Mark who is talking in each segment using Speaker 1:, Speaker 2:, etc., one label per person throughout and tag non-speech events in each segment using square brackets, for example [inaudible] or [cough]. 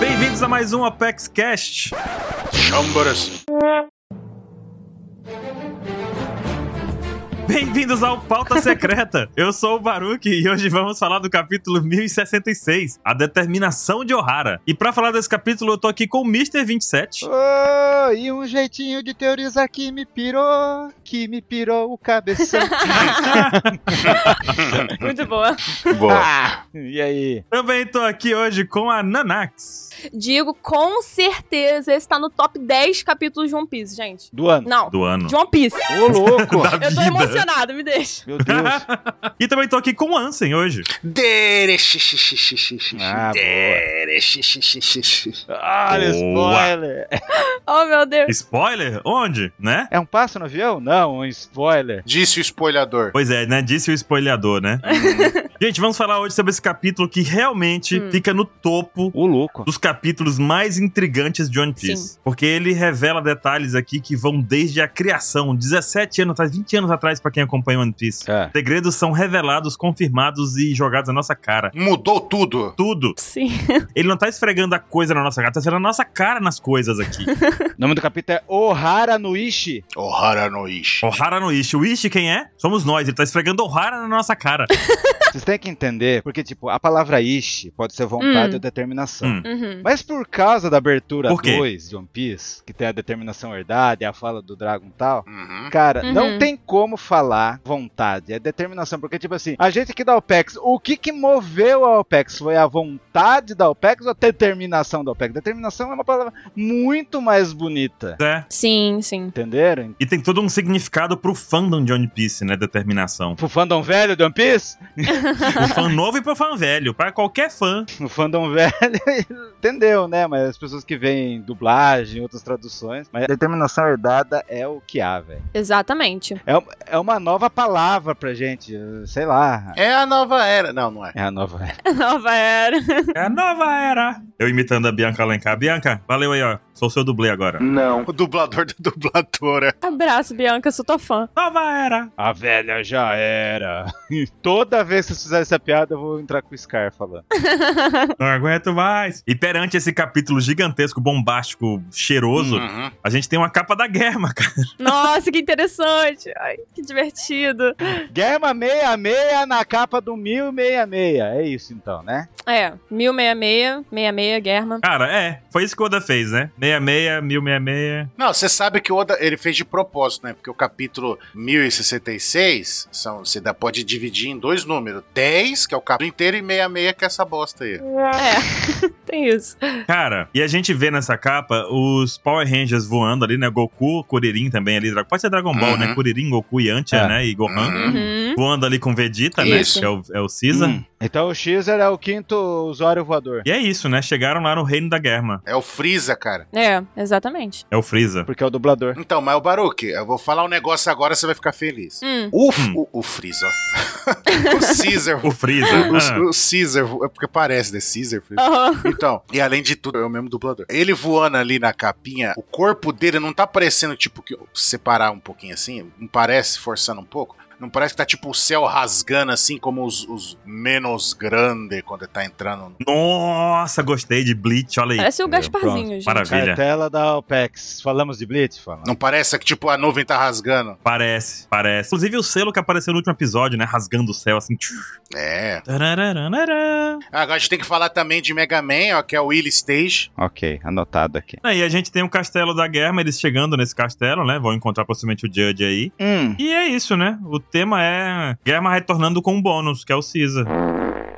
Speaker 1: Bem-vindos a mais um Apex Cast.
Speaker 2: Chambras.
Speaker 1: Bem-vindos ao Pauta
Speaker 3: [laughs]
Speaker 1: Secreta. Eu sou o Baruque e hoje vamos falar do capítulo 1066, A Determinação de Ohara. E pra falar desse capítulo, eu tô aqui com o Mr. 27.
Speaker 4: Oh, e um jeitinho de teorizar que me pirou, que me pirou o [laughs] cabeção.
Speaker 3: Muito boa.
Speaker 2: Boa.
Speaker 4: ah, e aí?
Speaker 1: Também tô aqui hoje com a Nanax.
Speaker 3: Digo, com certeza, esse tá no top 10 capítulos de One Piece, gente.
Speaker 4: Do ano.
Speaker 3: Não,
Speaker 1: Do ano.
Speaker 3: de One Piece.
Speaker 4: Ô, louco!
Speaker 1: Da
Speaker 3: Eu tô
Speaker 1: vida.
Speaker 3: emocionado, me deixa.
Speaker 4: [laughs] Meu Deus.
Speaker 1: [laughs] E também tô aqui com o Ansem hoje.
Speaker 2: Dere.
Speaker 4: Ah, boa.
Speaker 2: Dere.
Speaker 4: Ah, Olha,
Speaker 1: Boa.
Speaker 4: spoiler.
Speaker 3: Oh, meu Deus.
Speaker 1: Spoiler? Onde? Né?
Speaker 4: É um passo no avião? Não, um spoiler.
Speaker 2: Disse o espolhador.
Speaker 1: Pois é, né? Disse o spoileador,
Speaker 3: [laughs]
Speaker 1: né? Gente, vamos falar hoje sobre esse capítulo que realmente
Speaker 3: Hum.
Speaker 1: fica no topo
Speaker 4: Ô, louco.
Speaker 1: dos capítulos mais intrigantes de One Piece. Porque ele revela detalhes aqui que vão desde a criação, 17 anos atrás, 20 anos atrás, pra quem acompanha One Piece.
Speaker 4: É.
Speaker 1: Segredos são revelados, confirmados e jogados na nossa cara.
Speaker 2: Mudou tudo.
Speaker 1: Tudo.
Speaker 3: Sim.
Speaker 1: Ele não tá esfregando a coisa na nossa cara, tá esfregando a nossa cara nas coisas aqui.
Speaker 4: O nome do capítulo é Ohara no Ishi.
Speaker 2: Ohara no Ishi.
Speaker 1: Ohara no Ishi. O Ishi quem é? Somos nós. Ele tá esfregando Ohara na nossa cara.
Speaker 4: Vocês têm que entender, porque, tipo, a palavra Ishi pode ser vontade
Speaker 3: Hum.
Speaker 4: ou determinação.
Speaker 1: Hum.
Speaker 3: Uhum.
Speaker 4: Mas por causa da abertura
Speaker 1: Por quê?
Speaker 4: 2 de One Piece, que tem a determinação herdada e a fala do Dragon e tal,
Speaker 2: Uhum.
Speaker 4: Cara,
Speaker 3: Uhum.
Speaker 4: não tem como falar vontade, é determinação, porque tipo assim, a gente aqui da OPEX, o que que moveu a OPEX? Foi a vontade da OPEX ou a determinação da OPEX? Determinação é uma palavra muito mais bonita,
Speaker 1: É.
Speaker 3: Sim, sim.
Speaker 4: entenderam?
Speaker 1: E tem todo um significado pro fandom de One Piece, né? Determinação.
Speaker 4: O fandom velho do One Piece?
Speaker 1: Pro fã novo e pro fã velho. Pra qualquer fã.
Speaker 4: O fandom [laughs] velho, entendeu, né? Mas as pessoas que veem dublagem, outras traduções, mas determinação herdada é o que há, velho.
Speaker 3: Exatamente. [laughs]
Speaker 4: É uma nova palavra pra gente, sei lá.
Speaker 2: É a nova era. Não, não é.
Speaker 4: É a nova era.
Speaker 3: Nova era.
Speaker 1: É a nova era. Eu imitando a Bianca Alencar. Bianca, valeu aí, ó. Sou seu dublê agora.
Speaker 2: O dublador é. da dubladora.
Speaker 3: Abraço, Bianca, sou tua fã. [laughs]
Speaker 1: Nova era.
Speaker 4: A velha já era. Toda vez que vocês fizerem essa piada, eu vou entrar com o Scar falando.
Speaker 1: Não aguento mais. E perante esse capítulo gigantesco, bombástico, cheiroso,
Speaker 2: Uhum.
Speaker 1: a gente tem uma capa da guerra, [laughs] cara.
Speaker 3: Nossa, que interessante. Ai, que divertido.
Speaker 4: Guerma 66 na capa do 1066. É isso então, né?
Speaker 3: É, 1066, 66, Germa.
Speaker 1: Cara, é. Foi isso que o Oda fez, né? 66, 1066.
Speaker 2: Não, você sabe que o Oda ele fez de propósito, né? Porque o capítulo 1066 são, você dá- pode dividir em dois números: 10, que é o capítulo inteiro, e 66, que é essa bosta aí.
Speaker 3: É, [laughs] tem isso.
Speaker 1: Cara, e a gente vê nessa capa os Power Rangers voando ali, né? Goku, Kuririn também ali. Dra- Pode ser Dragon Ball,
Speaker 2: Uhum.
Speaker 1: né? Kuririn, Goku, Yantia,
Speaker 4: É.
Speaker 1: né? E Gohan.
Speaker 2: Uhum.
Speaker 3: Uhum.
Speaker 1: Voando ali com Vegeta,
Speaker 2: Isso. Uhum.
Speaker 1: né? Que é o, é o Caesar.
Speaker 4: Hum. Então o Xer é o quinto usuário voador.
Speaker 1: E é isso, né? Chegaram lá no reino da guerra.
Speaker 2: É o Freeza, cara.
Speaker 3: É, exatamente.
Speaker 1: É o Freeza.
Speaker 4: Porque é o dublador.
Speaker 2: Então, mas o Baruque, eu vou falar um negócio agora, você vai ficar feliz.
Speaker 3: Hum.
Speaker 2: O, F-
Speaker 1: Hum.
Speaker 2: o, o Freeza. [laughs] o Caesar.
Speaker 1: O Freeza. [laughs] Ah.
Speaker 2: O, o Caesar, é porque parece, né? Caesar. Freeza.
Speaker 3: Aham.
Speaker 2: Então, e além de tudo, é o mesmo dublador. Ele voando ali na capinha, o corpo dele não tá parecendo, tipo, que separar um pouquinho assim, não parece, forçando um pouco. Não parece que tá tipo o céu rasgando assim, como os, os menos grande quando tá entrando. no-
Speaker 1: Nossa, gostei de Bleach, olha aí.
Speaker 3: Parece o Gasparzinho, gente.
Speaker 1: Maravilha.
Speaker 4: Cartela da OPEX. Falamos de Blitz? Falamos.
Speaker 2: Não parece que tipo a nuvem tá rasgando.
Speaker 1: Parece, parece. Inclusive o selo que apareceu no último episódio, né? Rasgando o céu, assim. tchiu.
Speaker 2: É.
Speaker 1: Tararararará.
Speaker 2: Agora a gente tem que falar também de Mega Man, ó, que é o Willy Stage.
Speaker 4: Ok, anotado aqui.
Speaker 1: Aí a gente tem o castelo da guerra, mas eles chegando nesse castelo, né? Vão encontrar possivelmente o Judge aí.
Speaker 4: Hum,
Speaker 1: E é isso, né? O tema é Guerra retornando com um bônus, que é o Caesar.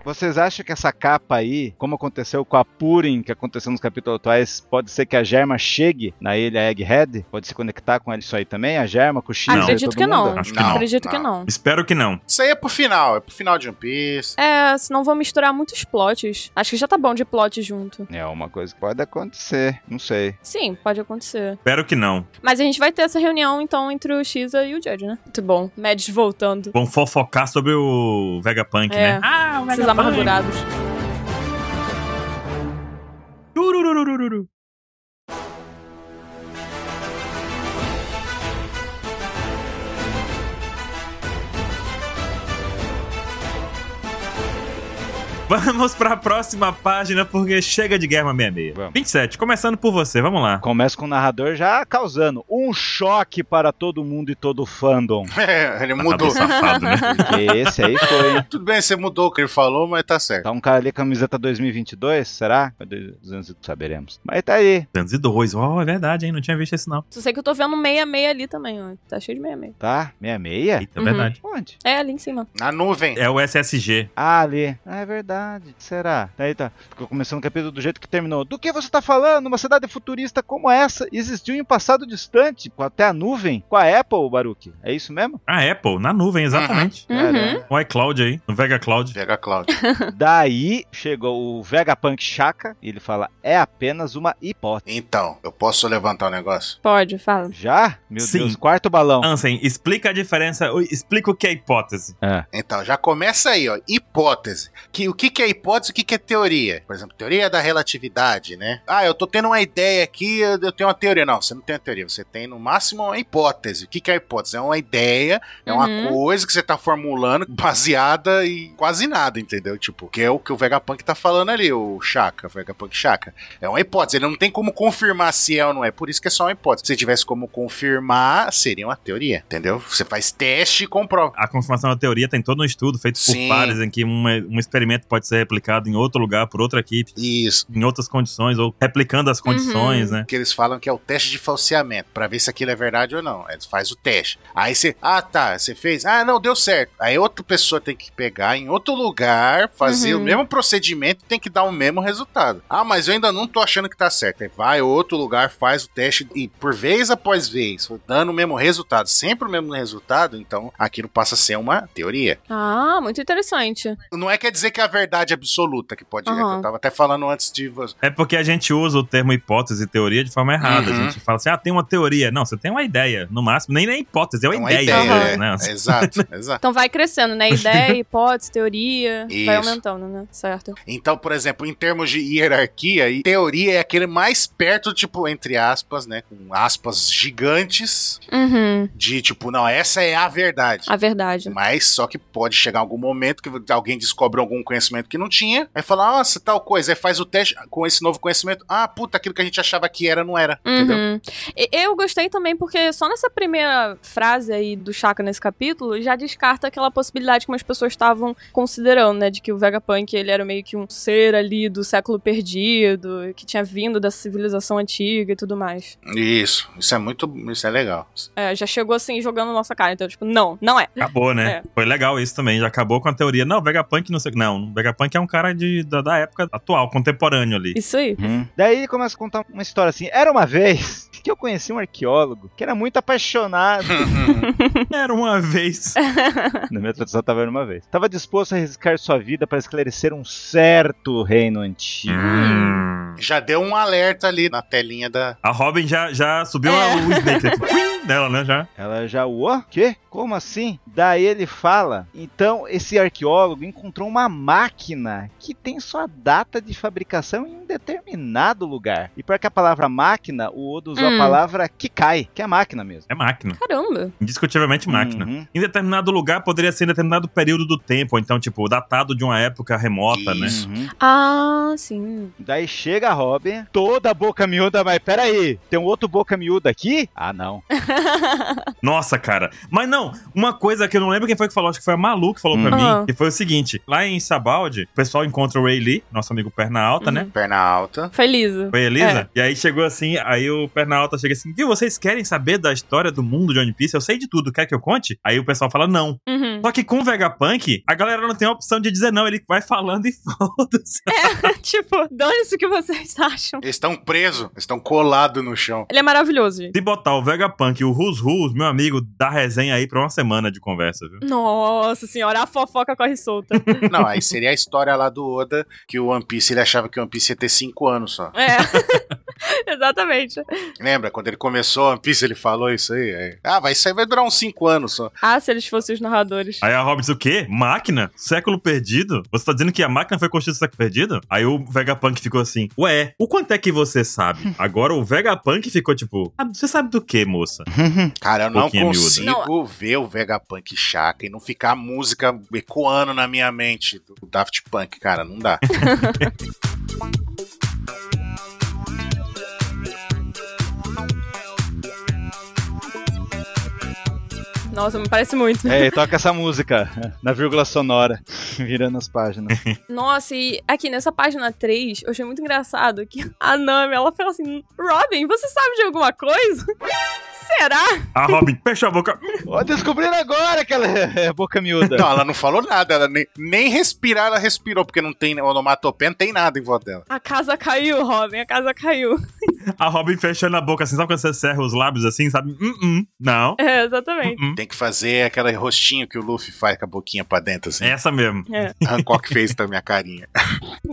Speaker 4: vocês acham que essa capa aí, como aconteceu com a Purim, que aconteceu nos capítulos atuais, pode ser que a Germa chegue na ilha Egghead? Pode se conectar com isso aí também? A Germa, com o Xer,
Speaker 3: Acredito
Speaker 4: todo
Speaker 3: que
Speaker 4: mundo? é.
Speaker 3: não.
Speaker 1: Acho que não.
Speaker 3: Acredito que não.
Speaker 1: Espero que não.
Speaker 2: Isso aí é pro final, é pro final de One Piece.
Speaker 3: É, senão vão misturar muitos plots. Acho que já tá bom de plot junto.
Speaker 4: É uma coisa que pode acontecer, não sei.
Speaker 3: Sim, pode acontecer.
Speaker 1: Espero que não.
Speaker 3: Mas a gente vai ter essa reunião, então, entre o Xa e o Judge, né? Muito bom. Mads voltando.
Speaker 1: Vão fofocar sobre o Vegapunk,
Speaker 3: É.
Speaker 1: né? Ah, o
Speaker 3: Esses amargurados.
Speaker 1: Turururururu. Vamos pra próxima página, porque chega de Guerra 66.
Speaker 4: Vamos.
Speaker 1: 27, começando por você, vamos lá.
Speaker 4: Começa com o narrador já causando um choque para todo mundo e todo o fandom.
Speaker 2: [laughs] É, ele mudou. Ah,
Speaker 1: Safado, né?
Speaker 4: Porque esse aí foi.
Speaker 2: Tudo bem, você mudou o que ele falou, mas tá certo.
Speaker 4: Tá um cara ali camiseta 2022, será? Ou 200 e- saberemos. Mas tá aí,
Speaker 1: 202, ó, é verdade, hein? Não tinha visto esse não.
Speaker 3: Só sei que eu tô vendo 66 ali também, ó. Tá cheio de 66.
Speaker 4: tá? 66?
Speaker 1: Eita, é
Speaker 3: Uhum.
Speaker 1: verdade.
Speaker 4: Onde?
Speaker 3: É, ali em cima.
Speaker 2: Na nuvem.
Speaker 1: É o SSG.
Speaker 4: Ah, ali. Ah, é verdade. Será? Daí tá. Ficou começando o capítulo do jeito que terminou. Do que você tá falando? Uma cidade futurista como essa existiu em um passado distante, com até a nuvem, com a Apple, Baruque. É isso mesmo?
Speaker 1: A Apple, na nuvem, exatamente.
Speaker 3: Uhum.
Speaker 1: O iCloud aí, no Vega Cloud.
Speaker 2: Pega Cláudio.
Speaker 4: Daí chegou o Vegapunk Chaka e ele fala: é apenas uma hipótese.
Speaker 2: Então, eu posso levantar um negócio?
Speaker 3: Pode, fala.
Speaker 4: Já? Meu
Speaker 1: Sim. Ah.
Speaker 4: Deus, quarto balão.
Speaker 1: Ansem, explica a diferença, ui, explica o que é hipótese.
Speaker 4: É.
Speaker 2: Então, já começa aí, ó. Hipótese. Que, o que, que é hipótese e o que, que é teoria? Por exemplo, teoria da relatividade, né? Ah, eu tô tendo uma ideia aqui, eu eu tenho uma teoria. Não, você não tem uma teoria, você tem no máximo uma hipótese. O que, que é a hipótese? É uma ideia, é uma
Speaker 3: Uhum.
Speaker 2: coisa que você tá formulando baseada em quase nada, entendeu? Tipo, que é o que o Vegapunk tá falando ali, o Chaka, o Vegapunk Chaka. É uma hipótese, ele não tem como confirmar se é ou não é, por isso que é só uma hipótese. Se tivesse como confirmar, seria uma teoria, entendeu? Você faz teste e comprova.
Speaker 1: A confirmação da teoria tem todo um estudo feito
Speaker 2: Sim.
Speaker 1: por pares em que uma- um experimento pode ser replicado em outro lugar, por outra equipe,
Speaker 2: Isso.
Speaker 1: em outras condições, ou replicando as condições,
Speaker 3: Uhum.
Speaker 1: né?
Speaker 2: que eles falam que é o teste de falseamento, pra ver se aquilo é verdade ou não. Eles faz o teste. Aí você, ah tá, você fez, ah não, deu certo. Aí outra pessoa tem que pegar em outro lugar, fazer
Speaker 3: Uhum.
Speaker 2: o mesmo procedimento, tem que dar o mesmo resultado. Ah, mas eu ainda não tô achando que tá certo. Aí vai outro lugar, faz o teste e por vez após vez, dando o mesmo resultado, sempre o mesmo resultado, então aquilo passa a ser uma teoria.
Speaker 3: Ah, muito interessante.
Speaker 2: Não é quer dizer que é a verdade absoluta que pode, é que
Speaker 3: Aham.
Speaker 2: eu tava até falando antes de você.
Speaker 1: É porque a gente usa o termo hipótese e teoria de forma errada.
Speaker 2: Uhum.
Speaker 1: A gente fala assim, ah, tem uma teoria. Não, você tem uma ideia, no máximo. Nem é hipótese, é uma,
Speaker 2: É uma
Speaker 1: ideia.
Speaker 2: ideia,
Speaker 1: né?
Speaker 2: Exato, [laughs] exato.
Speaker 3: Então vai crescendo, né?
Speaker 1: [laughs]
Speaker 3: Ideia, hipótese, teoria. Vai
Speaker 2: Isso.
Speaker 3: aumentando, né? Certo.
Speaker 2: Então, por exemplo, em termos de hierarquia, e teoria é aquele mais perto, tipo, entre aspas, né? Com aspas gigantes,
Speaker 3: Uhum.
Speaker 2: de tipo, não, essa é a verdade.
Speaker 3: A verdade.
Speaker 2: Mas só que pode chegar algum momento que alguém descobre algum conhecimento que não tinha, aí fala, nossa, tal coisa, aí faz o teste com esse novo conhecimento. Ah, puta, aquilo que a gente achava que era, não era. Entendeu?
Speaker 3: Uhum. E- Eu gostei também porque só nessa primeira frase aí do Chaka nesse capítulo já descarta aquela possibilidade que umas pessoas estavam considerando, né? De que o Vegapunk ele era meio que um ser ali do século perdido, que tinha vindo da civilização antiga e tudo mais.
Speaker 2: Isso, isso é muito, isso é legal.
Speaker 3: É, já chegou assim jogando na nossa cara, então, tipo, não, não é.
Speaker 1: Acabou, né?
Speaker 3: É.
Speaker 1: Foi legal isso também. Já acabou com a teoria. Não, Vegapunk não sei. o que. Não, Vegapunk é um cara de, da, da época atual, contemporâneo
Speaker 3: [laughs]
Speaker 1: ali.
Speaker 3: Isso aí.
Speaker 4: Daí ele começa a contar uma história assim. Era uma vez [laughs] que eu conheci um arqueólogo que era
Speaker 2: [laughs]
Speaker 4: muito apaixonado.
Speaker 1: Era uma vez.
Speaker 3: É.
Speaker 4: Na minha tradução tava era uma vez. Tava disposto a arriscar sua vida para esclarecer um certo reino antigo.
Speaker 1: Hum.
Speaker 2: Já deu um alerta ali na telinha da.
Speaker 1: A Robin já, já subiu
Speaker 3: É.
Speaker 1: a- o Snake [laughs] aqui. Twim, dela, né? Já.
Speaker 4: Ela já, o quê? Como assim? Daí ele fala, então esse arqueólogo encontrou uma máquina que tem sua data de fabricação em um determinado lugar. E para que a palavra máquina, o Odo usou a
Speaker 3: Hum.
Speaker 4: palavra Kikai, que é máquina mesmo.
Speaker 1: É máquina.
Speaker 3: Caramba.
Speaker 1: Indiscutivelmente máquina.
Speaker 4: Uhum.
Speaker 1: Em determinado lugar poderia ser em determinado período do tempo, ou então, tipo, datado de uma época remota, né?
Speaker 2: Isso.
Speaker 4: Uhum.
Speaker 3: Ah, sim.
Speaker 4: Daí chega a Robin, toda boca miúda, mas peraí, tem um outro boca miúda aqui? Ah, não.
Speaker 1: Nossa, cara. Mas não, uma coisa que eu não lembro quem foi que falou, acho que foi a Malu que falou pra
Speaker 3: Hum.
Speaker 1: mim,
Speaker 3: Ah.
Speaker 1: que foi o seguinte: lá em Sabaldi, o pessoal encontra o Ray Lee, nosso amigo perna alta,
Speaker 3: Uhum.
Speaker 1: né?
Speaker 2: Perna alta.
Speaker 3: [laughs] Foi liso.
Speaker 1: Foi a
Speaker 3: É.
Speaker 1: Elisa? E aí chegou assim, aí o Pernalta chega assim, viu, vocês querem saber da história do mundo de One Piece? Eu sei de tudo, quer que eu conte? Aí o pessoal fala não.
Speaker 3: Uhum.
Speaker 1: Só que com o Vegapunk, a galera não tem a opção de dizer não, ele vai falando e [laughs] foda-se.
Speaker 3: [laughs] tipo, dane-se o que vocês [laughs] acham.
Speaker 2: Eles estão presos, eles estão colados no chão.
Speaker 3: Ele é maravilhoso, gente.
Speaker 1: Se botar o Vegapunk e o Rus Rus, meu amigo, dá resenha aí pra uma semana de conversa, viu?
Speaker 3: Nossa senhora, a fofoca corre solta.
Speaker 2: Não, aí seria a história lá do Oda, que o One Piece, ele achava que o One Piece ia ter 5 anos só.
Speaker 3: É. [laughs] Exatamente.
Speaker 2: Lembra, quando ele começou One Piece, ele falou isso aí? É. Ah, vai sair, vai durar uns 5 anos só.
Speaker 3: Ah, se eles fossem os narradores.
Speaker 1: Aí a Hobbits, o quê? Máquina? Século perdido? Você tá dizendo que a máquina foi construída no século perdido? Aí o Vegapunk ficou assim, ué, o quanto é que você sabe? Agora o Vegapunk ficou tipo, ah, você sabe do quê, moça?
Speaker 2: Cara, eu não
Speaker 1: Pouquinho é miúdo. né?
Speaker 2: consigo ver o Vegapunk chaca e não ficar a música ecoando na minha mente do Daft Punk, cara,
Speaker 1: [laughs]
Speaker 2: não dá.
Speaker 3: Nossa, me parece muito.
Speaker 4: É, e toca essa música [laughs] na vírgula sonora, [laughs] virando as páginas.
Speaker 3: Nossa, e aqui nessa página 3, eu achei muito engraçado que a Nami, ela fala assim: Robin, você sabe de alguma coisa? [laughs] Será?
Speaker 1: A Robin, fecha a boca.
Speaker 4: Ó, descobriram agora que ela é boca miúda.
Speaker 2: não, ela não falou nada, ela nem, nem respirar ela respirou, porque não tem onomatopeia, não tem nada em voz dela.
Speaker 3: A casa caiu, Robin, a casa caiu. [laughs]
Speaker 1: A Robin fechando a boca assim, sabe quando você cerra os lábios assim, sabe? Hum, hum, não.
Speaker 3: É, exatamente.
Speaker 1: Hum, hum.
Speaker 2: Tem que fazer aquele rostinho que o Luffy faz com a boquinha pra dentro, assim.
Speaker 1: É essa mesmo.
Speaker 3: É.
Speaker 2: A Hancock fez da minha carinha.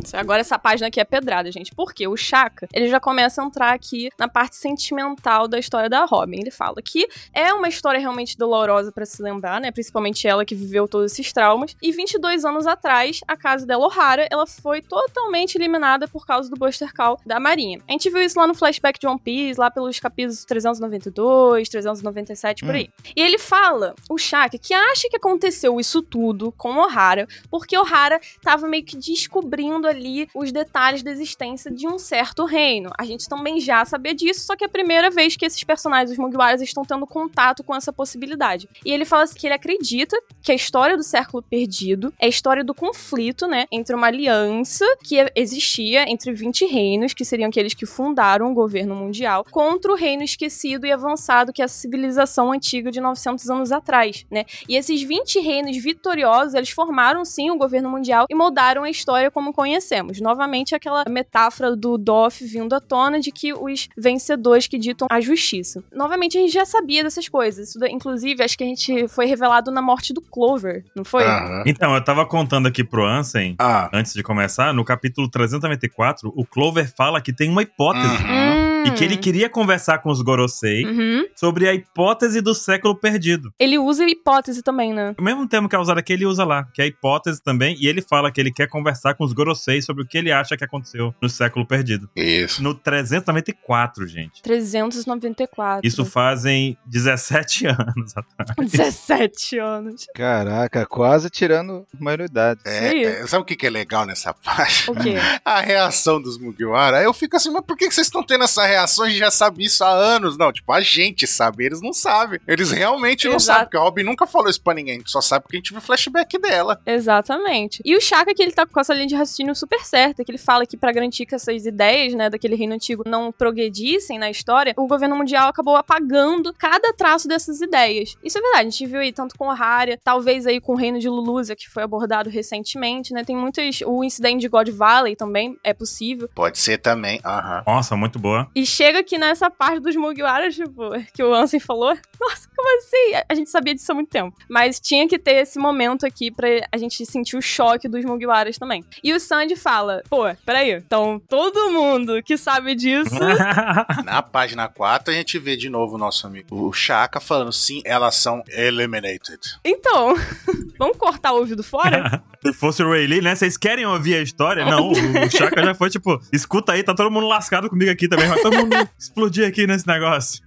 Speaker 3: Isso, Agora essa página aqui é pedrada, gente. Porque o Chaka, ele já começa a entrar aqui na parte sentimental da história da Robin. Ele fala que é uma história realmente dolorosa pra se lembrar, né? Principalmente ela que viveu todos esses traumas. E 22 anos atrás, a casa dela, O'Hara, ela foi totalmente eliminada por causa do Buster Call da Marinha. A gente viu isso lá no flashback de One Piece, lá pelos capítulos 392, 397, por aí. E ele fala, o Shaka, que acha que aconteceu isso tudo com O'Hara, porque O'Hara tava meio que descobrindo ali os detalhes da existência de um certo reino. A gente também já sabia disso, só que é a primeira vez que esses personagens, os Mugiwaras, estão tendo contato com essa possibilidade. E ele fala assim que ele acredita que a história do século perdido é a história do conflito, né, entre uma aliança que existia entre 20 reinos, que seriam aqueles que fundaram o governo mundial, contra o reino esquecido e avançado que é a civilização antiga de 900 anos atrás, né? E esses 20 reinos vitoriosos, eles formaram sim o governo mundial e moldaram a história como conhecemos. Novamente aquela metáfora do Doff vindo à tona de que os vencedores que ditam a justiça. Novamente a gente já sabia dessas coisas. Isso da- inclusive acho que a gente foi revelado na morte do Clover, não foi?
Speaker 2: Aham.
Speaker 1: Então, eu tava contando aqui pro Ansem,
Speaker 2: Ah.
Speaker 1: antes de começar, no capítulo 394, o Clover fala que tem uma hipótese.
Speaker 2: Uhum.
Speaker 3: Hum.
Speaker 1: E que ele queria conversar com os Gorosei
Speaker 3: Uhum.
Speaker 1: sobre a hipótese do século perdido.
Speaker 3: Ele usa hipótese também, né?
Speaker 1: O mesmo termo que é usado aqui, ele usa lá, que é a hipótese também, e ele fala que ele quer conversar com os Gorosei sobre o que ele acha que aconteceu no século perdido.
Speaker 2: Isso.
Speaker 1: No 394, gente.
Speaker 3: Tá 394. [laughs]
Speaker 1: Isso fazem 17 [laughs] anos atrás.
Speaker 3: 17 anos.
Speaker 4: Caraca, quase tirando maioridade.
Speaker 2: É,
Speaker 3: Sim.
Speaker 2: é, sabe o que, que é legal nessa [laughs] parte?
Speaker 3: O quê?
Speaker 2: A reação dos Mugiwara. Eu fico assim, mas por que que vocês estão tendo essa reação? A gente já sabe isso há anos. Não, tipo, a gente sabe, eles não sabem. Eles realmente não
Speaker 3: Exato.
Speaker 2: sabem, porque a Robin nunca falou isso pra ninguém. A gente só sabe porque a gente viu o flashback dela.
Speaker 3: Exatamente. E o Chaka que ele tá com essa linha de raciocínio super certa, que ele fala que pra garantir que essas ideias, né, daquele reino antigo não progredissem na história, o governo mundial acabou apagando cada traço dessas ideias. Isso é verdade, a gente viu aí tanto com a Haria, talvez aí com o reino de Lulusa, que foi abordado recentemente, né? Tem muitos o incidente de God Valley também é possível.
Speaker 2: Pode ser também. Aham.
Speaker 1: Nossa, muito boa.
Speaker 3: E chega aqui nessa parte dos Mugiwaras, tipo, que o Ansem falou. Nossa, como assim? A- A gente sabia disso há muito tempo. Mas tinha que ter esse momento aqui pra a gente sentir o choque dos Mugiwaras também. E o Sandy fala: pô, peraí, então todo mundo que sabe
Speaker 1: [laughs]
Speaker 3: disso.
Speaker 2: [laughs]
Speaker 1: Uhum.
Speaker 2: Na página 4, a gente vê de novo o nosso amigo o Chaka falando sim, elas são eliminated.
Speaker 3: Então, [laughs] vamos cortar o
Speaker 1: [laughs]
Speaker 3: ouvido fora?
Speaker 1: Se fosse o Rayleigh, né? Vocês querem ouvir a história? Não, o Chaka já foi tipo, escuta aí, tá todo mundo lascado comigo aqui também, vai todo mundo [laughs] explodir aqui nesse negócio.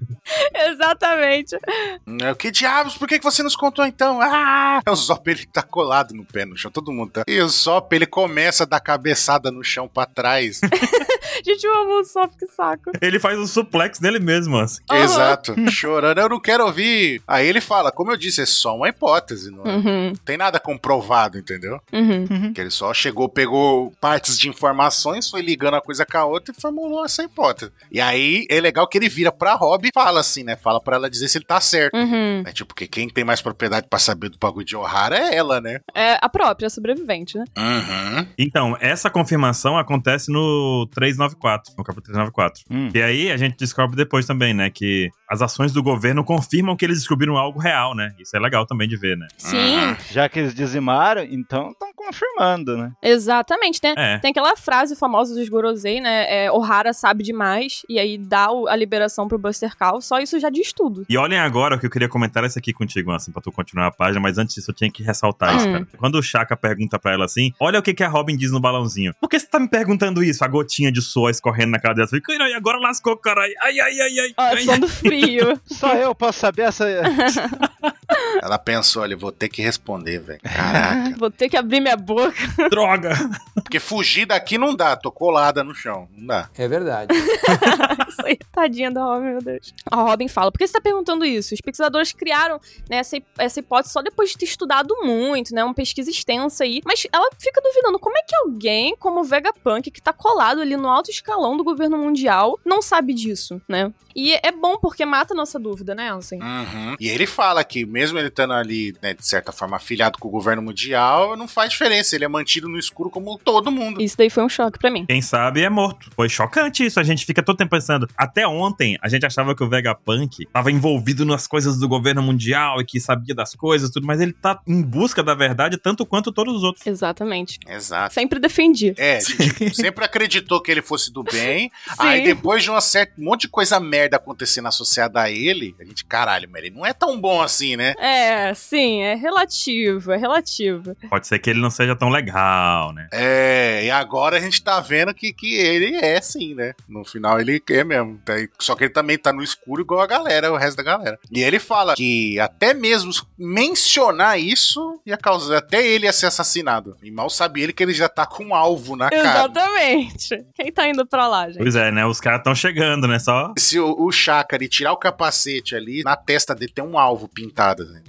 Speaker 3: Exatamente.
Speaker 2: Hum, Que diabos, por que que você nos contou então? Ah! O Zop ele tá colado no pé no chão, todo mundo tá. E o Zop ele começa a dar cabeçada no chão pra trás.
Speaker 3: Gente, eu amo o Sop, que saco.
Speaker 1: Ele faz um suplex dele mesmo, assim.
Speaker 3: Aham.
Speaker 2: Exato. Chorando, eu não quero ouvir. Aí ele fala, como eu disse, é só uma hipótese, não é?
Speaker 3: Uhum,
Speaker 2: tem nada comprovado, entendeu?
Speaker 3: uhum.
Speaker 2: Que ele só chegou, pegou partes de informações, foi ligando a coisa com a outra e formulou essa hipótese. E aí é legal que ele vira pra Rob e fala assim, né? Fala pra ela dizer se ele tá certo.
Speaker 3: Uhum.
Speaker 2: É tipo, porque quem tem mais propriedade pra saber do bagulho de O'Hara é ela, né?
Speaker 3: É a própria sobrevivente, né?
Speaker 2: Uhum.
Speaker 1: Então, essa confirmação acontece no 394, no capítulo 394.
Speaker 4: Hum.
Speaker 1: E aí a gente descobre depois também, né, que as ações do governo confirmam que eles descobriram algo real, né? Isso é legal também de ver, né?
Speaker 2: Uhum.
Speaker 3: Sim,
Speaker 4: Já que eles dizimaram, então estão confirmando, né?
Speaker 3: exatamente, né?
Speaker 1: É.
Speaker 3: Tem aquela frase famosa dos Gorosei, né? É, Ohara sabe demais, e aí dá o- a liberação pro Buster Call. Só isso já diz tudo.
Speaker 1: E olhem agora o que eu queria comentar é isso aqui contigo, assim, pra tu continuar a página, mas antes disso eu tinha que ressaltar isso,
Speaker 3: Hum.
Speaker 1: cara. Quando o Chaka pergunta pra ela assim, olha o que, que a Robin diz no balãozinho. Por que você tá me perguntando isso? A gotinha de suor escorrendo na cara dela. Eu Falei, "Ai, agora lascou, caralho. Ai, ai, ai, ai.
Speaker 3: Ó,
Speaker 1: ai."
Speaker 3: som do frio.
Speaker 4: Só eu posso saber essa.
Speaker 1: [laughs]
Speaker 2: Ela pensou, olha, vou ter que responder, velho. Caraca.
Speaker 3: Vou ter que abrir minha boca. [laughs]
Speaker 1: Droga.
Speaker 2: Porque fugir daqui não dá, tô colada no chão. Não dá.
Speaker 5: É verdade.
Speaker 3: Isso aí. Tadinha da Robin, meu Deus. A Robin fala: por que você tá perguntando isso? Os pesquisadores criaram né, essa, hip- essa hipótese só depois de ter estudado muito, né? Uma pesquisa extensa aí. Mas ela fica duvidando: como é que alguém como o Vegapunk, que tá colado ali no alto escalão do governo mundial, não sabe disso, né? E é bom porque mata a nossa dúvida, né, Ansem?
Speaker 2: Uhum. E ele fala que, mesmo ele estando ali, né, de certa forma, afiliado com o governo mundial, não faz diferença. Ele é mantido no escuro como todo mundo.
Speaker 3: Isso daí foi um choque pra mim.
Speaker 1: Quem sabe é morto. Foi chocante isso. A gente fica todo tempo pensando. Até ontem, a gente achava que o Vegapunk estava envolvido nas coisas do governo mundial e que sabia das coisas e tudo, mas ele tá em busca da verdade tanto quanto todos os outros.
Speaker 3: Exatamente.
Speaker 2: Exato.
Speaker 3: Sempre defendi.
Speaker 2: É, a gente sempre acreditou que ele fosse do bem. Aí
Speaker 3: Sim.
Speaker 2: depois de um certo monte de coisa merda acontecendo associada a ele, a gente, caralho, mas ele não é tão bom assim, né?
Speaker 3: É, sim, é relativo, é relativo.
Speaker 1: Pode ser que ele não seja tão legal, né?
Speaker 2: É, e agora a gente tá vendo que, que ele é sim, né? No final ele é mesmo. Tá aí- Só que ele também tá no escuro igual a galera, o resto da galera. E ele fala que até mesmo mencionar isso ia causar até ele ia ser assassinado. E mal sabe ele que ele já tá com um alvo na cara.
Speaker 3: Exatamente. Quem tá indo pra lá, gente?
Speaker 1: Pois é, né? Os caras estão chegando, né? Só.
Speaker 2: Se o, o Chakra ele tirar o capacete ali, na testa dele tem um alvo pintado. Né?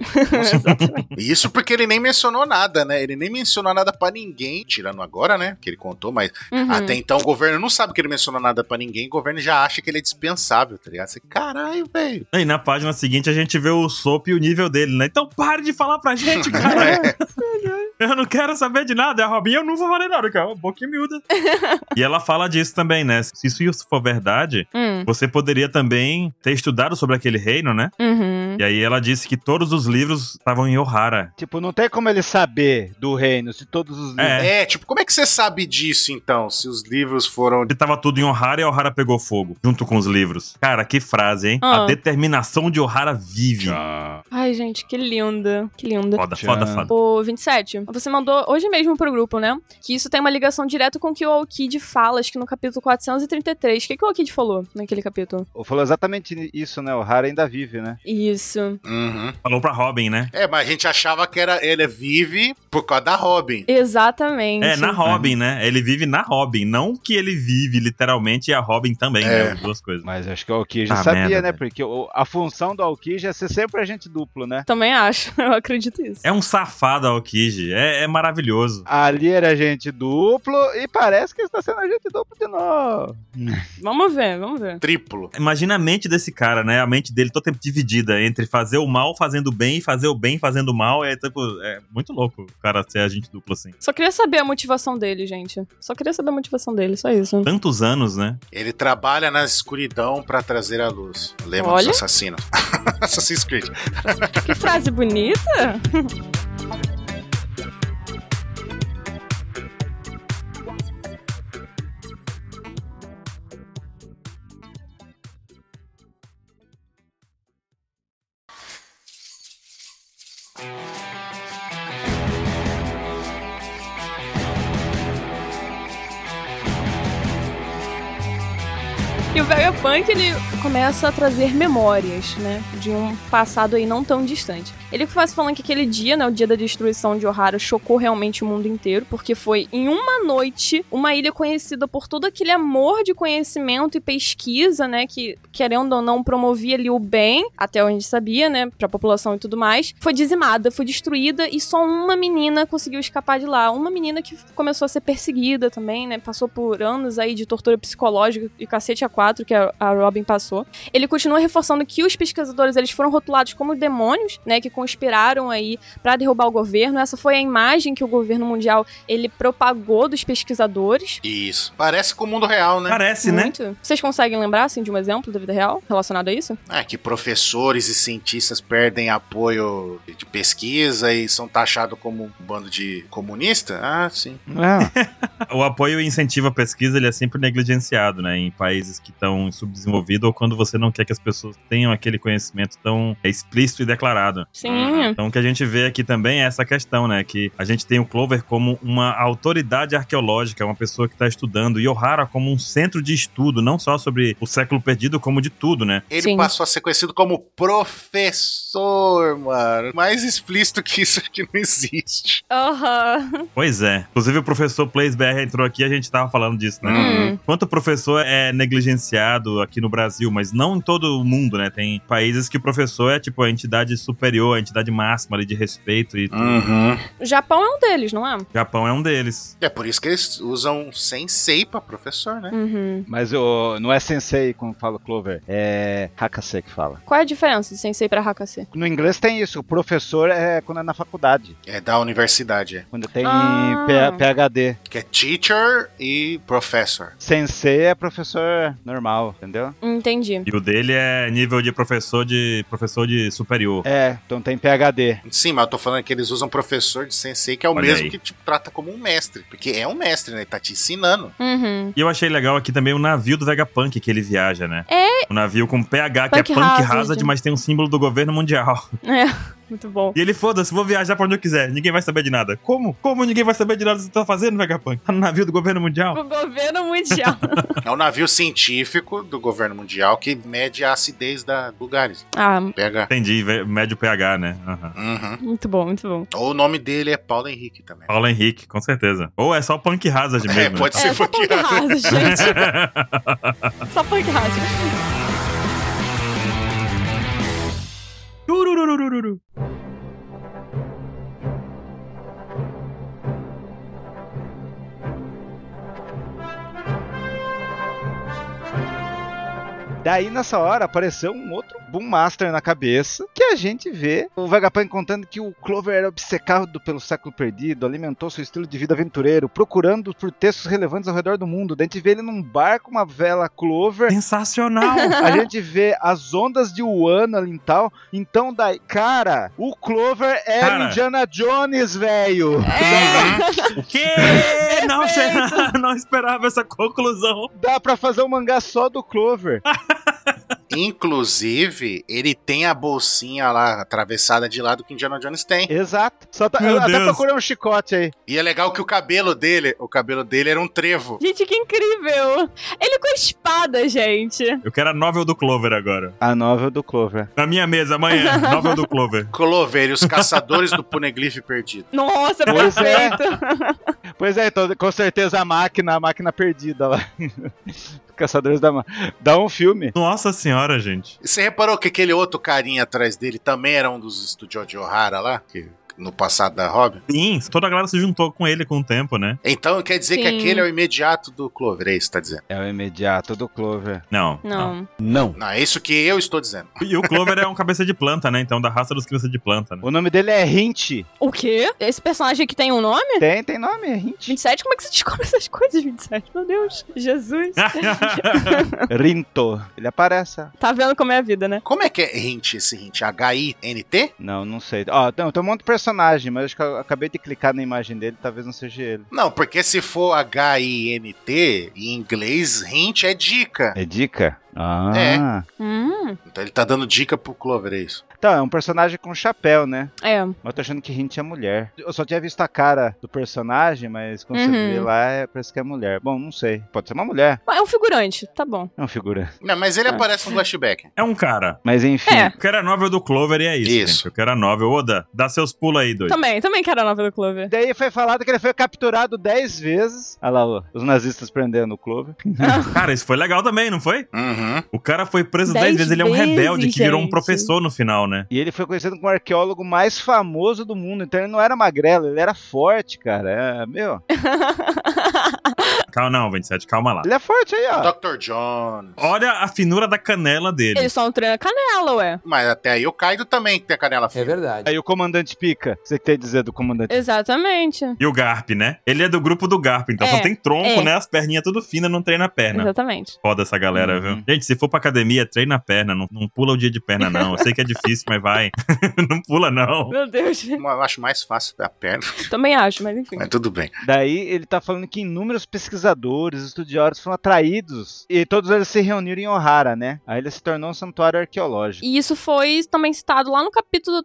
Speaker 2: E Isso porque ele nem mencionou nada, né? Ele nem mencionou nada pra ninguém, tirando agora, né? Que ele contou, mas
Speaker 1: Ah,
Speaker 3: Uhum.
Speaker 2: até então o governo não sabe que ele mencionou nada pra ninguém, o governo já acha que ele é dispensável, tá ligado? Você, caralho, velho.
Speaker 1: E na página seguinte a gente vê o Sop e o nível dele, né? Então pare de falar pra gente,
Speaker 3: Ah,
Speaker 2: [laughs] é?"
Speaker 3: é.
Speaker 1: cara. eu não quero saber de nada. A Robin, eu não vou valer nada, cara. Boquinha miúda. e ela fala disso também, né? Se isso for verdade,
Speaker 3: Hum,
Speaker 1: Você poderia também ter estudado sobre aquele reino, né?
Speaker 3: uhum.
Speaker 1: E aí ela disse que todos os livros estavam em Ohara.
Speaker 4: Tipo, não tem como ele saber do reino se todos os livros.
Speaker 1: É.
Speaker 2: É. tipo, como é que você sabe disso então? Se os livros foram.
Speaker 1: E tava tudo em Ohara e Ohara pegou fogo, junto com os livros. Cara, que frase, hein?
Speaker 3: Ah.
Speaker 1: A determinação de Ohara vive.
Speaker 3: Ai, gente, que linda. Que linda.
Speaker 1: Foda,
Speaker 4: Tchan.
Speaker 1: foda, foda.
Speaker 3: Ô, 27, você mandou hoje mesmo pro grupo, né? Que isso tem uma ligação direta com o que o Alkid fala, acho que no capítulo 433. O que, que o Alkid falou naquele capítulo?
Speaker 4: Falou exatamente isso, né? O Hara ainda vive, né?
Speaker 3: Isso.
Speaker 2: Uhum.
Speaker 1: Falou pra Robin, né?
Speaker 2: É, mas a gente achava que era ele é vive por causa da Robin.
Speaker 3: Exatamente.
Speaker 1: É, na Robin, né? Ele vive na Robin. Não que ele vive literalmente e a Robin também,
Speaker 2: É.
Speaker 1: né? As duas coisas.
Speaker 4: Mas acho que o Alkija
Speaker 1: Ah,
Speaker 4: sabia,
Speaker 1: merda,
Speaker 4: né?
Speaker 1: velho.
Speaker 4: Porque o- a função do Alkija é ser sempre agente duplo, né?
Speaker 3: Também acho, [laughs] eu acredito isso.
Speaker 1: É um safado, Aokiji. É, é maravilhoso.
Speaker 4: Ali era agente duplo e parece que está sendo agente duplo de novo.
Speaker 3: Vamos ver, vamos ver.
Speaker 2: Triplo.
Speaker 1: Imagina a mente desse cara, né? A mente dele todo tempo dividida entre fazer o mal fazendo o bem e fazer o bem fazendo o mal. É, tipo, é muito louco o cara ser agente duplo assim.
Speaker 3: Só queria saber a motivação dele, gente. Só queria saber a motivação dele, só isso.
Speaker 1: Tantos anos, né?
Speaker 2: Ele trabalha na escuridão pra trazer a luz. Lembra
Speaker 3: Olha.
Speaker 2: dos assassinos? [laughs] Assassin's Creed.
Speaker 3: Que frase bonita! E o Vegapunk, ele começa a trazer memórias, né? De um passado aí não tão distante. Ele começa falando que aquele dia, né? O dia da destruição de Ohara chocou realmente o mundo inteiro, porque foi em um uma noite uma ilha conhecida por todo aquele amor de conhecimento e pesquisa, né? Que, querendo ou não, promovia ali o bem, até onde sabia, né? Pra população e tudo mais. Foi dizimada, foi destruída e só uma menina conseguiu escapar de lá. Uma menina que começou a ser perseguida também, né? Passou por anos aí de tortura psicológica e cacete a quatro que a a Robin passou. Ele continua reforçando que os pesquisadores eles foram rotulados como demônios, né? Que conspiraram aí para derrubar o governo. Essa foi a imagem que o governo mundial ele propagou dos pesquisadores.
Speaker 2: Isso. Parece com o mundo real, né?
Speaker 1: Parece, né?
Speaker 3: Muito. Vocês conseguem lembrar assim de um exemplo da vida real relacionado a isso?
Speaker 2: É, que professores e cientistas perdem apoio de pesquisa e são taxados como um bando de comunista? Ah, sim.
Speaker 4: É.
Speaker 1: O apoio e incentivo à pesquisa ele é sempre negligenciado, né? Em países que estão subdesenvolvidos ou quando você não quer que as pessoas tenham aquele conhecimento tão explícito e declarado.
Speaker 3: Sim.
Speaker 1: Então o que a gente vê aqui também é essa questão, né? Que a gente tem o Clover como uma autoridade arqueológica, é uma pessoa que está estudando, e O'Hara como um centro de estudo, não só sobre o século perdido, como de tudo, né?
Speaker 2: Ele
Speaker 3: Sim.
Speaker 2: passou a ser conhecido como professor, mano. Mais explícito que isso aqui não existe.
Speaker 3: Aham.
Speaker 1: Pois é. Inclusive o professor Plays BR entrou aqui e a gente tava falando disso, né?
Speaker 3: Hum.
Speaker 1: Quanto o professor é negligenciado aqui no Brasil, mas não em todo o mundo, né? Tem países que o professor é tipo a entidade superior, a entidade máxima ali de respeito e
Speaker 2: Uhum.
Speaker 3: Japão é um deles, não é?
Speaker 1: o Japão é um deles.
Speaker 2: É por isso que eles usam sensei pra professor, né?
Speaker 3: Uhum.
Speaker 4: Mas eu, não é sensei quando fala Clover, é Hakase que fala.
Speaker 3: Qual é a diferença de sensei pra hakase?
Speaker 4: No inglês tem isso, o professor é quando é na faculdade,
Speaker 2: É da universidade, é.
Speaker 4: quando tem
Speaker 3: Ah.
Speaker 4: P- PhD.
Speaker 2: Que é teacher e professor.
Speaker 4: Sensei é professor normal, entendeu?
Speaker 3: Entendi.
Speaker 1: E o dele é nível de professor de professor de superior.
Speaker 4: É, então tem PhD.
Speaker 2: Sim, mas eu tô falando que eles usam professor de sensei, que é o
Speaker 1: Olha
Speaker 2: mesmo
Speaker 1: aí.
Speaker 2: que te trata como um mestre. Porque é um mestre, né? Ele tá te
Speaker 3: [laughs]
Speaker 2: ensinando.
Speaker 3: Uhum.
Speaker 1: E eu achei legal aqui também o navio do Vegapunk que ele viaja, né? É. O navio com PH, que
Speaker 3: Punk
Speaker 1: é Punk
Speaker 3: Hazard.
Speaker 1: Hazard, mas tem um símbolo do governo mundial. [laughs]
Speaker 3: É, [laughs] muito bom.
Speaker 1: E ele, foda-se, vou viajar pra onde eu quiser, ninguém vai saber de nada. Como? Como ninguém vai saber de nada do que tu tá fazendo, Vegapunk? Tá no navio do governo mundial?
Speaker 3: O governo mundial.
Speaker 2: É um navio científico do governo mundial que mede a acidez da do lugares.
Speaker 3: [laughs] ah,
Speaker 2: Pega.
Speaker 1: Entendi, ve- médio PH, né? Aham.
Speaker 2: Uhum.
Speaker 3: muito bom, muito bom.
Speaker 2: Ou o nome dele é Paulo Henrique também.
Speaker 1: Paulo Henrique, com certeza. Ou é só Punk Hazard mesmo.
Speaker 2: É,
Speaker 1: né?
Speaker 2: pode ser
Speaker 3: é, só
Speaker 2: porque
Speaker 3: punk raso, gente. só punk raso.
Speaker 1: Turururururu.
Speaker 4: Daí nessa hora apareceu um outro Boom Master na cabeça, que a gente vê o Vegapunk contando que o Clover era obcecado pelo século perdido, alimentou seu estilo de vida aventureiro, procurando por textos relevantes ao redor do mundo. Daí a gente vê ele num barco, uma vela
Speaker 1: [laughs]
Speaker 4: Clover.
Speaker 1: Sensacional!
Speaker 4: A gente vê as ondas de Wano ali e tal. Então, daí, cara, o Clover é
Speaker 1: Cara.
Speaker 4: Indiana Jones, velho.
Speaker 1: o quê? Não, che- não esperava essa conclusão.
Speaker 4: Dá pra fazer um mangá só
Speaker 1: [laughs]
Speaker 4: do Clover.
Speaker 2: Inclusive, ele tem a bolsinha lá atravessada de lado que Indiana Jones tem.
Speaker 4: Exato. Só tá,
Speaker 1: Meu
Speaker 4: eu até
Speaker 1: Deus.
Speaker 4: procurei um chicote aí.
Speaker 2: E é legal que o cabelo dele, o cabelo dele era um trevo.
Speaker 3: Gente, que incrível. Ele com a espada, gente.
Speaker 1: Eu quero a novel do Clover agora.
Speaker 4: A novel do Clover.
Speaker 1: Na minha mesa, [laughs] amanhã. Novel do Clover.
Speaker 2: Clover e os caçadores do Poneglyph perdido.
Speaker 3: Nossa,
Speaker 4: Pois é.
Speaker 3: perfeito.
Speaker 4: Pois é, então, com certeza a máquina, a máquina perdida lá. [laughs] Caçadores da Máquina. Dá um filme.
Speaker 1: Nossa senhora, gente.
Speaker 2: Você reparou que aquele outro carinha atrás dele também era um dos estudiosos de O'Hara lá? Que no passado da Robin?
Speaker 1: Sim, toda a galera se juntou com ele com o tempo, né?
Speaker 2: Então quer dizer que
Speaker 3: Sim.
Speaker 2: aquele é o imediato do Clover, é isso que tá dizendo.
Speaker 4: É o imediato do Clover.
Speaker 1: Não.
Speaker 3: Não.
Speaker 2: Não, é isso que eu estou dizendo.
Speaker 1: E o Clover é um cabeça de planta, né? Então, da raça dos cabeça de planta, né? [laughs]
Speaker 4: O nome dele é Hint.
Speaker 3: O quê? Esse personagem aqui tem um nome?
Speaker 4: Tem, tem nome, é Hint.
Speaker 3: 27? Como é que você [laughs] descobre essas coisas, 27? Meu Deus.
Speaker 1: [laughs]
Speaker 3: Jesus.
Speaker 4: Rinto. Ele aparece. ó.
Speaker 3: tá vendo como é a vida, né?
Speaker 2: Como é que é hint esse hint? H-I-N-T?
Speaker 4: Não, não sei. Ó, tem, tem um monte de personagem, mas acho que eu acabei de clicar na imagem dele, talvez não seja ele.
Speaker 2: Não, porque se for H-I-N-T, em inglês, hint é dica.
Speaker 4: É dica? Ah.
Speaker 3: Hum.
Speaker 2: Então ele tá dando dica pro Clover, é isso.
Speaker 4: Então, é um personagem com chapéu, né?
Speaker 3: É.
Speaker 4: Mas eu tô achando que Hint é mulher. Eu só tinha visto a cara do personagem, mas quando
Speaker 3: Uhum.
Speaker 4: você vê lá, é- parece que é mulher. Bom, não sei. Pode ser uma mulher.
Speaker 3: É um figurante, tá bom.
Speaker 4: É uma figura.
Speaker 2: Não, mas ele aparece no flashback.
Speaker 1: É um cara.
Speaker 4: Mas enfim.
Speaker 3: É.
Speaker 1: Eu quero a novel do Clover e é isso,
Speaker 2: Isso.
Speaker 1: gente. Eu quero a novel. Oda, dá seus pulos aí, doido.
Speaker 3: Também, também quero a nova do
Speaker 4: [laughs]
Speaker 3: Clover.
Speaker 4: Daí foi falado que ele foi capturado 10 vezes. Olha lá, ó, os nazistas prendendo o Clover.
Speaker 1: Cara, isso foi legal também, não foi?
Speaker 2: Uhum.
Speaker 1: O cara foi preso 10
Speaker 3: Dez
Speaker 1: vezes. Ele é um
Speaker 3: vezes,
Speaker 1: rebelde que virou um
Speaker 3: gente.
Speaker 1: professor no final, né?
Speaker 4: E ele foi conhecido como o arqueólogo mais famoso do mundo. Então ele não era magrelo, ele era forte, cara. É, meu.
Speaker 1: Calma, não, 27, calma lá.
Speaker 4: Ele é forte aí, ó.
Speaker 2: Dr. Jones.
Speaker 1: Olha a finura da canela dele.
Speaker 3: Ele só não treina canela, ué.
Speaker 2: Mas até aí o Kaido também tem a canela
Speaker 5: É
Speaker 2: fina.
Speaker 5: verdade.
Speaker 4: Aí o comandante pica. Você que tem a dizer do comandante?
Speaker 3: Exatamente.
Speaker 1: E o Garp, né? Ele é do grupo do Garp, então
Speaker 3: É,
Speaker 1: só tem tronco,
Speaker 3: é.
Speaker 1: né? As perninhas tudo finas, É, não treina a perna.
Speaker 3: Exatamente.
Speaker 1: Foda essa galera,
Speaker 4: Uhum.
Speaker 1: viu? Gente, se for pra academia, treina a perna. Não, não pula o dia de perna, não. Eu sei que é difícil, mas vai. [laughs] não pula, não.
Speaker 3: Meu Deus.
Speaker 2: Eu acho mais fácil da perna,
Speaker 3: Também acho, mas enfim.
Speaker 2: mas tudo bem.
Speaker 4: Daí ele tá falando que inúmeros pesquisadores, estudiosos foram atraídos e todos eles se reuniram em Ohara, né? Aí ele se tornou um santuário arqueológico.
Speaker 3: E isso foi também citado lá no capítulo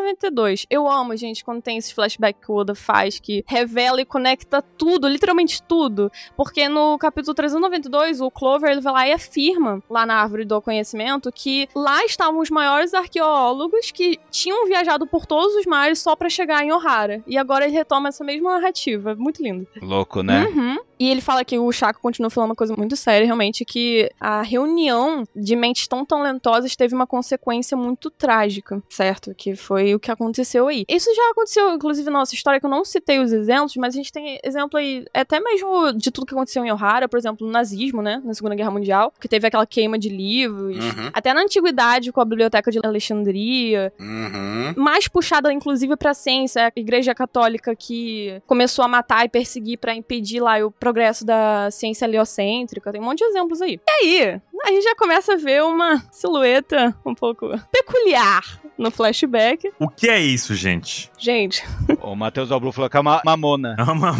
Speaker 3: 392. Eu amo, gente, quando tem esses flashback que o Oda faz, que revela e conecta tudo, literalmente tudo. Porque no capítulo 392, o Clover ele vai lá e afirma, lá na Árvore do Conhecimento, que lá estavam os maiores arqueólogos que tinham viajado por todos os mares só pra chegar em Ohara. E agora ele retoma essa mesma narrativa. Muito lindo.
Speaker 4: Louco, né?
Speaker 3: Uhum. E ele fala que o Chaco continua falando uma coisa muito séria, realmente, que a reunião de mentes tão talentosas teve uma consequência muito trágica, certo? Que foi o que aconteceu aí. Isso já aconteceu, inclusive, na nossa história, que eu não citei os exemplos, mas a gente tem exemplo aí, até mesmo de tudo que aconteceu em Ohara, por exemplo, no nazismo, né? Na Segunda Guerra Mundial, que teve aquela queima de livros.
Speaker 2: Uhum,
Speaker 3: Até na antiguidade, com a biblioteca de Alexandria,
Speaker 2: uhum.
Speaker 3: mais puxada, inclusive, pra ciência, a Igreja Católica que começou a matar e perseguir pra impedir lá o progresso da ciência heliocêntrica. Tem um monte de exemplos aí. E aí, a gente já começa a ver uma silhueta um pouco peculiar no flashback.
Speaker 1: O que é isso, gente?
Speaker 3: Gente, [laughs]
Speaker 4: O Matheus Albru falou que é uma mamona.
Speaker 1: É uma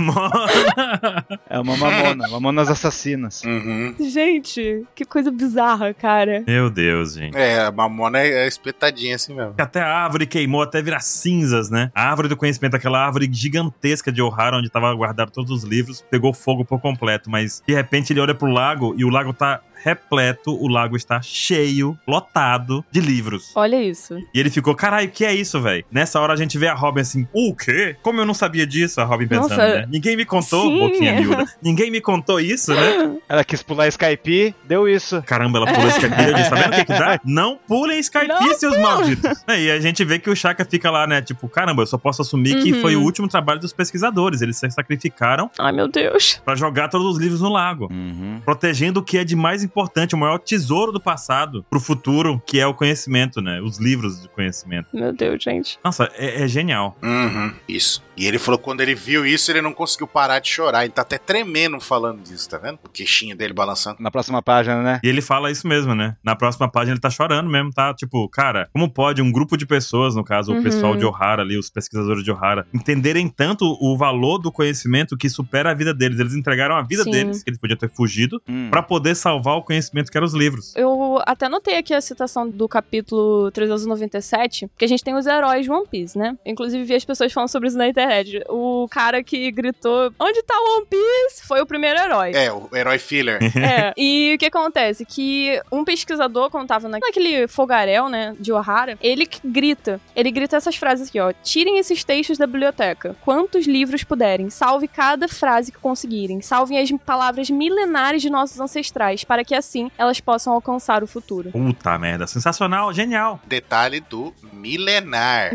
Speaker 1: mamona.
Speaker 4: É uma [laughs] mamona. Mamonas assassinas.
Speaker 2: Uhum.
Speaker 3: gente, que coisa bizarra, cara.
Speaker 1: [laughs] Meu Deus, gente.
Speaker 2: É, a mamona é é espetadinha assim mesmo.
Speaker 1: Até a árvore queimou até virar cinzas, né? A árvore do conhecimento, aquela árvore gigantesca de Ohara, onde tava guardado todos os livros, pegou fogo por completo. Mas de repente ele olha pro lago e o lago tá repleto, o lago está cheio, lotado de livros.
Speaker 3: Olha isso.
Speaker 1: E ele ficou, caralho, o que é isso, velho? Nessa hora a gente vê a Robin assim, o quê? Como eu não sabia disso? A Robin pensando,
Speaker 3: Nossa,
Speaker 1: né? Ninguém me contou,
Speaker 3: sim.
Speaker 1: boquinha
Speaker 3: [laughs]
Speaker 1: miúda. Ninguém me contou isso, né?
Speaker 4: Ela quis pular Skype, deu isso.
Speaker 1: Caramba, ela pulou Skype. Eu disse, tá vendo o que, que dá? Não pulem Skype,
Speaker 3: Não
Speaker 1: seus malditos. E a gente vê que o Chaka fica lá, né? Tipo, caramba, eu só posso assumir que
Speaker 3: Uhum.
Speaker 1: foi o último trabalho dos pesquisadores. Eles se sacrificaram
Speaker 3: Ai, meu Deus.
Speaker 1: pra jogar todos os livros no lago.
Speaker 4: Uhum.
Speaker 1: Protegendo o que é de mais importante, o maior tesouro do passado pro futuro, que é o conhecimento, né? Os livros de conhecimento.
Speaker 3: Meu Deus, gente.
Speaker 1: Nossa, é- é genial.
Speaker 2: Uhum. Isso. E ele falou que quando ele viu isso, ele não conseguiu parar de chorar. Ele tá até tremendo falando disso, tá vendo? O queixinho dele balançando.
Speaker 4: Na próxima página, né?
Speaker 1: E ele fala isso mesmo, né? Na próxima página ele tá chorando mesmo, tá? Tipo, cara, como pode um grupo de pessoas, no caso, o
Speaker 3: Uhum.
Speaker 1: pessoal de Ohara ali, os pesquisadores de Ohara, entenderem tanto o valor do conhecimento que supera a vida deles? Eles entregaram a vida
Speaker 3: Sim.
Speaker 1: deles, que eles podiam ter fugido,
Speaker 4: Hum.
Speaker 1: pra poder salvar o conhecimento que eram os livros.
Speaker 3: Eu até notei aqui a citação do capítulo 397, que a gente tem os heróis de One Piece, né? Inclusive vi as pessoas falando sobre isso na internet. O cara que gritou: Onde tá o One Piece? Foi o primeiro
Speaker 2: [laughs]
Speaker 3: herói.
Speaker 2: É, o herói
Speaker 4: [laughs]
Speaker 2: filler.
Speaker 3: É. E o que acontece? Que um pesquisador, quando tava na- naquele fogaréu, né, de Ohara, ele que grita. Ele grita essas frases aqui, ó. Tirem esses textos da biblioteca. Quantos livros puderem. Salve cada frase que conseguirem. Salvem as palavras milenares de nossos ancestrais, para que assim elas possam alcançar o futuro.
Speaker 1: Puta merda, sensacional, genial.
Speaker 2: Detalhe do milenar.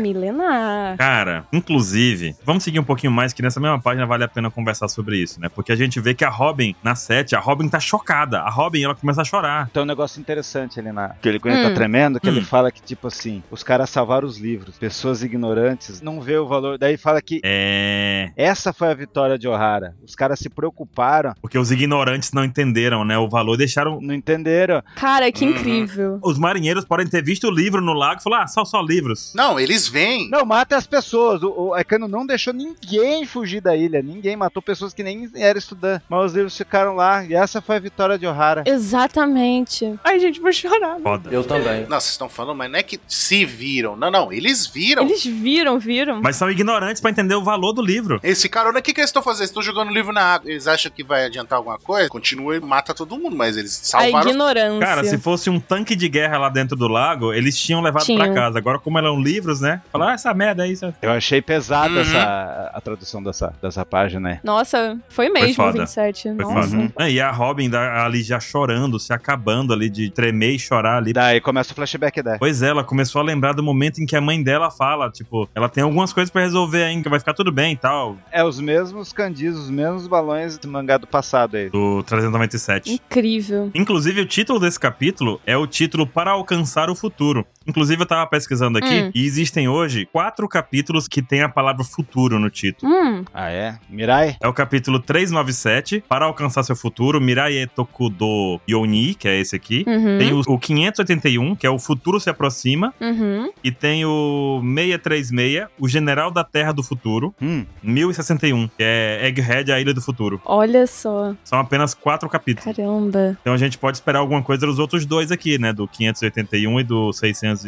Speaker 1: [laughs]
Speaker 3: Milenar.
Speaker 1: Cara, inclusive, vamos seguir um pouquinho mais, que nessa mesma página vale a pena conversar sobre isso, né? Porque a gente vê que a Robin, na 7, a Robin tá chocada. A Robin, ela começa a chorar.
Speaker 4: Tem um negócio interessante ali na. Que ele quando ele
Speaker 3: Hum.
Speaker 4: tá tremendo, que ele
Speaker 1: Hum.
Speaker 4: fala que, tipo assim, os caras salvaram os livros. Pessoas ignorantes não vê o valor. Daí fala que
Speaker 1: É.
Speaker 4: essa foi a vitória de Ohara. Os caras se preocuparam,
Speaker 1: Porque os ignorantes não entenderam, né? O valor deixaram.
Speaker 4: não entenderam.
Speaker 3: Cara, que
Speaker 2: Uhum.
Speaker 3: incrível.
Speaker 1: Os marinheiros podem ter visto o livro no lago e falar, ah, só, só livros.
Speaker 2: Não, eles vêm.
Speaker 4: Não, mata as pessoas. O, o Aecano não deixou ninguém fugir da ilha. Ninguém matou pessoas que nem eram estudantes. Mas os livros ficaram lá. E essa foi a vitória de Ohara.
Speaker 3: Exatamente.
Speaker 1: Ah,
Speaker 3: Ai, gente, vou chorar.
Speaker 1: Foda.
Speaker 5: Eu também.
Speaker 2: Não, vocês estão falando, mas não é que se viram. Não, não, eles viram.
Speaker 3: Eles viram, viram.
Speaker 1: Mas são ignorantes pra entender o valor do livro.
Speaker 2: Esse cara, olha o que, que eles estão fazendo. Eles estão jogando livro na água. Eles acham que vai adiantar alguma coisa? Continua e mata todo mundo, mas eles
Speaker 3: A
Speaker 2: salvaram.
Speaker 3: ignorância.
Speaker 1: Cara, se fosse um tanque de guerra lá dentro do lago, eles tinham levado
Speaker 3: Tinham.
Speaker 1: pra casa. Agora, como eram livros, né? Falar, ah, essa merda aí. isso é-"
Speaker 4: Eu achei pesada essa a, a tradução dessa, dessa página. né?
Speaker 3: Nossa, foi mesmo
Speaker 1: foda.
Speaker 3: 27.
Speaker 1: Foi
Speaker 3: Nossa.
Speaker 1: foda. É, e a Robin da- ali já chorando, se acabando ali de tremer e chorar ali.
Speaker 4: Daí começa o flashback dela.
Speaker 1: Pois é, ela começou a lembrar do momento em que a mãe dela fala, tipo, ela tem algumas coisas pra resolver ainda, que vai ficar tudo bem e tal,
Speaker 4: É os mesmos candis, os mesmos balões do mangá do passado aí.
Speaker 1: do 397.
Speaker 3: Incrível.
Speaker 1: Inclusive, o título desse capítulo é o título Para Alcançar o Futuro. Inclusive, eu tava pesquisando aqui
Speaker 3: Hum.
Speaker 1: e existem hoje quatro capítulos que tem a palavra futuro no título.
Speaker 3: Hum,
Speaker 4: Ah, é? Mirai?
Speaker 1: É o capítulo 397, Para Alcançar Seu Futuro, Mirai Etoku do Yoni, que é esse aqui.
Speaker 3: uhum,
Speaker 1: Tem um o, o 581, que é o Futuro Se Aproxima.
Speaker 3: uhum.
Speaker 1: E tem o 636, o General da Terra do Futuro.
Speaker 4: Hum.
Speaker 1: 1061, que é Egghead, a Ilha do Futuro.
Speaker 3: Olha só.
Speaker 1: São apenas quatro capítulos.
Speaker 3: Caramba.
Speaker 1: Então a gente pode esperar alguma coisa dos outros dois aqui, né? Do 581 e do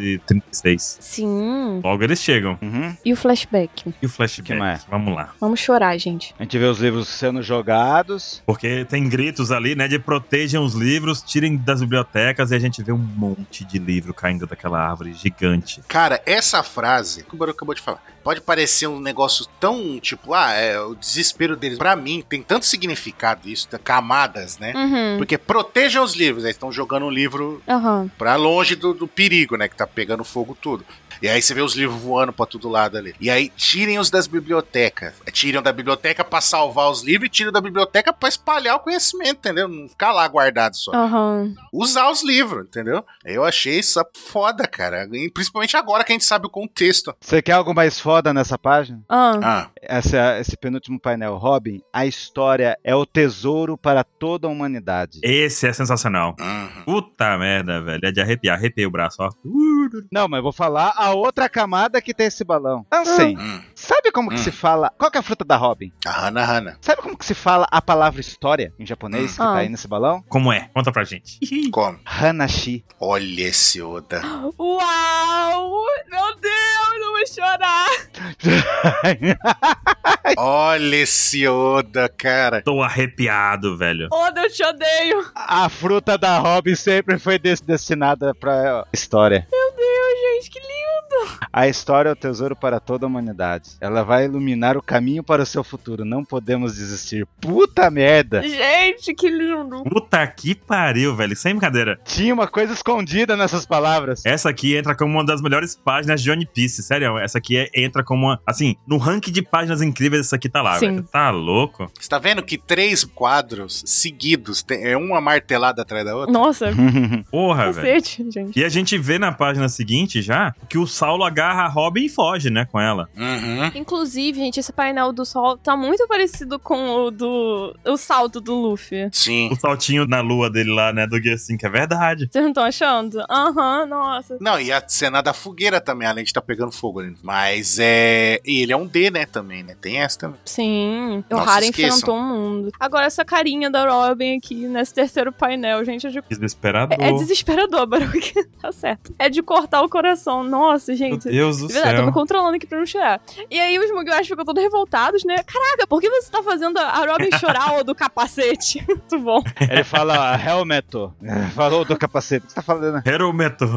Speaker 1: 636.
Speaker 3: Sim.
Speaker 1: Logo eles chegam.
Speaker 4: Uhum.
Speaker 3: E o flashback?
Speaker 1: E o flashback?
Speaker 4: Que mais?
Speaker 1: Vamos lá.
Speaker 3: Vamos chorar, gente.
Speaker 4: A gente vê os livros sendo jogados.
Speaker 1: Porque tem gritos ali, né? De protejam os livros, tirem das bibliotecas e a gente vê um monte de livro caindo daquela árvore gigante.
Speaker 2: Cara, essa frase que o Baru acabou de falar pode parecer um negócio tão tipo, ah, é o desespero deles. Pra mim, tem tanto significado isso, tá, camadas, né?
Speaker 3: Uhum.
Speaker 2: Porque protejam os livros, eles estão jogando um livro
Speaker 3: Aham.
Speaker 2: pra longe do, do perigo, né? Que tá pegando fogo tudo. E aí você vê os livros voando pra todo lado ali. E aí tirem-os das bibliotecas. É, Tiram da biblioteca pra salvar os livros e tiram da biblioteca pra espalhar o conhecimento, entendeu? Não ficar lá guardado só.
Speaker 3: Aham.
Speaker 2: Usar os livros, entendeu? Eu achei isso foda, cara. E principalmente agora que a gente sabe o contexto.
Speaker 4: Você quer algo mais foda nessa página?
Speaker 3: Ah.
Speaker 2: Ah,
Speaker 4: Essa- esse penúltimo painel, Robin, a história é o tesouro para toda a humanidade.
Speaker 1: Esse é sensacional.
Speaker 2: uhum.
Speaker 1: Puta merda, velho. É de arrepiar. Arrepiei o braço, ó.
Speaker 4: Não, mas eu vou falar a outra camada que tem esse balão. Ansem,
Speaker 2: Hum.
Speaker 4: sabe como que
Speaker 2: Hum.
Speaker 4: se fala... Qual que é a fruta da Robin?
Speaker 2: A Hana Hana.
Speaker 4: Sabe como que se fala a palavra história em japonês que
Speaker 3: Ah.
Speaker 4: tá aí nesse balão?
Speaker 1: Como é? Conta pra [laughs] gente.
Speaker 2: Como?
Speaker 4: Hanashi. [laughs]
Speaker 2: Olha esse Oda.
Speaker 3: Uau! Meu Deus, eu vou chorar.
Speaker 2: Olha esse Oda, cara.
Speaker 1: Tô arrepiado, velho.
Speaker 3: Oh, eu te odeio.
Speaker 4: a fruta da Robin sempre foi des- destinada pra história.
Speaker 3: Meu Deus, gente, que lindo.
Speaker 4: A história é o tesouro para toda a humanidade. Ela vai iluminar o caminho para o seu futuro. Não podemos desistir. Puta
Speaker 1: É.
Speaker 4: merda!
Speaker 3: Gente, que lindo.
Speaker 1: Puta que pariu, velho. Sem brincadeira.
Speaker 4: Tinha uma coisa escondida nessas palavras. [laughs]
Speaker 1: Essa aqui entra como uma das melhores páginas de One Piece, sério. Essa aqui é- entra como uma. Assim, no ranking de páginas incríveis, essa aqui tá lá,
Speaker 3: Sim.
Speaker 1: velho. Tá louco?
Speaker 2: Você tá vendo que três quadros seguidos, tem- é uma martelada atrás da outra?
Speaker 3: Nossa,
Speaker 1: Porra, Ah, velho.
Speaker 3: cacete, gente.
Speaker 1: E a gente vê na página seguinte já que o Saulo agarra a Robin e foge, né, com ela.
Speaker 2: Uhum.
Speaker 3: Inclusive, gente, esse painel do sol tá muito parecido com o do. o salto do Luffy.
Speaker 2: Sim.
Speaker 1: O saltinho na lua dele lá, né, do Gear 5, é verdade.
Speaker 3: Vocês não estão achando? Aham, nossa.
Speaker 2: Não, e a cena da fogueira também, além de tá pegando fogo ali. Mas é. E ele é um D, né, também, né? Tem essa também.
Speaker 3: Sim, o
Speaker 2: Nossa,
Speaker 3: Hara
Speaker 2: esqueçam.
Speaker 3: enfrentou o mundo. Agora, essa carinha da Robin aqui nesse terceiro painel, gente, é de.
Speaker 1: Desesperador.
Speaker 3: É, é desesperador, [laughs] Baruque. tá certo. É de cortar o coração. Nossa,
Speaker 1: Meu
Speaker 3: gente.
Speaker 1: Deus do
Speaker 3: De É verdade, tô me
Speaker 1: céu.
Speaker 3: controlando aqui pra não chorar. E aí os Mugiwaras ficam todos revoltados, né? Caraca, por que você tá fazendo
Speaker 1: [laughs]
Speaker 3: a Robin chorar ou do capacete? [laughs] Muito bom.
Speaker 4: Ele fala helmeto. [laughs] Falou do capacete. O que você tá falando?
Speaker 1: Hero
Speaker 3: [laughs]
Speaker 1: Metal.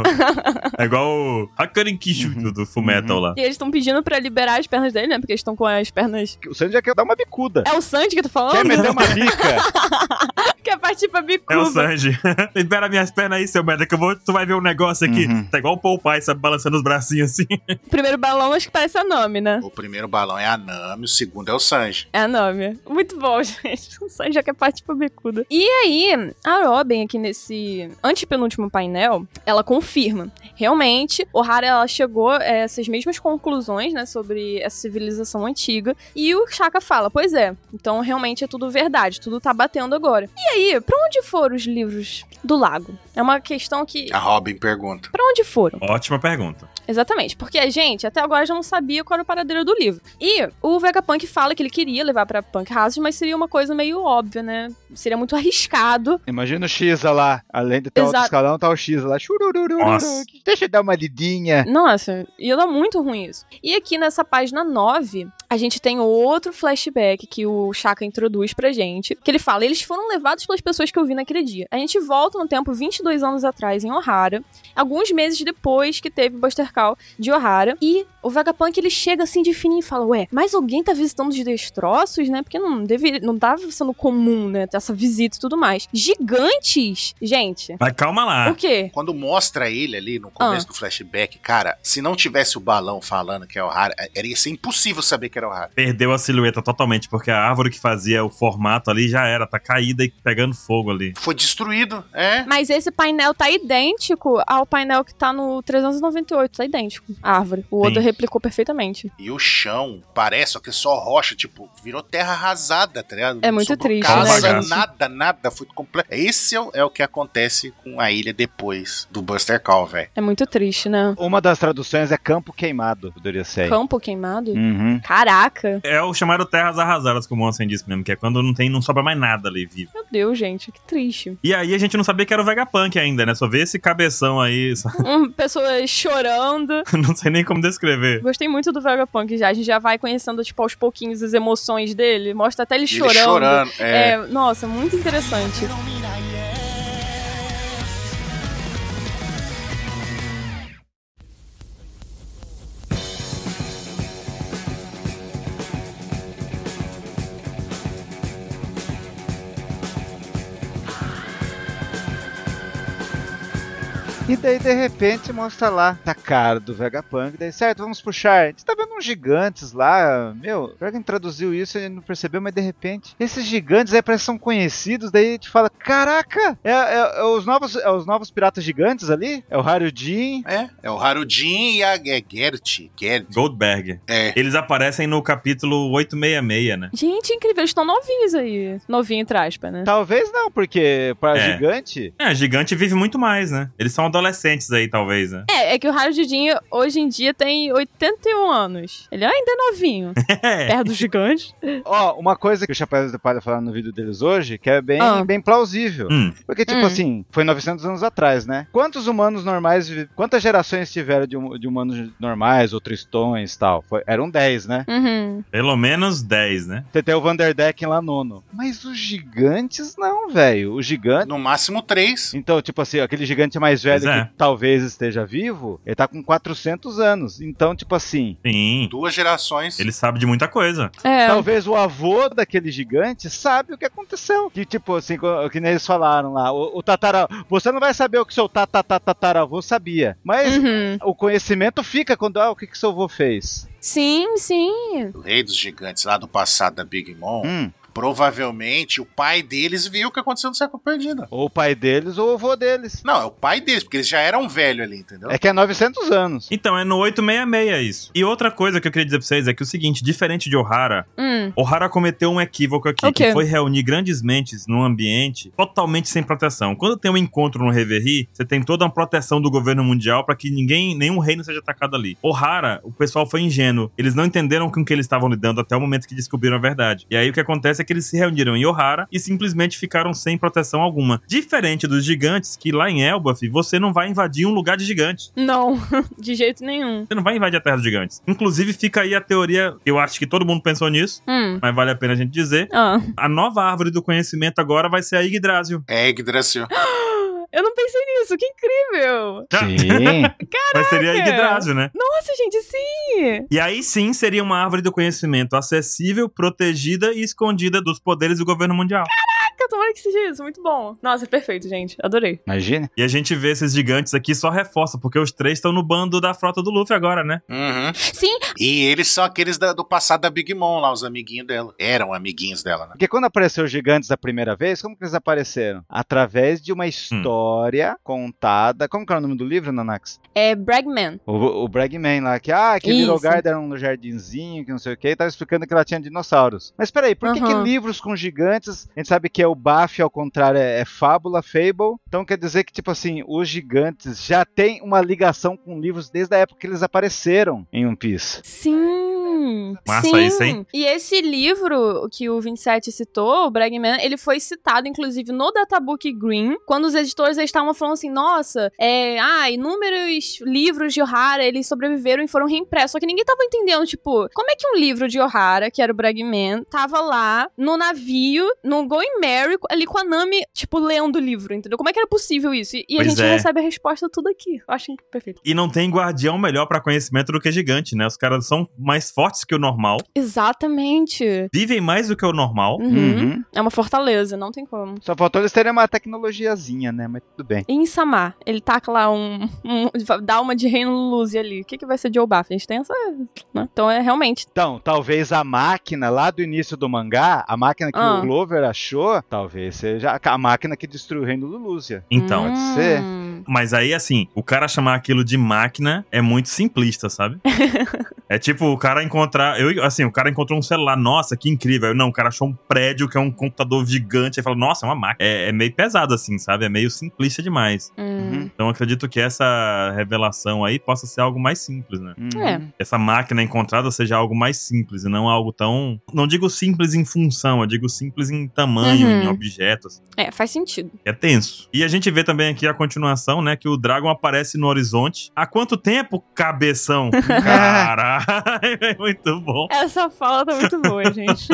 Speaker 1: é igual o Hakarin Kishu
Speaker 4: Uhum.
Speaker 1: do- do Full Metal lá.
Speaker 3: E eles estão pedindo pra liberar as pernas dele, né? Porque eles estão com as pernas.
Speaker 4: O Sanji já quer dar uma bicuda.
Speaker 3: É o Sandy que eu tô
Speaker 4: Quer
Speaker 3: falando?
Speaker 4: meter uma
Speaker 3: [laughs]
Speaker 4: bica.
Speaker 3: Quer partir pra bicuda.
Speaker 1: É o Sanji. [laughs] Libera minhas pernas aí, seu merda, que eu vou, tu vai ver um negócio aqui.
Speaker 4: Uhum.
Speaker 1: Tá igual o Paul Pai, sabe, balançando os bracinhos assim.
Speaker 3: O primeiro balão acho que parece a Nami, né?
Speaker 2: O primeiro balão é a Nami, o segundo é o Sanji.
Speaker 3: É a Nami. Muito bom, [laughs] gente. O Sanji já quer partir pra bicuda. E aí, a Robin aqui nesse antepenúltimo painel, ela confirma. Realmente, o Hara ela chegou a essas mesmas conclusões, né, sobre essa civilização antiga. E o Shaka fala, pois é, então realmente é tudo verdade, tudo tá batendo agora. E aí, pra onde foram os livros do lago? É uma questão que...
Speaker 2: A Robin pergunta.
Speaker 3: Pra onde foram?
Speaker 1: Ótima pergunta.
Speaker 3: Exatamente, porque a gente até agora já não sabia qual era o paradeiro do livro. E o Vegapunk fala que ele queria levar pra Punk House, mas seria uma coisa meio óbvia, né? Seria muito [laughs] arriscado.
Speaker 4: Imagina o Xa lá. Além de ter outro
Speaker 3: Exato.
Speaker 4: escalão, tá o Xa lá. Chururururu.
Speaker 1: Nossa.
Speaker 4: Deixa eu dar uma lidinha.
Speaker 3: Nossa, ia dar muito ruim isso. E aqui nessa página 9, a gente tem outro flashback que o Chaka introduz pra gente, que ele fala: eles foram levados pelas pessoas que eu vi naquele dia. A gente volta no tempo 22 anos atrás em Ohara, alguns meses depois que teve o Buster Call de Ohara, e o Vegapunk ele chega assim de fininho e fala: "Ué, mas alguém tá visitando os destroços, né? Porque não deveria, não tava sendo comum, né, essa visita e tudo mais. Gigantes, gente.
Speaker 1: Mas calma lá.
Speaker 3: O quê?
Speaker 2: Quando mostra ele ali no começo do flashback, cara, se não tivesse o balão falando que é o Rara, era ia ser impossível saber que era o Rara.
Speaker 1: Perdeu a silhueta totalmente, porque a árvore que fazia o formato ali já era, tá caída e pegando fogo ali.
Speaker 2: Foi destruído, é.
Speaker 3: Mas esse painel tá idêntico ao painel que tá no 398, tá idêntico. A árvore. O Oda
Speaker 1: Sim.
Speaker 3: replicou perfeitamente.
Speaker 2: E o chão parece só que só rocha, tipo, virou terra arrasada, tá ligado?
Speaker 3: É muito
Speaker 2: sobrou
Speaker 3: triste,
Speaker 2: casa,
Speaker 1: né, gente?
Speaker 2: nada, nada, foi completo. Esse é, o- é o que acontece com a ilha depois do Buster Call, velho.
Speaker 3: É muito triste, né?
Speaker 4: Uma das traduções é campo queimado, poderia ser.
Speaker 3: Campo queimado?
Speaker 4: Uhum.
Speaker 3: Caraca.
Speaker 1: É o chamado terras arrasadas, como o Ansem disse mesmo, que é quando não tem, não sobra mais nada ali vivo.
Speaker 3: Meu Deus, gente, que
Speaker 1: [laughs]
Speaker 3: triste.
Speaker 1: E aí a gente não sabia que era o Vegapunk ainda, né? Só vê esse cabeção aí, só- [laughs]
Speaker 3: Hum, Pessoas chorando.
Speaker 1: não sei nem como descrever.
Speaker 3: Gostei muito do Vegapunk já. A gente já vai conhecendo, tipo, aos pouquinhos as emoções dele. Mostra até ele
Speaker 2: E
Speaker 3: chorando.
Speaker 2: Ele chorando, é.
Speaker 3: É, nossa, muito interessante.
Speaker 4: E daí, de repente, mostra lá tá a cara do Vegapunk. Daí, certo, vamos puxar. A gente tá vendo uns gigantes lá. Meu, pior que a gente traduziu isso e ele não percebeu, mas de repente, esses gigantes aí parece que são conhecidos. Daí a gente fala: Caraca, é, é- é os, novos, é os novos piratas gigantes ali? É o Harudin.
Speaker 2: É, é o Harudin e a é, Gert. Gert.
Speaker 1: Goldberg.
Speaker 2: É.
Speaker 1: Eles aparecem no capítulo 866, né?
Speaker 3: Gente, incrível. Eles estão novinhos aí. Novinho, entre aspas, né?
Speaker 4: Talvez não, porque para
Speaker 1: É.
Speaker 4: gigante.
Speaker 1: É, gigante vive muito mais, né? Eles são adolescentes aí, talvez, né?
Speaker 3: É, é que o Raio Didinho hoje em dia tem 81 anos. Ele ainda é novinho.
Speaker 1: É.
Speaker 3: Perto do gigante.
Speaker 4: Ó, uma coisa que o Chapéu de Palha falou no vídeo deles hoje, que é bem,
Speaker 3: Ah.
Speaker 4: bem plausível.
Speaker 1: Hum,
Speaker 4: Porque, tipo
Speaker 3: Hum.
Speaker 4: assim, foi 900 anos atrás, né? Quantos humanos normais, vive- quantas gerações tiveram de, hum- de humanos normais ou tristões e tal? Foi- eram 10, né?
Speaker 3: Uhum.
Speaker 1: pelo menos 10, né?
Speaker 4: Tem até o Vanderdecken lá nono. Mas os gigantes não, velho. O gigante...
Speaker 2: No máximo três.
Speaker 4: Então, tipo assim, aquele gigante mais velho
Speaker 1: Pois é.
Speaker 4: que talvez esteja vivo, ele tá com 400 anos. Então, tipo assim,
Speaker 1: Sim.
Speaker 2: Duas gerações.
Speaker 1: Ele sabe de muita coisa.
Speaker 3: É.
Speaker 4: Talvez o avô daquele gigante sabe o que aconteceu. Que tipo assim, co- que nem eles falaram lá, o, o tatara, você não vai saber o que seu tatatataravô sabia, mas
Speaker 3: Uhum.
Speaker 4: o conhecimento fica quando ah, o que que seu avô fez.
Speaker 3: Sim, sim.
Speaker 2: O rei dos gigantes lá do passado da Big Mom.
Speaker 4: Hum,
Speaker 2: Provavelmente o pai deles viu o que aconteceu no século perdido.
Speaker 4: ou o pai deles ou o avô deles.
Speaker 2: Não, é o pai deles, porque eles já eram velho ali, entendeu?
Speaker 4: É que é 900 anos.
Speaker 1: Então, é no 866 isso. E outra coisa que eu queria dizer pra vocês é que o seguinte, diferente de Ohara,
Speaker 3: Hum.
Speaker 1: O'Hara cometeu um equívoco aqui,
Speaker 3: O quê?
Speaker 1: que foi reunir grandes mentes num ambiente totalmente sem proteção. Quando tem um encontro no Reverie, você tem toda uma proteção do governo mundial pra que ninguém, nenhum reino seja atacado ali. O'Hara, o pessoal foi ingênuo. Eles não entenderam com o que eles estavam lidando até o momento que descobriram a verdade. E aí o que acontece é que eles se reuniram em O'Hara e simplesmente ficaram sem proteção alguma. Diferente dos gigantes, que lá em Elbaf, você não vai invadir um lugar de gigante.
Speaker 3: Não, [laughs] de jeito nenhum.
Speaker 1: Você não vai invadir a terra dos gigantes. Inclusive, fica aí a teoria, eu acho que todo mundo pensou nisso,
Speaker 3: Hum.
Speaker 1: mas vale a pena a gente dizer,
Speaker 3: Ah.
Speaker 1: a nova árvore do conhecimento agora vai ser a Yggdrasil.
Speaker 2: É Yggdrasil.
Speaker 3: Eu não pensei nisso, que incrível!
Speaker 4: Sim.
Speaker 1: Mas seria a Yggdrasil, né?
Speaker 3: Nossa, gente, sim!
Speaker 1: E aí sim seria uma árvore do conhecimento acessível, protegida e escondida dos poderes do governo mundial.
Speaker 3: Caraca, tomara que seja isso, muito bom. Nossa, perfeito, gente, adorei.
Speaker 4: Imagina.
Speaker 1: E a gente vê esses gigantes aqui só reforça, porque os três estão no bando da frota do Luffy agora, né?
Speaker 2: Uhum.
Speaker 3: Sim,
Speaker 2: E eles são aqueles da- do passado da Big Mom lá, os amiguinhos dela. Eram amiguinhos dela, né?
Speaker 4: Porque quando apareceram os gigantes da primeira vez, como que eles apareceram? Através de uma história contada. Como que era o nome do livro, Nanax?
Speaker 3: é Bragman.
Speaker 4: O, o Bragman lá, que, ah, que Little
Speaker 3: Isso.
Speaker 4: Garden era um jardinzinho, que não sei o que, e tava explicando que ela tinha dinossauros. Mas peraí, por que, que
Speaker 3: Aham.
Speaker 4: livros com gigantes, a gente sabe que é o Baf, ao contrário, é, é fábula, fable, então quer dizer que, tipo assim, os gigantes já têm uma ligação com livros desde a época que eles apareceram em One Piece.
Speaker 3: Sim, Sim.
Speaker 1: Massa
Speaker 3: sim.
Speaker 1: isso, hein?
Speaker 3: E esse livro que o 27 citou, o Bragging Man, ele foi citado, inclusive, no Databook Green, quando os editores eles estavam falando assim, nossa, é, ah, inúmeros livros de O'Hara, eles sobreviveram e foram reimpressos. Só que ninguém tava entendendo, tipo, como é que um livro de O'Hara, que era o Bragging Man, tava lá no navio, no Going Merry, ali com a Nami, tipo, lendo o livro, entendeu? Como é que era possível isso? E, e a
Speaker 1: Pois
Speaker 3: gente
Speaker 1: é.
Speaker 3: recebe a resposta tudo aqui. Eu acho perfeito.
Speaker 1: E não tem guardião melhor pra conhecimento do que gigante, né? Os caras são mais fortes que o normal,
Speaker 3: Exatamente.
Speaker 1: vivem mais do que o normal.
Speaker 3: Uhum.
Speaker 4: Uhum.
Speaker 3: É uma fortaleza, não tem como.
Speaker 4: Só faltou eles terem uma tecnologiazinha, né? Mas tudo bem.
Speaker 3: Insamar, ele taca lá um, um- [laughs] dá uma de reino Luzi ali. O que, que vai ser de Obaf? A gente tem essa. né? Então é realmente.
Speaker 4: Então, talvez a máquina lá do início do mangá, a máquina que
Speaker 3: Ah.
Speaker 4: o Glover achou, talvez seja a máquina que destruiu o reino do Lúcia.
Speaker 1: Então.
Speaker 4: Pode ser.
Speaker 3: Hum,
Speaker 1: Mas aí, assim, o cara chamar aquilo de máquina é muito simplista, sabe? é tipo o cara encontrar. Eu, assim, o cara encontrou um celular, nossa, que incrível. Eu, não, o cara achou um prédio que é um computador gigante. Aí fala, nossa, é uma máquina. É, é meio pesado, assim, sabe? É meio simplista demais.
Speaker 4: Uhum.
Speaker 3: Hum.
Speaker 1: Então eu acredito que essa revelação aí possa ser algo mais simples, né?
Speaker 3: É.
Speaker 4: Uhum.
Speaker 1: Essa máquina encontrada seja algo mais simples e não algo tão. Não digo simples em função, eu digo simples em tamanho,
Speaker 3: Uhum.
Speaker 1: em objetos.
Speaker 3: É, faz sentido.
Speaker 1: É tenso. E a gente vê também aqui a continuação, né? Que o Dragon aparece no horizonte. Há quanto tempo, cabeção? Caralho, é muito bom.
Speaker 3: Essa fala tá muito [laughs] boa, gente.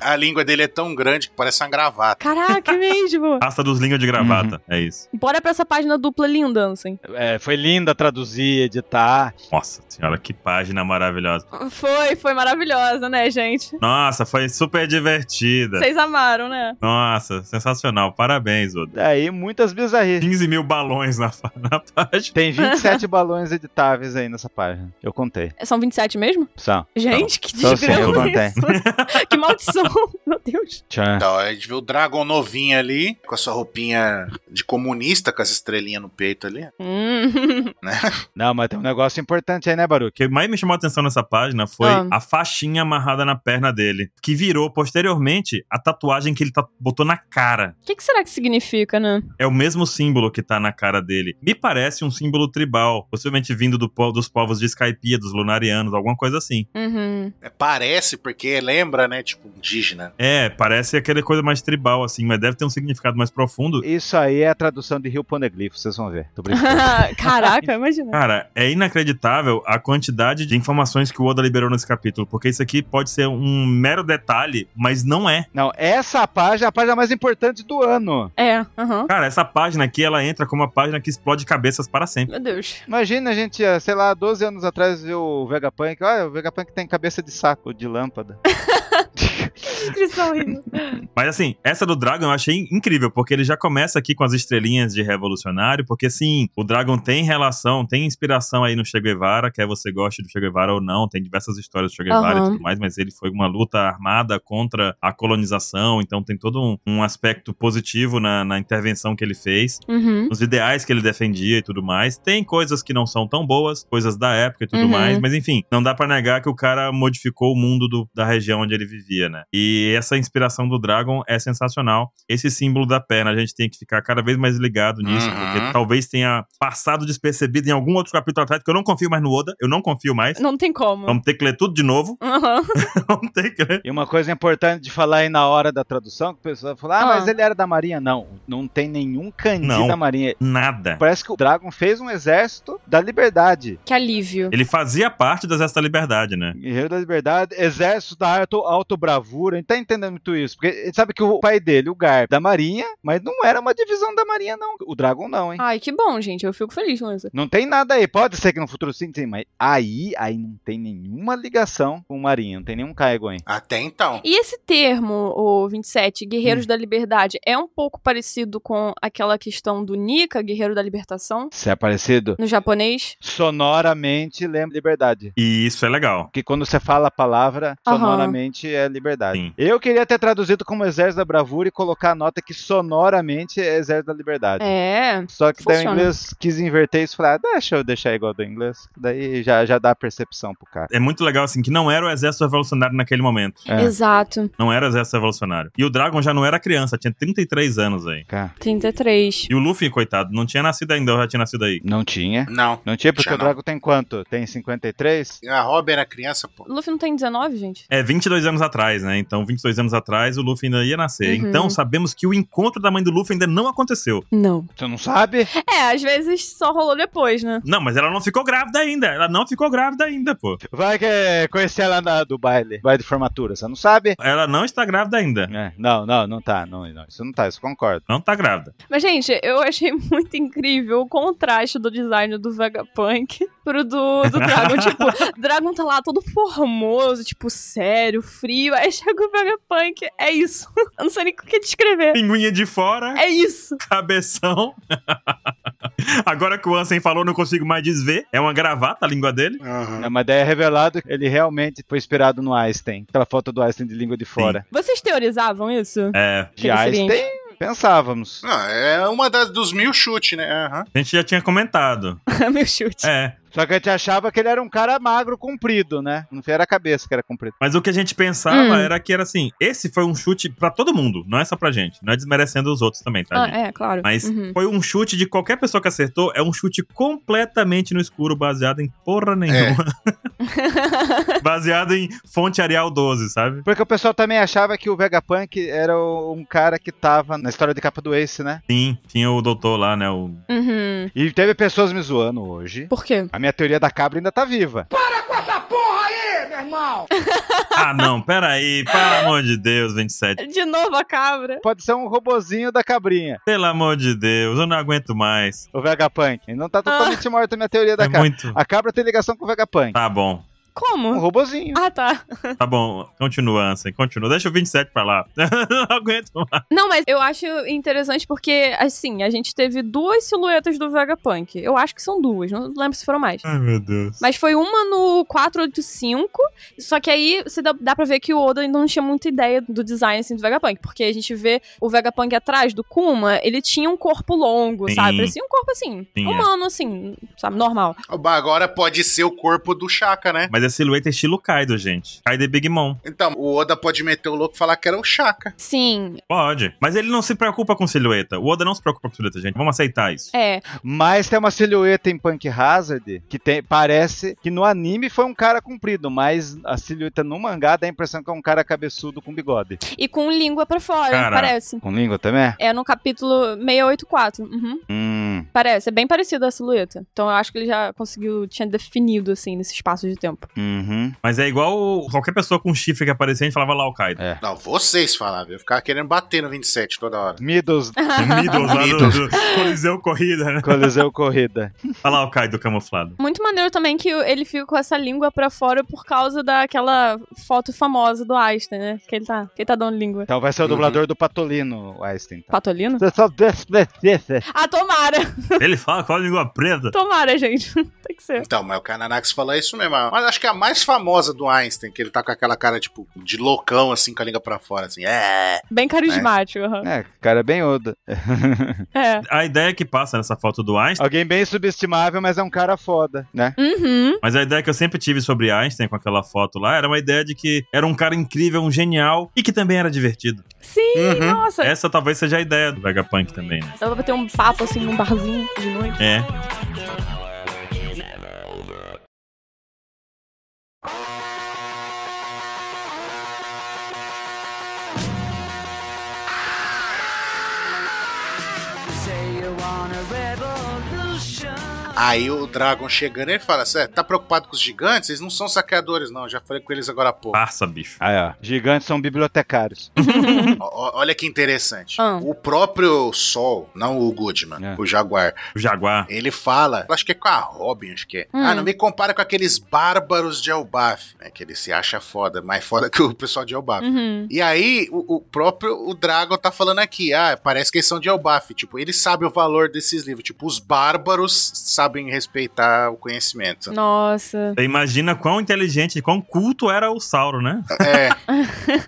Speaker 2: A língua dele é tão grande que parece uma gravata.
Speaker 3: Caraca, é mesmo.
Speaker 1: Pasta dos linhos de gravata. É isso.
Speaker 3: Bora pra essa página dupla linda, Ansem.
Speaker 4: É, foi linda traduzir, editar.
Speaker 1: Nossa senhora, que página maravilhosa.
Speaker 3: Foi, foi maravilhosa, né, gente?
Speaker 1: Nossa, foi super divertida.
Speaker 3: Vocês amaram, né?
Speaker 1: Nossa, sensacional. Parabéns, Oda.
Speaker 4: Daí muitas bizarrices.
Speaker 1: 15 mil balões na, fa- na página.
Speaker 4: Tem 27 balões editáveis aí nessa página. Eu contei.
Speaker 3: São 27 mesmo?
Speaker 4: São.
Speaker 3: Gente, que
Speaker 4: Só sei, eu
Speaker 3: desgrama
Speaker 4: contei.
Speaker 3: isso. [laughs] que maldição. Meu Deus.
Speaker 4: Tchan.
Speaker 2: Então, a gente vê o Dragon novinho ali, com a sua roupinha de comunista, com as estrelinhas no peito ali.
Speaker 3: Hum.
Speaker 4: Não, mas tem um negócio importante aí, né,
Speaker 1: O
Speaker 4: Baruque?
Speaker 1: que mais me chamou a atenção nessa página foi
Speaker 3: Ah.
Speaker 1: a faixinha amarrada na perna dele, que virou posteriormente a tatuagem que ele ta- botou na cara.
Speaker 3: O que, que será que significa, né?
Speaker 1: É o mesmo símbolo que tá na cara dele. Me parece um símbolo tribal, possivelmente vindo do po- dos povos de Skypia, dos lunarianos, alguma coisa assim.
Speaker 3: Uhum.
Speaker 2: É, parece, porque lembra, né? Tipo, indígena.
Speaker 1: É, parece aquela coisa mais tribal, assim, mas deve ter um significado mais profundo.
Speaker 4: Isso aí é a tradução de Rio Poneglyph, vocês vão ver. Tô brincando.
Speaker 3: [laughs] Caraca, imagina.
Speaker 1: Cara, é inacreditável a quantidade de informações que o Oda liberou nesse capítulo, porque isso aqui pode ser um mero detalhe, mas não é.
Speaker 4: Não, essa página é a página mais importante do ano.
Speaker 3: É, aham.
Speaker 1: Cara, essa página aqui, ela entra como uma página que explode cabeças para sempre.
Speaker 3: Meu Deus.
Speaker 4: Imagina a gente, ah, sei lá, 12 anos atrás viu o Vegapunk. Olha, o Vegapunk tem cabeça de saco, de lâmpada.
Speaker 3: Descrição horrível.
Speaker 1: Mas assim, essa do Dragon eu achei incrível, porque ele já começa aqui com as estrelinhas de revolucionário, porque sim, o Dragon tem relação, tem inspiração aí no Che Guevara, quer você goste do Che Guevara ou não, tem diversas histórias do Che Guevara e
Speaker 3: Aham.
Speaker 1: tudo mais, mas ele foi uma luta armada contra a colonização, então tem todo um, um aspecto positivo na, na intervenção que ele fez.
Speaker 3: Uhum.
Speaker 1: Nos ideais que ele defendia e tudo mais. Tem coisas que não são tão boas, coisas da época e tudo
Speaker 3: Uhum.
Speaker 1: mais, mas enfim, não dá pra negar que o cara modificou o mundo do- da região onde ele vivia, né? E essa inspiração do Dragon é sensacional. Esse símbolo da perna, a gente tem que ficar cada vez mais ligado nisso,
Speaker 2: Uhum.
Speaker 1: porque talvez tenha passado despercebido em algum outro capítulo atrás, que eu não confio mais no Oda, eu não confio mais.
Speaker 3: Não tem como.
Speaker 1: Vamos ter que ler tudo de novo. [laughs]
Speaker 3: Aham.
Speaker 1: Vamos ter que ler.
Speaker 4: E uma coisa importante de falar aí na hora da tradução, que o pessoal fala, ah,
Speaker 3: Ah.
Speaker 4: mas ele era da marinha. Não, não tem nenhum candi
Speaker 1: Não.
Speaker 4: da marinha.
Speaker 1: Nada.
Speaker 4: Parece que o Dragon fez um exército da liberdade.
Speaker 3: Que alívio.
Speaker 1: Ele fazia parte das Exército da Liberdade, né?
Speaker 4: Guerreiro da Liberdade, Exército da Auto, auto Bravura, a gente tá entendendo muito isso, porque a gente sabe que o pai dele, o Garp, é da Marinha, mas não era uma divisão da Marinha não, o Dragon não, hein.
Speaker 3: Ai, que bom, gente. Eu fico feliz com isso.
Speaker 4: Não tem nada aí, pode ser que no futuro sim, tem, mas aí, aí não tem nenhuma ligação com Marinha, não tem nenhum cargo aí.
Speaker 2: Até então.
Speaker 3: E esse termo, o 27, Guerreiros da Liberdade, é um pouco parecido com aquela questão do Nika, Guerreiro da Libertação,
Speaker 4: Se é parecido,
Speaker 3: no japonês?
Speaker 4: sonoramente lembra Liberdade.
Speaker 1: E isso é legal.
Speaker 4: Porque quando você fala a palavra,
Speaker 3: Aham.
Speaker 4: sonoramente é Liberdade.
Speaker 1: Sim.
Speaker 4: Eu queria ter traduzido como Exército da Bravura e colocar a nota que sonoramente é Exército da Liberdade.
Speaker 3: É.
Speaker 4: Só que daí
Speaker 3: Funciona.
Speaker 4: o inglês quis inverter isso e falar, ah, deixa eu deixar igual do inglês. Daí já, já dá a percepção pro cara.
Speaker 1: É muito legal, assim, que não era o exército revolucionário naquele momento.
Speaker 4: É.
Speaker 3: Exato.
Speaker 1: Não era o exército revolucionário. E o Dragon já não era criança, tinha 33 anos aí.
Speaker 4: Cara,
Speaker 3: 33.
Speaker 1: E o Luffy, coitado, não tinha nascido ainda, ou já tinha nascido aí.
Speaker 4: não tinha.
Speaker 2: Não.
Speaker 4: Não tinha, porque
Speaker 2: Já
Speaker 4: o
Speaker 2: não.
Speaker 4: Drago tem quanto? Tem 53?
Speaker 2: A Robin era criança, pô.
Speaker 3: Luffy não tem 19, gente?
Speaker 1: É, 22 anos atrás, né? Então, 22 anos atrás, o Luffy ainda ia nascer.
Speaker 3: Uhum.
Speaker 1: Então, sabemos que o encontro da mãe do Luffy ainda não aconteceu.
Speaker 3: Não.
Speaker 4: Tu não sabe?
Speaker 3: É, às vezes só rolou depois, né?
Speaker 1: Não, mas ela não ficou grávida ainda. Ela não ficou grávida ainda, pô.
Speaker 4: Vai que é conhecer ela na, do baile, baile de formatura, você não sabe?
Speaker 1: Ela não está grávida ainda.
Speaker 4: É, não, não, não tá, não, não, isso não tá, isso eu concordo.
Speaker 1: Não tá grávida.
Speaker 3: Mas, gente, eu achei [laughs] muito incrível o contraste do design do Vegapunk pro do, do [laughs] Dragon. tipo, Dragon tá lá todo formoso, tipo, sério, frio. Aí chega o Vegapunk, é isso. [laughs] Eu não sei nem o que descrever.
Speaker 1: Pinguinha de fora,
Speaker 3: É isso.
Speaker 1: cabeção. [laughs] Agora que o Ansem falou, não consigo mais desver. É uma gravata a língua dele.
Speaker 4: É, mas daí é revelado que ele realmente foi inspirado no Einstein, aquela foto do Einstein de língua de fora.
Speaker 3: Vocês teorizavam isso?
Speaker 1: É,
Speaker 4: De
Speaker 3: Que ele seria
Speaker 4: Einstein, pensávamos.
Speaker 2: Não, é uma das, dos mil chutes, né? Aham.
Speaker 1: a gente já tinha comentado.
Speaker 3: [laughs] Meu chute.
Speaker 1: É.
Speaker 4: Só que a gente achava que ele era um cara magro, comprido, né? Não era a cabeça que era comprida.
Speaker 1: Mas o que a gente pensava
Speaker 3: Hum.
Speaker 1: era que era assim: esse foi um chute pra todo mundo, não é só pra gente. Não é desmerecendo os outros também, tá? gente?
Speaker 3: Ah, é, claro.
Speaker 1: Mas
Speaker 3: [laughs] Uhum.
Speaker 1: foi um chute de qualquer pessoa que acertou, é um chute completamente no escuro, baseado em porra nenhuma. [laughs] baseado em fonte Arial 12, sabe?
Speaker 4: Porque o pessoal também achava que o Vegapunk era o- um cara que tava na história de capa do Ace, né?
Speaker 1: Sim, tinha o doutor lá, né? O...
Speaker 3: Uhum.
Speaker 4: E teve pessoas me zoando hoje.
Speaker 3: Por quê?
Speaker 4: A minha teoria da cabra ainda tá viva.
Speaker 1: Ah, não, peraí, pelo amor de Deus, 27.
Speaker 3: De novo a cabra.
Speaker 4: Pode ser um robozinho da cabrinha,
Speaker 1: Pelo amor de Deus, eu não aguento mais.
Speaker 4: o Vegapunk. Ele não tá totalmente morto a minha teoria da
Speaker 1: É
Speaker 4: cabra.
Speaker 1: muito.
Speaker 4: A cabra tem ligação com o Vegapunk.
Speaker 1: Tá bom,
Speaker 4: Um
Speaker 3: Como?
Speaker 4: robozinho.
Speaker 3: Ah, tá.
Speaker 1: tá bom, continua, Ansem, continua. Deixa o 27 pra lá. [laughs] não aguento mais.
Speaker 3: Não, mas eu acho interessante porque, assim, a gente teve duas silhuetas do Vegapunk. Eu acho que são duas, não lembro se foram mais.
Speaker 1: Ai, meu Deus.
Speaker 3: Mas foi uma no 485, só que aí você dá, dá pra ver que o Oda ainda não tinha muita ideia do design assim, do Vegapunk, porque a gente vê o Vegapunk atrás do Kuma, ele tinha um corpo longo,
Speaker 1: Sim.
Speaker 3: sabe? Parecia um corpo assim,
Speaker 1: Sim, é.
Speaker 3: humano, assim, sabe, normal.
Speaker 2: Oba, Agora pode ser o corpo do Chaka, né?
Speaker 1: Mas a silhueta é estilo Kaido, gente. Kaido é Big Mom.
Speaker 2: Então, o Oda pode meter o louco e falar que era o Chaka.
Speaker 3: Sim,
Speaker 1: Pode. Mas ele não se preocupa com silhueta. O Oda não se preocupa com silhueta, gente. Vamos aceitar isso.
Speaker 3: é.
Speaker 4: Mas tem uma silhueta em Punk Hazard que tem- parece que no anime foi um cara comprido, mas a silhueta no mangá dá a impressão que é um cara cabeçudo com bigode.
Speaker 3: E com língua pra fora,
Speaker 1: Cara.
Speaker 3: parece.
Speaker 4: Com língua também?
Speaker 3: É no capítulo 684. Uhum.
Speaker 4: Hum.
Speaker 3: Parece, é bem parecido a silhueta. Então eu acho que ele já conseguiu, tinha definido, assim, nesse espaço de tempo.
Speaker 4: Uhum.
Speaker 1: Mas é igual qualquer pessoa com um chifre que aparecia, a gente falava lá o
Speaker 3: [laughs]
Speaker 1: Kaido.
Speaker 4: É.
Speaker 2: Não, vocês falavam. Eu ficava querendo bater no 27 toda hora.
Speaker 4: Middles
Speaker 1: Middles Um lá do, do Coliseu Corrida, né?
Speaker 4: Coliseu Corrida.
Speaker 1: Olha lá o Kaido camuflado.
Speaker 3: Muito maneiro também que ele fica com essa língua pra fora por causa daquela foto famosa do Einstein, né? Que ele tá, que ele tá dando língua.
Speaker 4: Então vai ser o
Speaker 2: Uhum.
Speaker 4: dublador do Patolino, o Einstein. Tá?
Speaker 3: Patolino? Ah, tomara! [laughs]
Speaker 1: Ele fala com a língua preta.
Speaker 3: Tomara, gente. [laughs] Tem que ser.
Speaker 2: Então, mas o Kananax fala isso mesmo. Mas acho que é a mais famosa do Einstein, que ele tá com aquela cara, tipo, de loucão, assim, com a língua pra fora, assim. É.
Speaker 3: Bem carismático. aham.
Speaker 4: É, cara bem oda.
Speaker 3: É.
Speaker 1: A ideia que passa nessa foto do Einstein,
Speaker 4: Alguém bem subestimável, mas é um cara foda, né?
Speaker 3: Uhum.
Speaker 1: mas a ideia que eu sempre tive sobre Einstein com aquela foto lá era uma ideia de que era um cara incrível, um genial e que também era divertido.
Speaker 3: Sim,
Speaker 2: Uhum.
Speaker 3: nossa.
Speaker 1: Essa talvez seja a ideia do Vegapunk também, né?
Speaker 3: Eu vou bater um papo assim num barzinho de noite.
Speaker 1: É.
Speaker 2: Aí o Dragon chegando, ele fala: Cê tá preocupado com os gigantes? Eles não são saqueadores, não. Já falei com eles agora há
Speaker 3: Ah.
Speaker 2: pouco.
Speaker 1: Passa, bicho.
Speaker 4: Aí, ó. Gigantes são bibliotecários.
Speaker 2: Ó- ó- Olha que interessante.
Speaker 3: Ah.
Speaker 2: O próprio Sol, não o Goodman,
Speaker 4: É.
Speaker 2: o Jaguar,
Speaker 1: O Jaguar.
Speaker 2: ele fala, acho que é com a Robin, acho que é.
Speaker 3: Hum.
Speaker 2: Ah, não me compara com aqueles bárbaros de Elbaf, né? Que ele se acha foda, mais foda que o pessoal de Elbaf.
Speaker 3: Uhum.
Speaker 2: E aí, o, o próprio o Dragon tá falando aqui, ah, parece que eles são de Elbaf. Tipo, ele sabe o valor desses livros. Tipo, os bárbaros sabem sabem respeitar o conhecimento.
Speaker 3: Nossa.
Speaker 1: Imagina quão inteligente e quão culto era o Sauro, né? [laughs]
Speaker 2: É,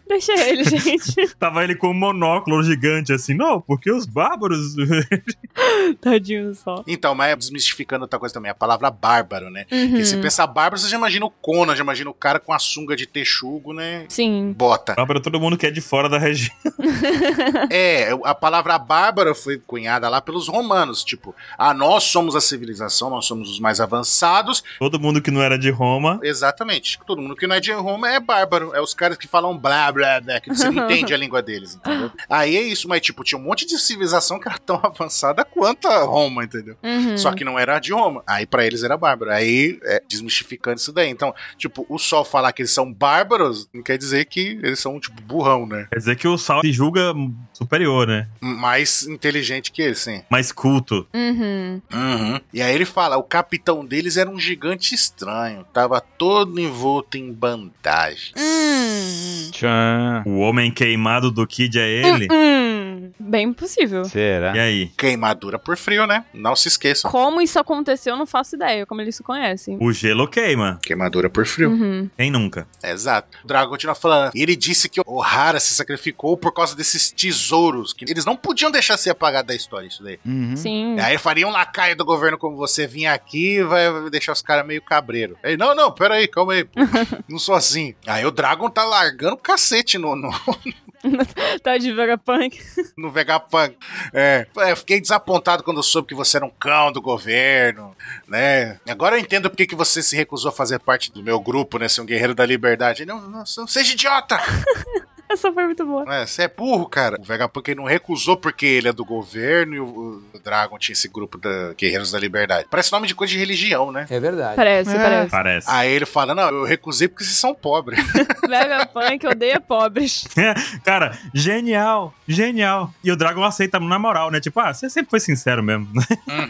Speaker 3: Deixa ele, [laughs] gente.
Speaker 1: Tava ele com um monóculo gigante assim, não, porque os bárbaros. [laughs]
Speaker 3: Tadinho do sol.
Speaker 2: então, mas desmistificando outra coisa também, a palavra bárbaro, né? Porque se
Speaker 3: Uhum.
Speaker 2: pensar bárbaro, você já imagina o Conan, já imagina o cara com a sunga de texugo, né?
Speaker 3: Sim.
Speaker 2: Bota.
Speaker 1: Bárbaro todo mundo que é de fora da região.
Speaker 2: É, a palavra bárbara foi cunhada lá pelos romanos, tipo, ah, nós somos a civilização, nós somos os mais avançados.
Speaker 1: [laughs] Todo mundo que não era de Roma.
Speaker 2: Exatamente. Todo mundo que não é de Roma é bárbaro, é os caras que falam blá blá blá, que você não entende a língua deles, entendeu? Aí é isso, mas tipo, tinha um monte de civilização que era tão [laughs] avançada quanto a Roma, entendeu?
Speaker 3: Uhum.
Speaker 2: Só que não era de Roma. Aí pra eles era bárbaro. Aí é desmistificando isso daí. Então, tipo, o sol falar que eles são bárbaros não quer dizer que eles são, tipo, burrão, né?
Speaker 1: Quer dizer que o Sauro se julga superior, né?
Speaker 2: Mais inteligente que eles, sim.
Speaker 1: Mais culto.
Speaker 3: Uhum.
Speaker 2: E aí ele fala: o capitão deles era um gigante estranho. Tava todo envolto em bandagens.
Speaker 3: Hum.
Speaker 4: Tchan.
Speaker 1: O homem queimado do Kid é
Speaker 2: [laughs]
Speaker 1: ele.
Speaker 3: Hum. Bem possível.
Speaker 4: Será?
Speaker 1: E aí?
Speaker 2: Queimadura por frio, né? Não se esqueçam.
Speaker 3: Como isso aconteceu, eu não faço ideia. Como eles se conhecem.
Speaker 1: O gelo queima.
Speaker 2: Queimadura por frio.
Speaker 3: Uhum.
Speaker 1: Quem nunca?
Speaker 2: Exato. O Dragon continua falando. Ele disse que o Hara se sacrificou por causa desses tesouros. Que eles não podiam deixar ser apagado da história, isso daí.
Speaker 4: Uhum.
Speaker 3: Sim.
Speaker 2: Aí ele faria um lacaio do governo como você vir aqui e vai deixar os caras meio cabreiro. Aí, não, não, pera aí, calma aí. pô. não sou assim. Aí o Dragon tá largando o cacete no, no,
Speaker 3: Tá de Vegapunk. [laughs]
Speaker 2: no Vegapunk. É, eu fiquei desapontado quando eu soube que você era um cão do governo, né? Agora eu entendo porque que você se recusou a fazer parte do meu grupo, né? Ser um guerreiro da liberdade. Não, não, não seja idiota!
Speaker 3: Essa foi muito boa.
Speaker 2: É, você é burro, cara. O Vegapunk ele não recusou porque ele é do governo e o, o Dragon tinha esse grupo da Guerreiros da Liberdade. Parece nome de coisa de religião, né?
Speaker 5: É verdade.
Speaker 3: Parece,
Speaker 4: É.
Speaker 1: [laughs]
Speaker 3: parece.
Speaker 1: Parece.
Speaker 2: Aí ele fala, não, eu recusei porque vocês são pobres.
Speaker 3: Vegapunk odeia pobres.
Speaker 1: Cara, genial, genial. E o Dragon aceita na moral, né? Tipo, ah, você sempre foi sincero mesmo. [laughs]
Speaker 3: É,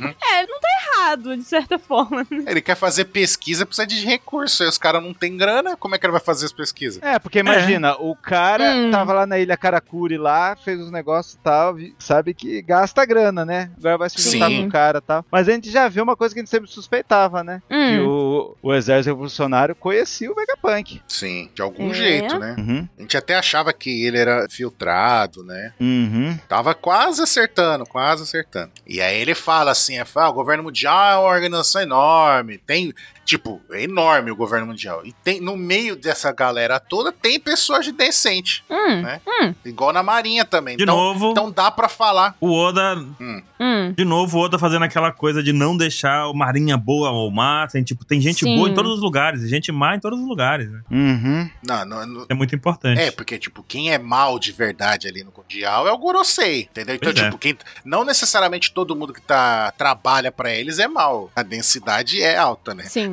Speaker 3: não tá errado, de certa forma.
Speaker 2: ele quer fazer pesquisa, precisa de recurso. Aí os caras não têm grana, como é que ele vai fazer as pesquisas?
Speaker 4: É, porque imagina, o cara
Speaker 3: Hum.
Speaker 4: tava lá na ilha Karakuri lá, fez os negócios e tal, vi- sabe que gasta grana, né? Agora vai se juntar
Speaker 2: Sim.
Speaker 4: com o cara e tal. Mas a gente já viu uma coisa que a gente sempre suspeitava, né? Que
Speaker 3: Hum.
Speaker 4: o, o exército revolucionário conhecia o Vegapunk.
Speaker 2: Sim, de algum
Speaker 3: É.
Speaker 2: jeito, né?
Speaker 4: Uhum.
Speaker 2: A gente até achava que ele era filtrado, né?
Speaker 4: Uhum.
Speaker 2: Tava quase acertando, quase acertando. E aí ele fala assim, é, fala, "Ah, o governo mundial é uma organização enorme, tem, tipo, é enorme o governo mundial. E tem, no meio dessa galera toda, tem pessoas de decente,
Speaker 3: Hum.
Speaker 2: igual na marinha também.
Speaker 1: De
Speaker 2: então,
Speaker 1: novo,
Speaker 2: então dá pra falar.
Speaker 1: o Oda.
Speaker 3: Hum.
Speaker 1: De novo, o Oda fazendo aquela coisa de não deixar o Marinha boa ou má. Tem, tipo, tem gente
Speaker 3: Sim.
Speaker 1: boa em todos os lugares, e gente má em todos os lugares, né?
Speaker 4: Uhum.
Speaker 2: Não, não, não-
Speaker 1: É muito importante.
Speaker 2: É, porque, tipo, quem é mal de verdade ali no Mundial é o Gorosei, entendeu? Então,
Speaker 1: Pois é.
Speaker 2: tipo, quem, não necessariamente todo mundo que tá, trabalha pra eles é mal. A densidade é alta, né?
Speaker 3: Sim.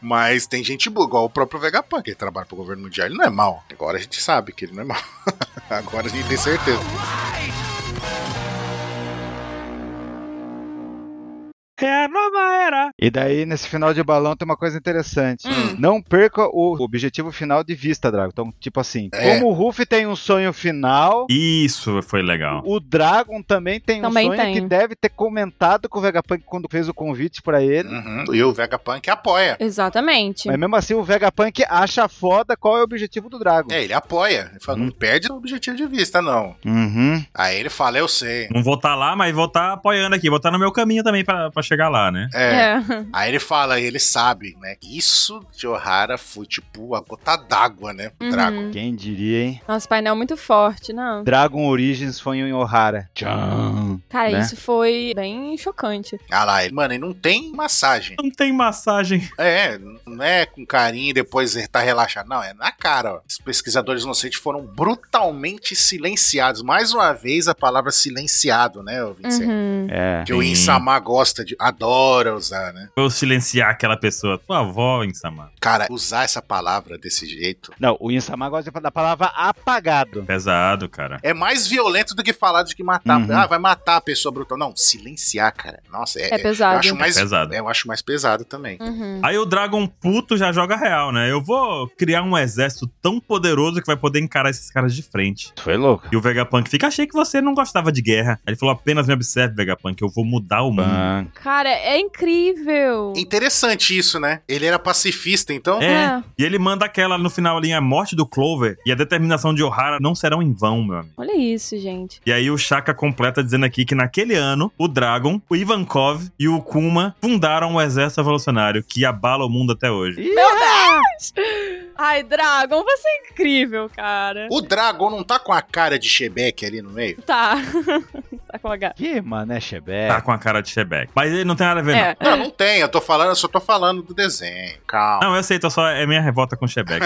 Speaker 2: Mas tem gente boa, igual o próprio Vegapunk, que trabalha pro governo mundial, ele não é mal. Agora a gente sabe que ele não é mal. [laughs] Agora a gente tem certeza.
Speaker 1: É a nova era.
Speaker 4: E daí, nesse final de balão, tem uma coisa interessante.
Speaker 3: Hum.
Speaker 4: Não perca o objetivo final de vista, Dragon. Então, tipo assim,
Speaker 2: É.
Speaker 4: como o Ruffy tem um sonho final,
Speaker 1: Isso foi legal.
Speaker 4: O Dragon também tem
Speaker 3: Também
Speaker 4: um sonho
Speaker 3: tem.
Speaker 4: que deve ter comentado com o Vegapunk quando fez o convite pra ele.
Speaker 2: Uhum. E o Vegapunk apoia.
Speaker 3: Exatamente.
Speaker 4: Mas mesmo assim, o Vegapunk acha foda qual é o objetivo do Dragon.
Speaker 2: É, ele apoia. Ele fala, não perde o objetivo de vista, não.
Speaker 4: Uhum.
Speaker 2: Aí ele fala, eu sei.
Speaker 1: Não vou estar lá, mas vou estar apoiando aqui. Vou estar no meu caminho também pra, pra chegar lá, né?
Speaker 2: É.
Speaker 3: É.
Speaker 2: Aí ele fala, ele sabe, né? Isso de Ohara foi tipo a gota d'água, né? Pro Drago.
Speaker 3: Uhum.
Speaker 4: Quem diria, hein?
Speaker 3: Nossa, painel muito forte, não.
Speaker 4: Dragon Origins foi em Ohara. Tchau.
Speaker 3: Cara,
Speaker 4: Né?
Speaker 3: isso foi bem chocante.
Speaker 2: Ah lá, ele- mano, ele não tem massagem.
Speaker 1: Não tem massagem. [laughs]
Speaker 2: É, não é com carinho e depois ele tá relaxado. Não, é na cara, ó. Os pesquisadores inocentes foram brutalmente silenciados. Mais uma vez a palavra silenciado, né, Vincent?
Speaker 3: Uhum.
Speaker 4: É.
Speaker 2: Que o
Speaker 1: Sim.
Speaker 2: Insama gosta de. adora usar, né?
Speaker 1: Vou silenciar aquela pessoa. Tua avó, Insama.
Speaker 2: Cara, usar essa palavra desse jeito
Speaker 4: Não, o Insama gosta da palavra apagado.
Speaker 1: Pesado, cara.
Speaker 2: é mais violento do que falar de que matar.
Speaker 4: Uhum.
Speaker 2: Ah, vai matar a pessoa brutal. Não, silenciar, cara. Nossa, é. é-
Speaker 3: É
Speaker 2: eu
Speaker 3: pesado.
Speaker 2: acho mais.
Speaker 1: Pesado.
Speaker 2: é, eu acho mais pesado também.
Speaker 3: Uhum.
Speaker 1: Aí o Dragon Puto já joga real, né? Eu vou criar um exército tão poderoso que vai poder encarar esses caras de frente.
Speaker 4: Foi louco.
Speaker 1: E o Vegapunk fica, achei que você
Speaker 4: Ah.
Speaker 1: não gostava de guerra. Aí ele falou, apenas me observe, Vegapunk, eu vou mudar o mundo.
Speaker 4: Punk.
Speaker 3: Cara, é incrível. nível.
Speaker 2: Interessante isso, né? Ele era pacifista, então.
Speaker 1: É.
Speaker 3: É.
Speaker 1: E ele manda aquela no final ali, a morte do Clover e a determinação de O'Hara não serão em vão, meu amigo.
Speaker 3: Olha isso, gente.
Speaker 1: E aí o Shaka completa dizendo aqui que naquele ano, o Dragon, o Ivankov e o Kuma fundaram o Exército Revolucionário, que abala o mundo até hoje.
Speaker 3: Ai, Dragon, você é incrível, cara.
Speaker 2: O Dragon não tá com a cara de Chebeck ali no meio?
Speaker 3: Tá. [laughs] tá com H.
Speaker 4: Que mané chebé.
Speaker 1: Tá com a cara de Shebeck. Mas ele não tem nada a ver, não.
Speaker 3: É.
Speaker 2: Não, não tem. Eu tô falando, eu só tô falando do desenho. Calma.
Speaker 1: Não, eu aceito, só é minha revolta com o Shebeck.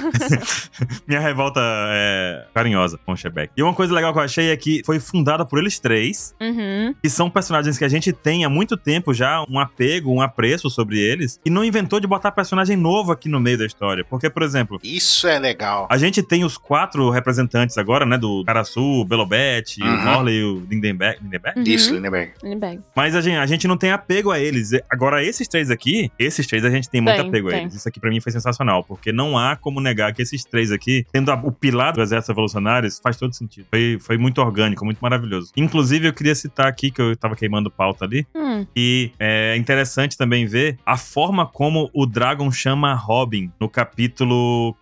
Speaker 1: [laughs] minha revolta é carinhosa com o Shebeck. E uma coisa legal que eu achei é que foi fundada por eles três,
Speaker 3: Uhum.
Speaker 1: que são personagens que a gente tem há muito tempo já, um apego, um apreço sobre eles, e não inventou de botar personagem novo aqui no meio da história. Porque, por exemplo,
Speaker 2: Isso é legal.
Speaker 1: a gente tem os quatro representantes agora, né? Do Karasu, o Belobete, o
Speaker 2: Uhum.
Speaker 1: Morley e o Lindenberg. Lindenberg?
Speaker 3: uhum.
Speaker 2: Isso, Lindenberg.
Speaker 3: Lindbergh.
Speaker 1: Mas a gente, a gente não tem apego a eles. Agora, esses três aqui, esses três a gente tem muito
Speaker 3: Tem,
Speaker 1: apego a
Speaker 3: tem.
Speaker 1: eles. Isso aqui pra mim foi sensacional, porque não há como negar que esses três aqui, tendo a- o pilar do Exército Revolucionário, isso faz todo sentido. Foi, foi muito orgânico, muito maravilhoso. Inclusive, eu queria citar aqui, que eu tava queimando pauta ali,
Speaker 3: Hum.
Speaker 1: e é interessante também ver a forma como o Dragon chama a Robin no capítulo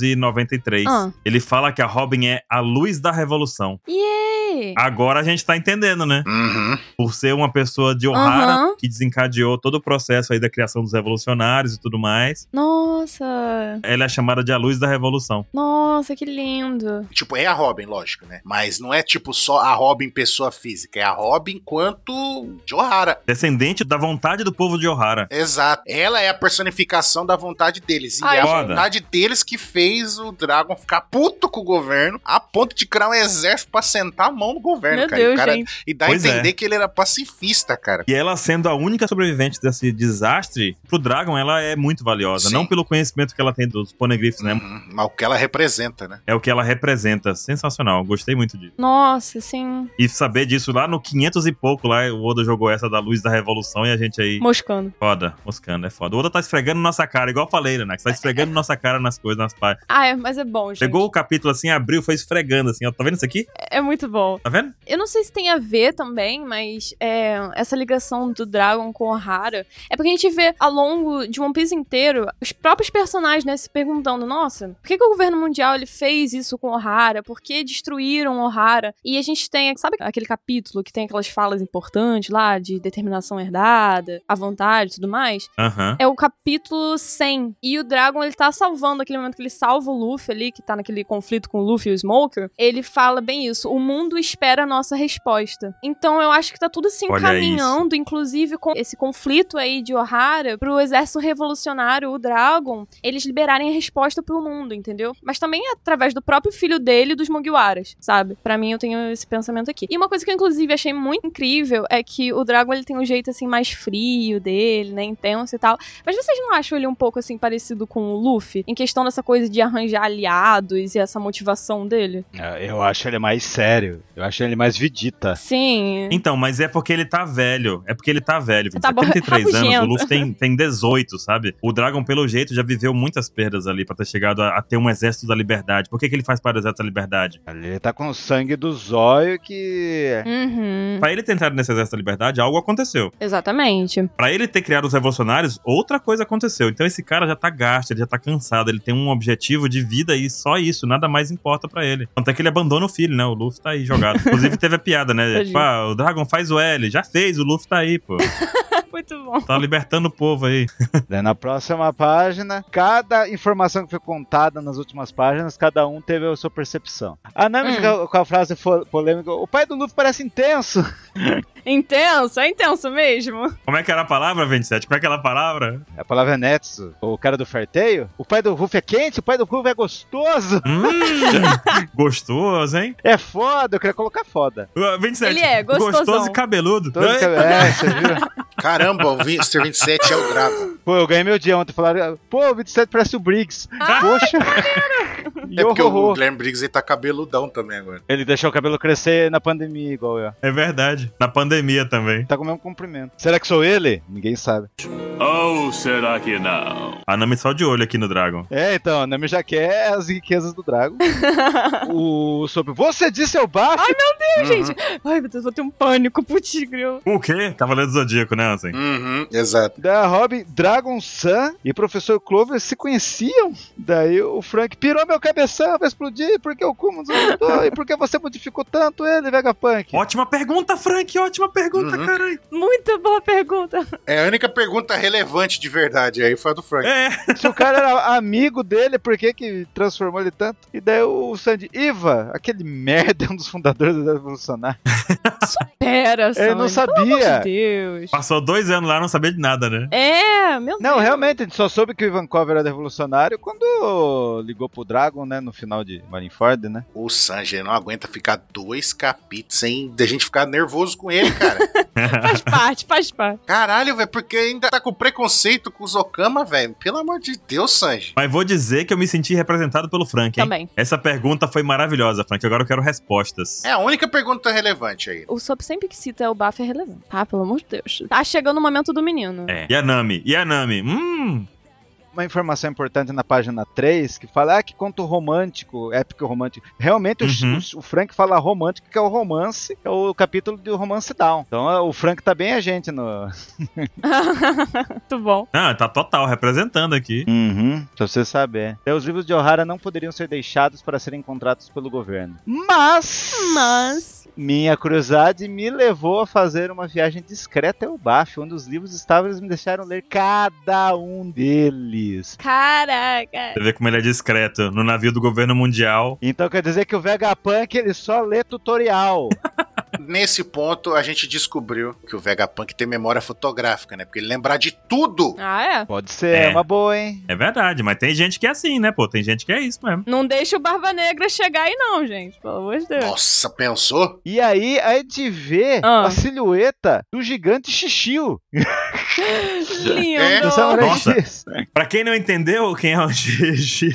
Speaker 1: 593.
Speaker 3: Ah.
Speaker 1: Ele fala que a Robin é a luz da revolução.
Speaker 3: Yay!
Speaker 1: Agora a gente tá entendendo, né?
Speaker 2: Uhum.
Speaker 1: por ser uma pessoa de O'Hara
Speaker 3: Aham.
Speaker 1: que desencadeou todo o processo aí da criação dos revolucionários e tudo mais.
Speaker 3: Nossa!
Speaker 1: Ela é chamada de a luz da revolução.
Speaker 3: Nossa, que lindo!
Speaker 2: Tipo, é a Robin, lógico, né? Mas não é tipo só a Robin pessoa física, é a Robin quanto Johara.
Speaker 1: Descendente da vontade do povo de O'Hara.
Speaker 2: Exato. Ela é a personificação da vontade deles. E
Speaker 3: Ai,
Speaker 2: é a
Speaker 1: gente.
Speaker 2: vontade deles que fez o Dragon ficar puto com o governo, a ponto de criar um exército pra sentar a mão no governo,
Speaker 3: Meu
Speaker 2: cara. e,
Speaker 3: Deus,
Speaker 2: o cara-
Speaker 3: gente.
Speaker 2: e dá
Speaker 1: Pois
Speaker 2: a
Speaker 1: é.
Speaker 2: entender que ele era pacifista, cara.
Speaker 1: E ela sendo a única sobrevivente desse desastre, pro Dragon ela é muito valiosa.
Speaker 2: Sim.
Speaker 1: Não pelo conhecimento que ela tem dos poneglyphs, né?
Speaker 2: Uhum. Mas o que ela representa, né?
Speaker 1: É o que ela representa. Sensacional, gostei muito disso.
Speaker 3: Nossa, sim.
Speaker 1: E saber disso lá no 500 e pouco, lá o Oda jogou essa da luz da revolução e a gente aí
Speaker 3: Moscando.
Speaker 1: Foda, moscando, é foda. O Oda tá esfregando nossa cara, igual eu falei, né, Nax? Tá esfregando nossa cara nas coisas, nas pá-
Speaker 3: Ah, é, mas é bom, gente.
Speaker 1: Pegou o capítulo assim, abriu, foi esfregando assim, ó. Tá vendo isso aqui?
Speaker 3: É muito bom.
Speaker 1: Tá vendo?
Speaker 3: Eu não sei se tem a ver também, mas é, essa ligação do Dragon com o Hara é porque a gente vê ao longo de One Piece inteiro os próprios personagens, né, se perguntando: nossa, por que, que o governo mundial ele fez isso com o Hara? Por que destruíram o Hara? E a gente tem, sabe aquele capítulo que tem aquelas falas importantes lá de determinação herdada, a vontade e tudo mais?
Speaker 1: Aham.
Speaker 3: É o capítulo 100. E o Dragon, ele tá salvando, aquele momento que ele salva o Luffy ali, que tá naquele conflito com o Luffy e o Smoker. Ele fala bem isso. O mundo espera a nossa resposta. Então eu acho que tá tudo se [laughs]
Speaker 1: Olha
Speaker 3: encaminhando, inclusive com esse conflito aí de O'Hara, pro exército revolucionário, o Dragon, eles liberarem a resposta pro mundo, entendeu? Mas também é através do próprio filho dele e dos Mugiwaras, sabe? Pra mim, eu tenho esse pensamento aqui. E uma coisa que eu, inclusive, achei muito incrível é que o Dragon, ele tem um jeito, assim, mais frio dele, né? Intenso e tal. Mas vocês não acham ele um pouco assim parecido com o Luffy? Em questão dessa coisa de arranjar aliados e essa motivação dele?
Speaker 4: É, Eu acho ele mais sério. Eu acho ele mais vidita.
Speaker 3: Sim.
Speaker 1: Então, mas é porque ele tá velho. É porque ele tá velho.
Speaker 3: Você
Speaker 1: Ele
Speaker 3: tá
Speaker 1: tá
Speaker 3: bo-
Speaker 1: 33 anos, o
Speaker 3: rabugento.
Speaker 1: Luffy tem, tem 18, sabe? O Dragon, pelo jeito, já viveu muitas perdas ali pra ter chegado a, a ter um exército da liberdade. Por que, que ele faz para o exército da liberdade?
Speaker 4: Ele tá com o sangue do zóio que.
Speaker 3: Uhum.
Speaker 1: Pra ele ter entrado nesse exército da liberdade, algo aconteceu.
Speaker 3: Exatamente.
Speaker 1: Pra ele ter criado os revolucionários, outra coisa aconteceu. Então esse cara já tá gasto, ele já tá cansado, ele tem um objetivo de vida e só isso, nada mais importa pra ele. Tanto é que ele abandona o filho, né? O Luffy tá aí
Speaker 3: [laughs]
Speaker 1: jogado. Inclusive teve a piada, né?
Speaker 3: Tadinho.
Speaker 1: Tipo, ah, o Dragon faz o L, já fez, o Luffy tá aí, pô.
Speaker 3: [laughs] Muito bom.
Speaker 1: Tá libertando o povo aí.
Speaker 4: Daí na próxima página, cada informação que foi contada nas últimas páginas, cada um teve a sua percepção. A Nami
Speaker 3: Hum.
Speaker 4: com a- com a frase fo- polêmica: O pai do Luffy parece intenso. [laughs]
Speaker 3: Intenso, é intenso mesmo.
Speaker 4: Uhum.
Speaker 1: Como é que era a palavra, 27? Como é que era a palavra?
Speaker 4: A palavra é Netsu, o cara do farteio. O pai do Luffy é quente, o pai do Luffy é gostoso. [laughs]
Speaker 3: Hum.
Speaker 1: Hum, [laughs] gostoso, hein?
Speaker 4: É foda, eu queria colocar foda.
Speaker 1: Ah, 27.
Speaker 3: Ele é gostosão.
Speaker 1: Gostoso e cabeludo.
Speaker 4: Todo
Speaker 1: Ai,
Speaker 4: é, você viu?
Speaker 2: Caramba, o Mr. 27 é o Dragon.
Speaker 4: Pô, eu ganhei meu dia ontem. Falaram, pô, o 27 parece o Briggs.
Speaker 3: Ah,
Speaker 4: Poxa. [laughs]
Speaker 2: É porque o
Speaker 4: Yohoho.
Speaker 2: Guilherme Briggs ele tá cabeludão também agora.
Speaker 4: Ele deixou o cabelo crescer na pandemia, igual eu.
Speaker 1: É verdade. Na pandemia também.
Speaker 4: Tá com o mesmo comprimento. Será que sou ele? Ninguém sabe.
Speaker 1: Oh,
Speaker 5: Ou será que não?
Speaker 1: A Nami Ah, só de olho aqui no Dragon.
Speaker 4: É, então, a Nami já quer as riquezas do
Speaker 3: [laughs]
Speaker 4: Drago. o sobre. Você disse eu baixo?
Speaker 3: Ai, Ai, gente, ai meu Deus, vou ter um pânico, putz, grilo.
Speaker 1: O quê? Cavaleiro do Zodíaco, né, assim?
Speaker 2: Uhum, exato.
Speaker 4: Da Rob, Dragon Sun e Professor Clover se conheciam. Daí o Frank pirou meu cabeção, vai explodir, porque o Cumulus mudou e porque você modificou tanto ele, Vegapunk.
Speaker 1: Ótima pergunta, Frank. Ótima pergunta,
Speaker 2: Uhum.
Speaker 1: caralho.
Speaker 3: Muito boa pergunta.
Speaker 2: É a única pergunta relevante de verdade aí foi a do Frank.
Speaker 1: É.
Speaker 4: Se o cara era amigo dele, por que que transformou ele tanto? E daí o Sandy, Iva, aquele merda, [laughs] é um dos fundadores da Revolucionária.
Speaker 3: Pera,
Speaker 4: Ele não
Speaker 3: Sônia, Pelo amor
Speaker 4: sabia.
Speaker 3: de Deus.
Speaker 1: Passou dois anos lá, não sabia de nada, né?
Speaker 3: É, meu Deus.
Speaker 4: Não, realmente, a gente só soube que o Ivan Cover era revolucionário quando ligou pro Dragon, né, no final de Marineford, né?
Speaker 2: O Sanji não aguenta ficar dois capítulos sem a gente ficar nervoso com ele, cara. [laughs]
Speaker 3: Faz parte, faz parte.
Speaker 2: Caralho, velho, porque ainda tá com preconceito com os Okama, velho. Pelo amor de Deus, Sanji.
Speaker 1: Mas vou dizer que eu me senti representado pelo Frank, hein?
Speaker 3: Também.
Speaker 1: Essa pergunta foi maravilhosa, Frank. Agora eu quero respostas.
Speaker 2: É a única pergunta relevante aí.
Speaker 3: O Sop sempre que cita o bafo é relevante. Tá, pelo amor de Deus. Tá chegando o momento do menino.
Speaker 1: É. Yanami, Yanami. Hum.
Speaker 4: Uma informação importante na página 3, que fala, ah, que conto romântico, épico romântico. Realmente, o-
Speaker 1: Uhum.
Speaker 4: o, o Frank fala romântico, que é o romance, é o capítulo do romance down. Então, é, o Frank tá bem a gente no...
Speaker 3: [laughs]
Speaker 4: [laughs]
Speaker 3: Muito bom.
Speaker 1: Ah, tá total representando aqui.
Speaker 4: Uhum, pra você saber. Então, os livros de O'Hara não poderiam ser deixados para serem contratos pelo governo. Mas...
Speaker 3: Mas.
Speaker 4: Minha curiosidade me levou a fazer uma viagem discreta ao BAF, onde os livros estavam eles me deixaram ler cada um deles.
Speaker 3: Caraca.
Speaker 1: Você vê como ele é discreto. No navio do governo mundial.
Speaker 4: Então quer dizer que o Vegapunk ele só lê [laughs] tutorial.
Speaker 2: Nesse ponto, a gente descobriu que o Vegapunk tem memória fotográfica, né? Porque ele lembrar de tudo.
Speaker 3: Ah, é?
Speaker 4: Pode ser,
Speaker 1: É.
Speaker 4: é uma boa, hein?
Speaker 1: É verdade, mas tem gente que é assim, né, pô? Tem gente que é isso mesmo.
Speaker 3: Não deixa o Barba Negra chegar aí, não, gente. Pelo amor
Speaker 2: É.
Speaker 3: de Deus.
Speaker 2: Nossa, pensou?
Speaker 4: E aí a gente vê
Speaker 3: Ah.
Speaker 4: a silhueta do gigante Xixiu.
Speaker 3: Lindo.
Speaker 2: É,
Speaker 4: Do Samurai
Speaker 1: Nossa.
Speaker 4: X. [laughs]
Speaker 1: Pra quem não entendeu quem é o [laughs] Gigi,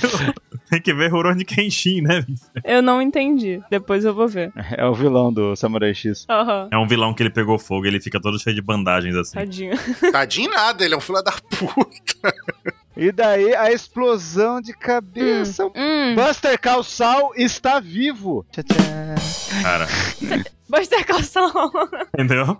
Speaker 1: tem que ver Rurouni Kenshin, né?
Speaker 3: Eu não entendi. Depois eu vou ver.
Speaker 4: É o vilão do Samurai X.
Speaker 3: Aham.
Speaker 1: É um vilão que ele pegou fogo, ele fica todo cheio de bandagens assim.
Speaker 3: Tadinho.
Speaker 2: Tadinho nada, ele é um filho da puta.
Speaker 4: E daí a explosão de cabeça.
Speaker 3: Hum.
Speaker 4: Buster Calçal está vivo. Tchau,
Speaker 1: Cara,
Speaker 3: Buster calção.
Speaker 1: [laughs] entendeu?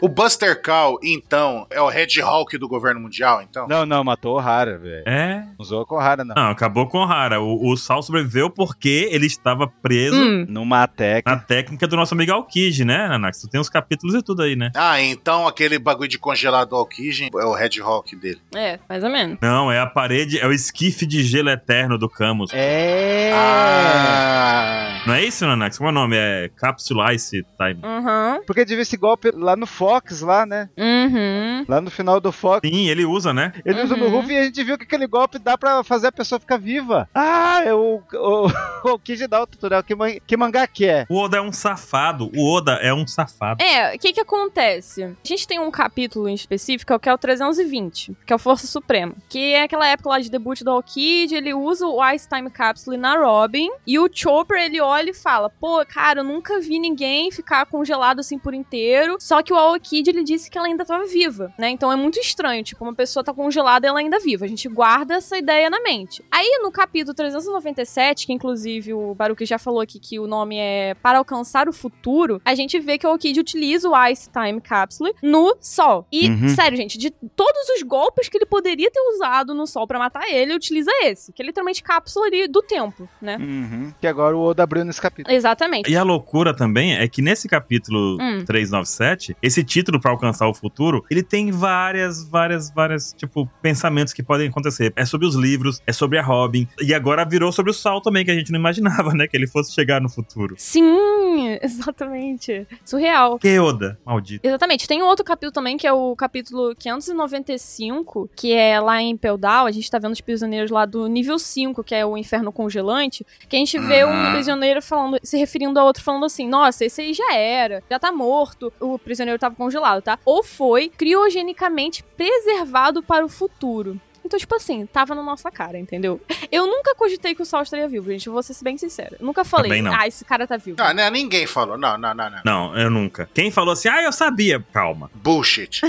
Speaker 2: O Buster Call, então, é o Red Hawk do governo mundial, então?
Speaker 4: Não, não, matou o Rara, velho.
Speaker 1: É.
Speaker 4: Não zoou com o Rara, não.
Speaker 1: Não, acabou com o Hara. O, o Sal sobreviveu porque ele estava preso
Speaker 3: Hum.
Speaker 4: Numa tech.
Speaker 1: na técnica do nosso amigo Alkid, né, Nanax? Tu tem os capítulos e tudo aí, né?
Speaker 2: Ah, então aquele bagulho de congelado Alkigen é o Red Hawk dele.
Speaker 3: É, mais ou menos.
Speaker 1: Não, é a parede, é o esquife de gelo eterno do Camus.
Speaker 4: É.
Speaker 2: Ah.
Speaker 1: Não é isso, Nanax? Como é o nome? É Capsule Ice Time.
Speaker 3: Uhum.
Speaker 4: Porque teve esse golpe lá no Fox, lá, né?
Speaker 3: Uhum.
Speaker 4: Lá no final do Fox.
Speaker 1: Sim, ele usa, né?
Speaker 4: Ele usou no
Speaker 3: Uhum.
Speaker 4: Ruff e a gente viu que aquele golpe dá pra fazer a pessoa ficar viva. Ah, é o. O, o [laughs] Kid dá o tutorial. Que, man, que mangá que é?
Speaker 1: O Oda é um safado. O Oda é um safado.
Speaker 3: É, o que que acontece? A gente tem um capítulo em específico, que é o 320, que é o Força Suprema. Que é aquela época lá de debut do Alkid, ele usa o Ice Time Capsule na Robin, e o Chopper, ele olha e fala, pô, cara, eu nunca vi ninguém ficar congelado assim por inteiro, só que o Alkid, ele disse que ela ainda tava viva, né? Então é muito estranho, tipo, uma pessoa tá congelada e ela ainda viva. A gente guarda essa ideia na mente. Aí, no capítulo 397, que inclusive o Baruque já falou aqui que o nome é Para Alcançar o Futuro, a gente vê que o Okid utiliza o Ice Time Capsule no Sol. E,
Speaker 4: Uhum.
Speaker 3: sério, gente, de todos os golpes que ele poderia ter usado no Sol pra matar ele, ele utiliza esse, que é literalmente cápsula ali do tempo, né?
Speaker 4: Uhum. Que agora o Oda abriu nesse capítulo.
Speaker 3: Exatamente.
Speaker 1: E a loucura também é que nesse capítulo
Speaker 3: Hum.
Speaker 1: 397, esse título pra alcançar o futuro, ele tem várias, várias, várias, tipo, pensamentos que podem acontecer. É sobre os livros, é sobre a Robin, e agora virou sobre o Sal também, que a gente não imaginava, né, que ele fosse chegar no futuro.
Speaker 3: Sim, [laughs] exatamente. Surreal.
Speaker 1: Que Oda, maldito.
Speaker 3: Exatamente. Tem outro capítulo também, que é o capítulo 595, que é lá em Peldal. A gente tá vendo os prisioneiros lá do nível 5, que é o inferno congelante. Que a gente vê
Speaker 1: Uhum.
Speaker 3: um prisioneiro falando, se referindo a outro, falando assim: Nossa, esse aí já era, já tá morto. O prisioneiro tava congelado, tá? Ou foi criogenicamente preservado para o futuro. Então, tipo assim, tava na nossa cara, entendeu? Eu nunca cogitei que o Saul estaria vivo, gente. Eu vou ser bem sincera. Eu Nunca falei,
Speaker 1: Também não.
Speaker 3: ah, esse cara tá vivo.
Speaker 2: Não, né, ninguém falou. Não, não, não, não.
Speaker 1: Não, eu nunca. Quem falou assim, ah, eu sabia. Calma.
Speaker 2: Bullshit.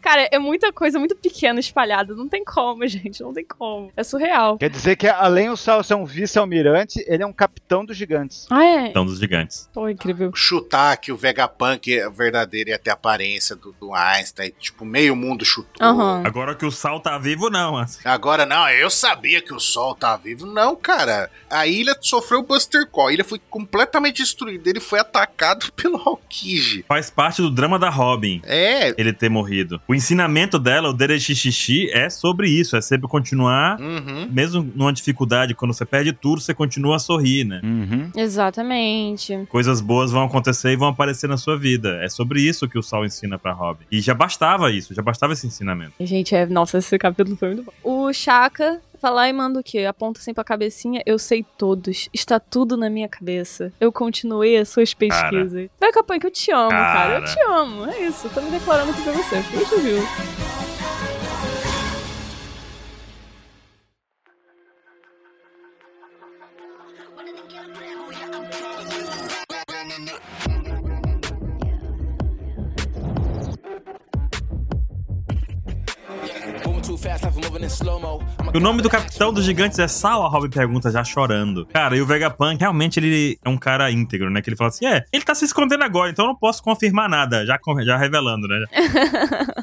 Speaker 3: Cara, é muita coisa muito pequena espalhada. Não tem como, [laughs] gente. Não tem como. É surreal.
Speaker 4: Quer dizer que, além do Saul ser um vice-almirante, ele é um capitão dos gigantes.
Speaker 3: Ah, é?
Speaker 1: Então, dos gigantes.
Speaker 3: Pô, incrível.
Speaker 2: Chutar que o Vegapunk é verdadeiro e até a aparência do, do Einstein. Tipo, meio mundo chutou.
Speaker 3: Aham.
Speaker 1: Agora que o Sal tá vivo, não. assim.
Speaker 2: Agora, não, eu sabia que o Sol tá vivo. Não, cara. A ilha sofreu Buster Call. A ilha foi completamente destruída. Ele foi atacado [laughs] pelo Aokiji.
Speaker 1: Faz parte do drama da Robin.
Speaker 2: É.
Speaker 1: Ele ter morrido. O ensinamento dela, o Derexixixi, é sobre isso. É sempre continuar,
Speaker 2: Uhum.
Speaker 1: mesmo numa dificuldade, quando você perde tudo, você continua a sorrir, né?
Speaker 4: Uhum.
Speaker 3: Exatamente.
Speaker 1: Coisas boas vão acontecer e vão aparecer na sua vida. É sobre isso que o Sal ensina pra Robin. E já bastava isso, já bastava esse ensinamento.
Speaker 3: Gente, é, nossa, esse capítulo foi muito bom. O Chaka vai lá e manda o quê? Aponta assim pra cabecinha. Eu sei todos. Está tudo na minha cabeça. Eu continuei as suas pesquisas. Vai, Capan, que eu te amo, cara. Eu
Speaker 1: Cara.
Speaker 3: te amo. É isso. Eu tô me declarando aqui pra você. Puxa, viu?
Speaker 1: E o nome do capitão dos gigantes é Sal, a Robin pergunta já chorando. Cara, e o Vegapunk, realmente ele é um cara íntegro, né? Que ele fala assim, é, ele tá se escondendo agora, então eu não posso confirmar nada. Já, con- já revelando, né?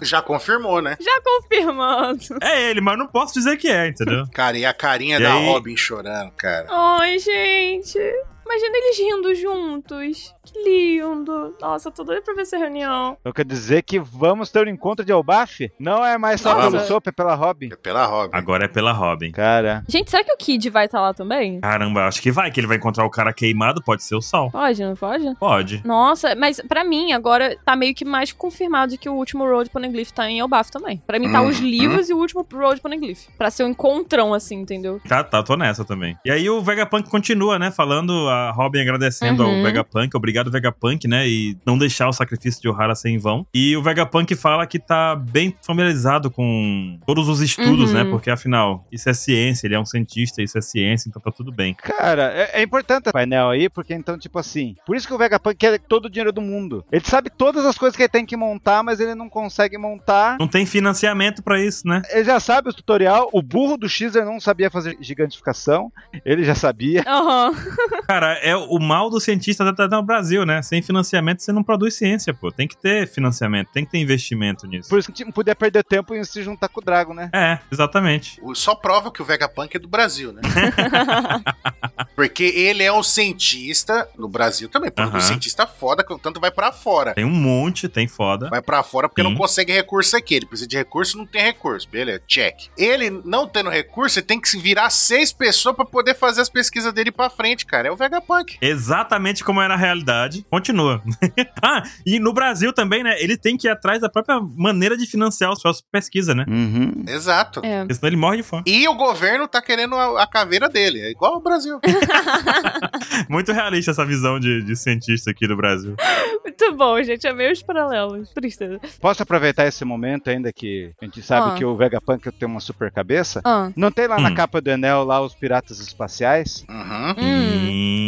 Speaker 2: Já confirmou, né?
Speaker 3: Já confirmando.
Speaker 1: É ele, mas não posso dizer que é, entendeu?
Speaker 2: Cara, e a carinha
Speaker 1: E
Speaker 2: da
Speaker 1: aí?
Speaker 2: Robin chorando, cara.
Speaker 3: Ai, gente. Imagina eles rindo juntos. Que lindo. Nossa, eu tô doida pra ver essa reunião.
Speaker 4: Então quer dizer que vamos ter um encontro de Elbaf? Não é mais só
Speaker 3: Nossa.
Speaker 4: pelo Sopa, é pela Robin?
Speaker 2: É pela Robin.
Speaker 1: Agora é pela Robin.
Speaker 4: Cara.
Speaker 3: Gente, será que o Kid vai estar lá também?
Speaker 1: Caramba, acho que vai, que ele vai encontrar o cara queimado, pode ser o Sal.
Speaker 3: Pode, não pode?
Speaker 1: Pode.
Speaker 3: Nossa, mas pra mim agora tá meio que mais confirmado que o último Road Poneglyph tá em Elbaf também. Pra mim tá
Speaker 2: Hum,
Speaker 3: os livros e o último Road Poneglyph. Pra ser um encontrão, assim, entendeu?
Speaker 1: Tá, tá, tô nessa também. E aí o Vegapunk continua, né? Falando, a Robin agradecendo
Speaker 3: Uhum.
Speaker 1: ao Vegapunk, obrigado Vegapunk, né? E não deixar o sacrifício de Ohara ser em vão. E o Vegapunk fala que tá bem familiarizado com todos os estudos,
Speaker 3: Uhum.
Speaker 1: né? Porque afinal, isso é ciência, ele é um cientista, isso é ciência, então tá tudo bem.
Speaker 4: Cara, é, é importante o painel aí, porque então, tipo assim, por isso que o Vegapunk quer todo o dinheiro do mundo. Ele sabe todas as coisas que ele tem que montar, mas ele não consegue montar.
Speaker 1: Não tem financiamento pra isso, né?
Speaker 4: Ele já sabe o tutorial, o burro do Xer não sabia fazer gigantificação, ele já sabia.
Speaker 3: Aham. [laughs]
Speaker 1: Cara, é o mal do cientista até no Brasil, né? Sem financiamento você não produz ciência, pô. Tem que ter financiamento, tem que ter investimento nisso.
Speaker 4: Por isso que a gente não podia perder tempo em se juntar com o Drago, né?
Speaker 1: É, exatamente.
Speaker 2: O- Só prova que o Vegapunk é do
Speaker 1: [laughs]
Speaker 2: Brasil, né? Porque ele é um cientista no Brasil também. Porque um
Speaker 1: Aham.
Speaker 2: cientista foda, que tanto vai pra fora.
Speaker 1: Tem um monte, tem foda.
Speaker 2: Vai pra fora porque
Speaker 1: Sim.
Speaker 2: não consegue recurso aqui. Ele precisa de recurso, não tem recurso. Beleza, check. Ele não tendo recurso, ele tem que se virar seis pessoas pra poder fazer as pesquisas dele pra frente, cara. É o Vegapunk.
Speaker 1: Exatamente como é na realidade. Continua. [laughs] ah, e no Brasil também, né? Ele tem que ir atrás da própria maneira de financiar as suas pesquisas, né?
Speaker 4: Uhum.
Speaker 2: Exato.
Speaker 3: É.
Speaker 1: Porque senão ele morre de fome. [laughs]
Speaker 2: E o governo tá querendo a, a caveira dele. É igual o Brasil.
Speaker 1: Muito realista essa visão de, de cientista aqui do Brasil.
Speaker 3: Muito bom, gente. Amei os paralelos. Tristeza.
Speaker 4: Posso aproveitar esse momento ainda que a gente sabe
Speaker 3: Ah.
Speaker 4: que o Vegapunk tem uma super cabeça?
Speaker 3: Ah.
Speaker 4: Não tem lá na
Speaker 1: Hum.
Speaker 4: capa do Enel lá os piratas espaciais?
Speaker 2: Uhum.
Speaker 3: Hum.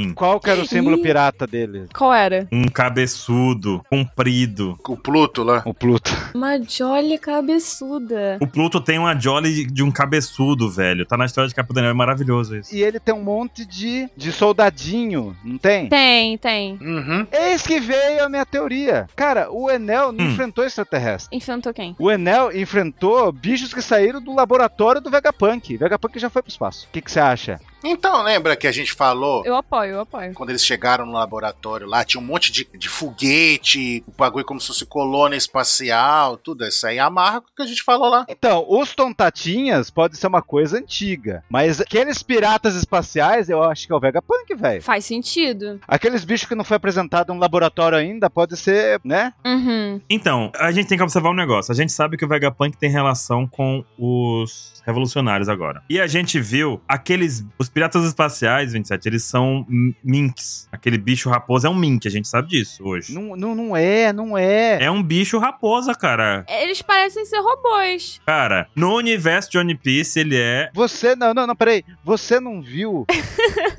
Speaker 1: Hum,
Speaker 4: Qual que era o símbolo
Speaker 3: Ih.
Speaker 4: pirata dele?
Speaker 3: Qual era?
Speaker 1: um cabeçudo, comprido.
Speaker 2: O Pluto lá.
Speaker 4: O Pluto.
Speaker 3: Uma Jolly cabeçuda.
Speaker 1: O Pluto tem uma Jolly de um cabeçudo, velho. Tá na história de Capo Daniel, é maravilhoso isso.
Speaker 4: E ele tem um monte de, de soldadinho, não tem?
Speaker 3: Tem, tem.
Speaker 2: Uhum.
Speaker 4: Eis que veio a minha teoria. Cara, o Enel não
Speaker 1: Hum.
Speaker 4: enfrentou extraterrestre.
Speaker 3: Enfrentou quem?
Speaker 4: O Enel enfrentou bichos que saíram do laboratório do Vegapunk. Vegapunk já foi pro espaço. O que que você acha?
Speaker 2: Então, lembra que a gente falou
Speaker 3: Eu apoio, eu apoio.
Speaker 2: Quando eles chegaram no laboratório lá, tinha um monte de, de foguete, o bagulho como se fosse colônia espacial, tudo. Isso aí amarra com o que a gente falou lá.
Speaker 4: Então, os tontatinhas pode ser uma coisa antiga. Mas aqueles piratas espaciais, eu acho que é o Vegapunk, velho.
Speaker 3: Faz sentido.
Speaker 4: Aqueles bichos que não foi apresentado no laboratório ainda, pode ser, né?
Speaker 3: Uhum.
Speaker 1: Então, a gente tem que observar um negócio. A gente sabe que o Vegapunk tem relação com os revolucionários agora. E a gente viu aqueles os piratas espaciais, 27, eles são m- minks. Aquele bicho raposa é um mink, a gente sabe disso hoje.
Speaker 4: Não, não, não é, não é.
Speaker 1: É um bicho raposa, cara.
Speaker 3: Eles parecem ser robôs.
Speaker 1: Cara, no universo de One Piece, ele é.
Speaker 4: Você não, não, não, peraí. Você não viu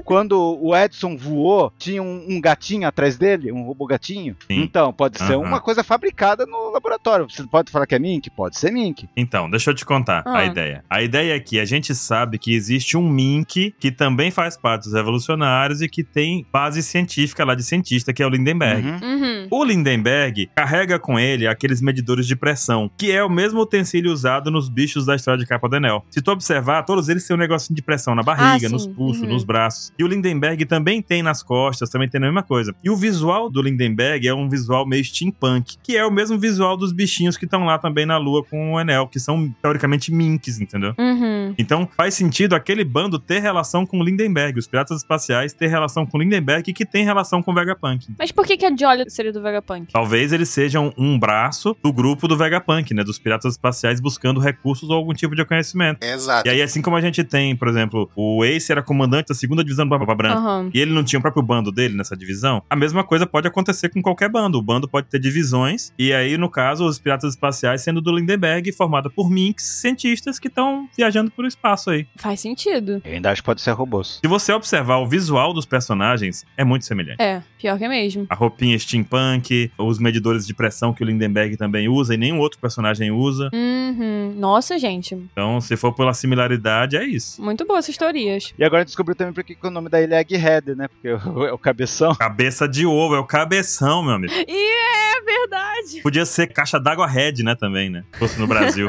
Speaker 4: quando o Edson voou, tinha um, um gatinho atrás dele, um robô gatinho?
Speaker 1: Sim.
Speaker 4: Então, pode ser
Speaker 1: Aham.
Speaker 4: uma coisa fabricada no laboratório. Você pode falar que é Mink? Pode ser Mink.
Speaker 1: Então, deixa eu te contar
Speaker 3: Ah.
Speaker 1: a ideia. A ideia é que a gente sabe que existe um mink que também faz parte dos revolucionários e que tem base científica lá de cientista, que é o Lindenberg.
Speaker 4: Uhum.
Speaker 3: Uhum.
Speaker 1: O Lindenberg carrega com ele aqueles medidores de pressão, que é o mesmo utensílio usado nos bichos da história de capa do Enel. Se tu observar, todos eles têm um negocinho de pressão na barriga,
Speaker 3: Ah,
Speaker 1: nos
Speaker 3: sim.
Speaker 1: pulsos,
Speaker 3: Uhum.
Speaker 1: nos braços. E o Lindenberg também tem nas costas, também tem a mesma coisa. E o visual do Lindenberg é um visual meio steampunk, que é o mesmo visual dos bichinhos que estão lá também na lua com o Enel, que são teoricamente minks, entendeu?
Speaker 3: Uhum.
Speaker 1: Então faz sentido aquele bando ter relação com o Lindenberg, os piratas espaciais ter relação com o Lindenberg que tem relação com o Vegapunk.
Speaker 3: Mas por que, que a Jolly seria do Vegapunk?
Speaker 1: Talvez eles sejam um braço do grupo do Vegapunk, né? Dos piratas espaciais buscando recursos ou algum tipo de conhecimento.
Speaker 2: Exato.
Speaker 1: E aí, assim como a gente tem, por exemplo, o Ace era comandante da segunda divisão do Barba Branca.
Speaker 3: Aham.
Speaker 1: E ele não tinha o próprio bando dele nessa divisão. A mesma coisa pode acontecer com qualquer bando. O bando pode ter divisões. E aí, no caso, os piratas espaciais sendo do Lindenberg, formada por minks, cientistas que estão viajando pelo espaço aí.
Speaker 3: Faz sentido.
Speaker 4: Eu ainda acho que pode ser robôs.
Speaker 1: Se você observar o visual dos personagens, é muito semelhante.
Speaker 3: É, pior que é mesmo.
Speaker 1: A roupinha steampunk, os medidores de pressão que o Lindenberg também usa e nenhum outro personagem usa.
Speaker 3: Uhum. Nossa, gente.
Speaker 1: Então, se for pela similaridade, é isso.
Speaker 3: Muito boas essas teorias.
Speaker 4: E agora descobriu também porque que o nome da ilha é Egghead, né? Porque [laughs] o- é o cabeção.
Speaker 1: Cabeça de ovo, é o cabeção, meu amigo.
Speaker 3: E é verdade.
Speaker 1: Podia ser caixa d'água red, né, também, né? Se fosse no Brasil.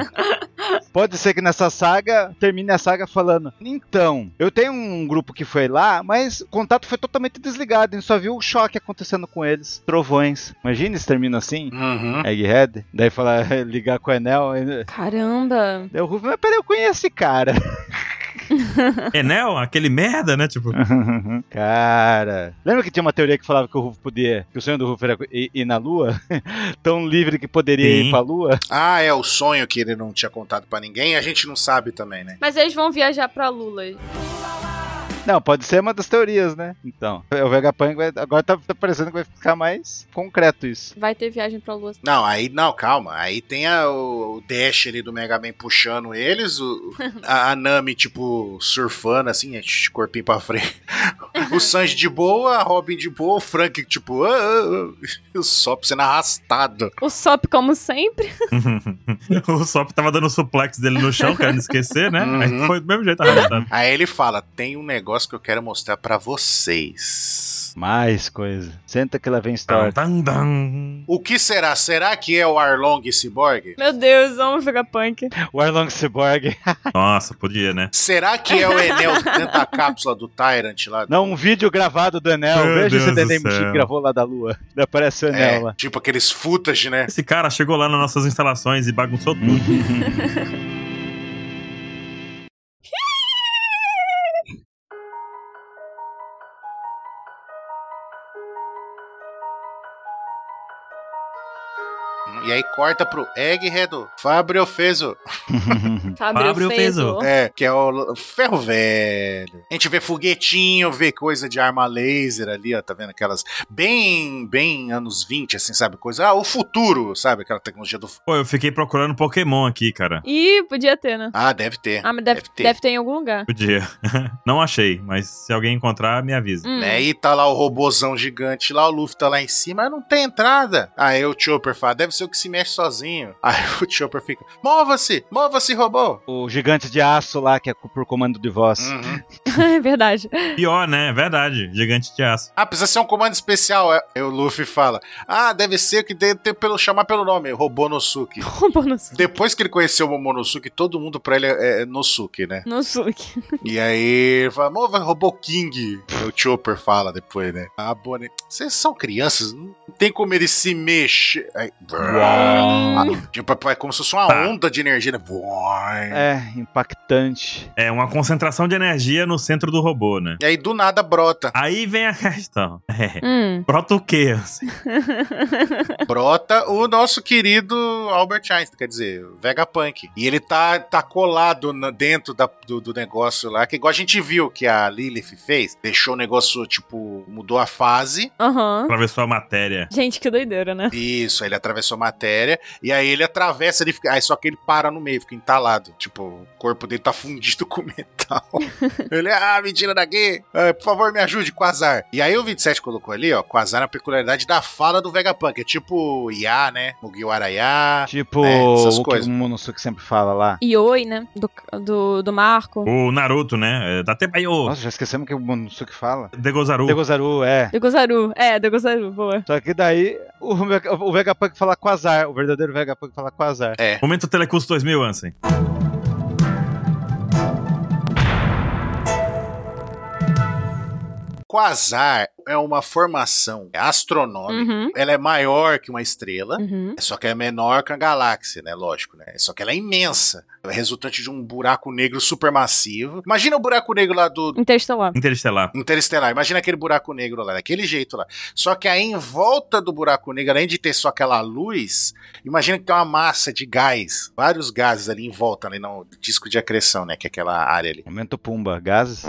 Speaker 4: Pode ser que nessa saga termine a saga falando: Então, eu tenho um grupo que foi lá, mas o contato foi totalmente desligado. A gente só viu o choque acontecendo com eles, trovões. Imagina se termina assim.
Speaker 1: É.
Speaker 2: Uhum.
Speaker 4: Egghead, daí fala [laughs] ligar com o Enel. e-
Speaker 3: Caramba.
Speaker 4: Daí o Ruff, mas peraí, eu conheço
Speaker 1: [laughs]
Speaker 4: esse cara.
Speaker 1: Enel, aquele merda, né? Tipo, [laughs]
Speaker 4: cara. Lembra que tinha uma teoria que falava que o Ruff podia. Que o sonho do Ruff era ir, ir na lua? [laughs] Tão livre que poderia
Speaker 1: Sim.
Speaker 4: ir pra lua?
Speaker 2: Ah, é o sonho que ele não tinha contado pra ninguém. A gente não sabe também, né?
Speaker 3: Mas eles vão viajar pra Lula.
Speaker 4: Não, pode ser uma das teorias, né? Então, o Vegapunk vai, agora tá, tá parecendo que vai ficar mais concreto isso.
Speaker 3: Vai ter viagem pra Lua.
Speaker 2: Não, aí não, calma. Aí tem a- o, o Dash ali do Mega Man puxando eles, o- a, a Nami, tipo, surfando assim, é, tch, corpinho pra frente. [laughs] O Sanji de boa, a Robin de boa, o Frank, tipo, ah, ah, ah, e o Sop sendo arrastado.
Speaker 3: O Sop, como sempre.
Speaker 1: o Sop tava dando o suplex dele no chão, querendo esquecer, né?
Speaker 2: Uhum.
Speaker 1: Aí foi do mesmo jeito arrastado.
Speaker 2: Aí ele fala: tem um negócio que eu quero mostrar pra vocês.
Speaker 4: Mais coisa. Senta que lá vem
Speaker 1: Tam,
Speaker 4: história.
Speaker 1: tam, tam.
Speaker 2: O que será? Será que é o Arlong Cyborg?
Speaker 3: Meu Deus, amo o Vegapunk.
Speaker 1: Ah.
Speaker 4: O Arlong Cyborg. [laughs]
Speaker 1: Nossa, podia, né?
Speaker 2: Será que é o Enel dentro da cápsula do Tyrant lá?
Speaker 4: Não, um vídeo gravado do Enel.
Speaker 1: Meu
Speaker 4: Veja
Speaker 1: Deus
Speaker 4: esse
Speaker 1: do
Speaker 4: Denem que
Speaker 1: céu.
Speaker 4: gravou lá da lua. Daí Aparece o
Speaker 1: [laughs]
Speaker 2: É,
Speaker 4: Enel lá.
Speaker 2: tipo aqueles footage, né?
Speaker 1: Esse cara chegou lá nas nossas instalações e bagunçou tudo.
Speaker 2: E aí corta pro Egghead, o Fábio Fezo.
Speaker 3: Fábio,
Speaker 1: Fábio fez o-
Speaker 3: Oh.
Speaker 2: É, que é o ferro velho. A gente vê foguetinho, vê coisa de arma laser ali, ó, tá vendo aquelas bem, bem anos 20, assim, sabe? Coisa, ah, o futuro, sabe? Aquela tecnologia do... fu-
Speaker 1: Pô, eu fiquei procurando Pokémon aqui, cara.
Speaker 3: Ih, podia ter, né?
Speaker 2: Ah, deve ter.
Speaker 3: Ah, mas deve,
Speaker 2: Deve
Speaker 3: deve,
Speaker 2: ter.
Speaker 3: ter. em algum lugar.
Speaker 1: Podia. [laughs] Não achei, mas se alguém encontrar, me
Speaker 3: [laughs]
Speaker 1: avisa.
Speaker 3: Hum.
Speaker 2: Né? E tá lá o robozão gigante lá, o Luffy tá lá em cima, mas não tem entrada. Aí o Chopper fala, deve ser o que se mexe sozinho. [laughs] Aí o Chopper fica, mova-se, mova-se, robô.
Speaker 4: O gigante de aço lá, que é co- por comando de voz.
Speaker 2: Uhum.
Speaker 3: É verdade. [laughs]
Speaker 1: Pior, né? Verdade. Gigante de aço.
Speaker 2: [laughs] Ah, precisa ser um comando especial. é. Aí o Luffy fala: Ah, deve ser que deve ter pelo, chamar pelo nome,
Speaker 3: [laughs]
Speaker 2: Robonosuke.
Speaker 3: Robô no su-
Speaker 2: Depois que ele conheceu o Momonosuke, todo mundo pra ele é, é Nosuke,
Speaker 3: [laughs]
Speaker 2: né?
Speaker 3: No Suki.
Speaker 2: E aí ele fala, Mova Robô King. O Chopper fala depois, né? Ah, Bonnie, vocês são crianças, não tem como ele se mexer. Aí,
Speaker 3: Hum.
Speaker 2: Tipo, é como se fosse uma
Speaker 1: Tá.
Speaker 2: onda de energia, né? Boing.
Speaker 4: É, impactante.
Speaker 1: É uma concentração de energia no centro do robô, né?
Speaker 2: E aí do nada brota.
Speaker 1: Aí vem a [laughs] questão. É.
Speaker 3: Hum. [laughs]
Speaker 1: Brota o quê? assim?
Speaker 2: Brota o nosso querido Albert Einstein, quer dizer, o Vegapunk. E ele tá, tá colado na- dentro da- do, do negócio lá, que igual a gente viu que a Lilith fez, deixou o negócio, tipo, mudou a fase.
Speaker 3: Aham.
Speaker 1: Atravessou a matéria.
Speaker 3: Gente, que doideira, né?
Speaker 2: Isso, aí ele atravessou a matéria, e aí ele atravessa, ele fica, aí só que ele para no meio, fica entalado. Tipo, o corpo dele tá fundido [laughs] com metal. ele, ah, me tira daqui, Ah, por favor, me ajude, Quasar. E aí o 27 colocou ali, ó, Quasar é a peculiaridade da fala do Vegapunk, é tipo Iá, né, Mugiwara Iá.
Speaker 4: Tipo,
Speaker 2: é, essas
Speaker 4: o que
Speaker 2: coisas.
Speaker 4: o Monosuke sempre fala lá.
Speaker 3: E oi, né? Do, do, do Marco.
Speaker 1: O Naruto, né? É, Datebayo,
Speaker 4: Nossa, já esquecemos o que o Monosuke fala.
Speaker 1: Degozaru.
Speaker 4: Degozaru, é.
Speaker 3: Degozaru. É, Degozaru, boa.
Speaker 4: Só que daí o, Vega- o Vegapunk fala com azar, o verdadeiro Vegapunk fala com azar.
Speaker 2: É,
Speaker 1: Momento Telecurso 2000, Ansem.
Speaker 2: Quasar é uma formação astronômica.
Speaker 3: Uhum.
Speaker 2: Ela é maior que uma estrela,
Speaker 3: Uhum.
Speaker 2: só que é menor que a galáxia, né? Lógico, né? Só que ela é imensa. É resultante de um buraco negro supermassivo. Imagina o buraco negro lá do
Speaker 3: Interestelar.
Speaker 1: Interestelar.
Speaker 2: Interestelar. Imagina aquele buraco negro lá, daquele jeito lá. Só que aí em volta do buraco negro, além de ter só aquela luz, imagina que tem uma massa de gás, vários gases ali em volta, ali no disco de acreção, né? Que é aquela área
Speaker 4: [laughs]
Speaker 2: ali.
Speaker 4: Momento Pumba, gases.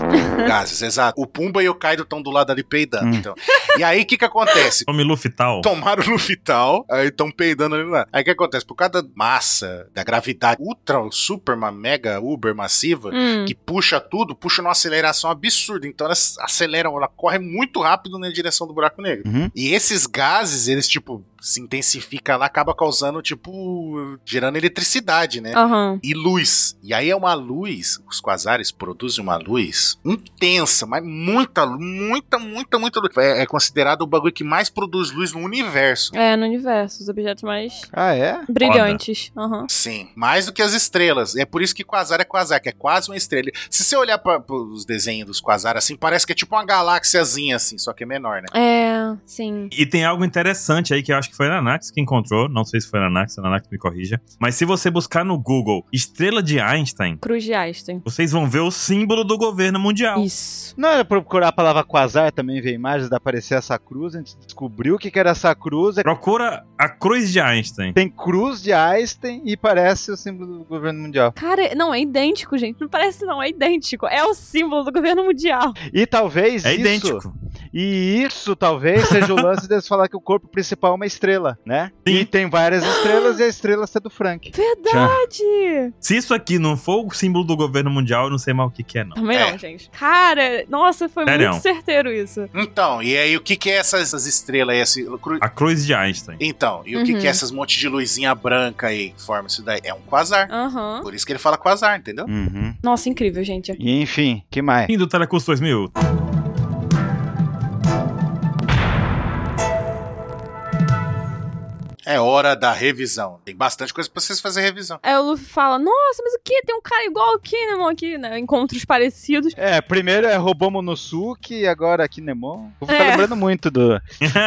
Speaker 2: Gases, exato. O Pumba e o Kaido estão do lado ali peidando.
Speaker 4: Hum.
Speaker 2: Então. E aí o que, que acontece?
Speaker 1: Nome Lufital.
Speaker 2: tomaram no vital, aí estão peidando ali lá. Aí o que acontece? Por causa da massa, da gravidade ultra, super, ma- mega, uber massiva,
Speaker 3: Hum.
Speaker 2: que puxa tudo, puxa numa aceleração absurda. Então elas aceleram, ela corre muito rápido na direção do buraco negro.
Speaker 4: Uhum.
Speaker 2: E esses gases, eles, tipo, se intensificam lá, acaba causando, tipo, gerando eletricidade, né?
Speaker 3: Aham.
Speaker 2: E luz. E aí é uma luz, os quasares produzem uma luz intensa, mas muita, lu- muita, muita, muita luz. É, é considerado o bagulho que mais produz luz no universo.
Speaker 3: É, no universo. Os objetos mais
Speaker 4: Ah, é?
Speaker 3: brilhantes. Aham.
Speaker 2: Sim, mais do que as estrelas. É por isso que Quasar é Quasar, que é quase uma estrela. Se você olhar para os desenhos dos Quasar assim, parece que é tipo uma galáxiazinha assim, só que é menor, né?
Speaker 3: É, sim.
Speaker 1: E tem algo interessante aí que eu acho que foi a Nanax que encontrou. Não sei se foi a Nanax, a Nanax me corrija. Mas se você buscar no Google Estrela de Einstein,
Speaker 3: Cruz de Einstein.
Speaker 1: vocês vão ver o símbolo do governo mundial.
Speaker 3: Isso.
Speaker 4: Não era procurar a palavra quasar também, ver imagens da aparecer essa cruz, a gente descobriu o que que era essa cruz. é-
Speaker 1: Procura a cruz de Einstein.
Speaker 4: Tem cruz de Einstein e parece o símbolo do governo mundial.
Speaker 3: Cara, não, é idêntico, gente. Não parece, não. É idêntico. É o símbolo do governo mundial.
Speaker 4: E talvez
Speaker 1: É
Speaker 4: isso.
Speaker 1: idêntico.
Speaker 4: E isso talvez seja o lance deles falar que o corpo principal é uma estrela, né?
Speaker 1: Sim.
Speaker 4: E tem várias estrelas e a estrela está do Frank.
Speaker 3: Verdade!
Speaker 1: Se isso aqui não for o símbolo do governo mundial, eu não sei mais o que, que é, não.
Speaker 3: Também
Speaker 2: É.
Speaker 3: não, gente. Cara, nossa, foi
Speaker 1: Sério?
Speaker 3: muito certeiro isso.
Speaker 2: Então, e aí o que que é essas, essas estrelas aí, esse cru-
Speaker 1: A cruz de Einstein.
Speaker 2: Então, e o que
Speaker 3: Uhum.
Speaker 2: que é essas monte de luzinha branca aí que forma isso daí? É um Quasar.
Speaker 3: Aham.
Speaker 2: Por isso que ele fala Quasar, entendeu?
Speaker 4: Uhum.
Speaker 3: Nossa, incrível, gente.
Speaker 4: E enfim, que mais?
Speaker 1: Fim do Telecurso 2000.
Speaker 2: É hora da revisão. Tem bastante coisa pra vocês fazerem revisão.
Speaker 3: Aí o Luffy fala: Nossa, mas o que? Tem um cara igual aqui, né, irmão? Aqui, né? Encontros parecidos.
Speaker 4: É, primeiro é Robô Monosuke e agora Kinemon. O Ruff tá
Speaker 3: É.
Speaker 4: lembrando muito do,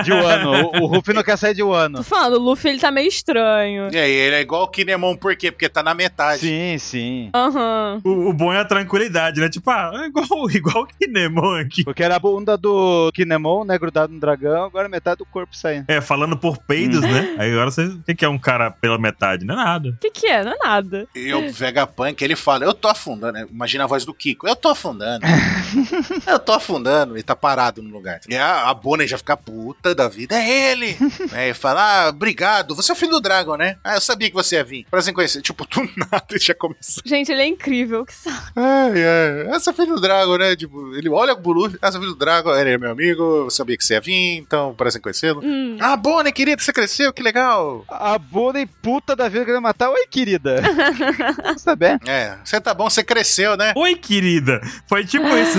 Speaker 4: de Wano. O, o Ruff não quer sair de
Speaker 3: Tô
Speaker 4: Wano.
Speaker 3: falando, o Luffy ele tá meio estranho.
Speaker 2: E aí, ele é igual o Kinemon, por quê? Porque tá na metade.
Speaker 4: Sim, sim.
Speaker 3: Aham.
Speaker 1: O, o bom é a tranquilidade, né? Tipo, ah, é igual, [laughs] igual que Nemo aqui.
Speaker 4: Porque era a bunda do Kinemon, né, grudado no dragão, agora metade do corpo saindo.
Speaker 1: É, falando por peidos, né? Aí agora você. O que que é um cara pela metade? Não é nada.
Speaker 3: O que, que é? Não é nada.
Speaker 2: E o Vegapunk, ele fala, eu tô afundando. né? Imagina a voz do Kiko, eu tô afundando. eu tô afundando. E tá parado no lugar. E a, a Bonnie já fica puta da vida. É ele! né? E fala, ah, obrigado. Você é o filho do Dragon, né? Ah, eu sabia que você ia vir. Prazer em conhecer. Tipo, do [laughs] nada ele já começou.
Speaker 3: Gente, ele é incrível. Que sa-
Speaker 2: Ai, ai. Essa é filho do Dragon, né? Tipo, ele olha o Bulu. Essa filho do Dragon. Ele é meu amigo. Eu sabia que você ia vir. Então, prazer em conhecê-lo.
Speaker 3: Hum.
Speaker 2: Ah, Bonnie, querida, você cresceu. Que legal.
Speaker 4: A bunda e puta da vida querendo matar. Oi, querida. Você tá bem?
Speaker 2: É, você tá bom, você cresceu, né?
Speaker 1: Oi, querida. Foi tipo isso.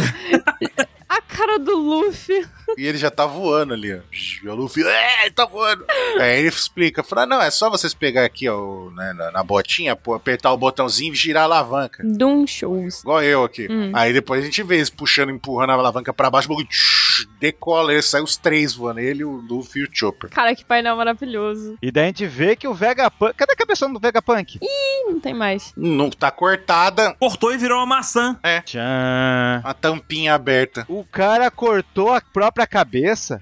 Speaker 3: A cara do Luffy.
Speaker 2: E ele já tá voando ali, ó. E o Luffy, é, ele tá voando. Aí ele explica, fala, não, é só vocês pegar aqui, ó, né, na, na botinha, pô, apertar o botãozinho e girar a alavanca.
Speaker 3: Doom Shows.
Speaker 2: Igual eu aqui.
Speaker 3: Hum.
Speaker 2: Aí depois a gente vê eles puxando, empurrando a alavanca pra baixo, o bagulho tsh, decola, ele sai os três voando, ele, o Luffy e o Chopper.
Speaker 3: Cara, que painel maravilhoso.
Speaker 4: E daí a gente vê que o Vegapunk. Cadê a cabeção do Vegapunk?
Speaker 3: Ih, não tem mais.
Speaker 2: Não tá cortada,
Speaker 1: Cortou e virou uma maçã.
Speaker 4: Tchan.
Speaker 2: a tampinha aberta.
Speaker 4: O cara cortou a própria cabeça.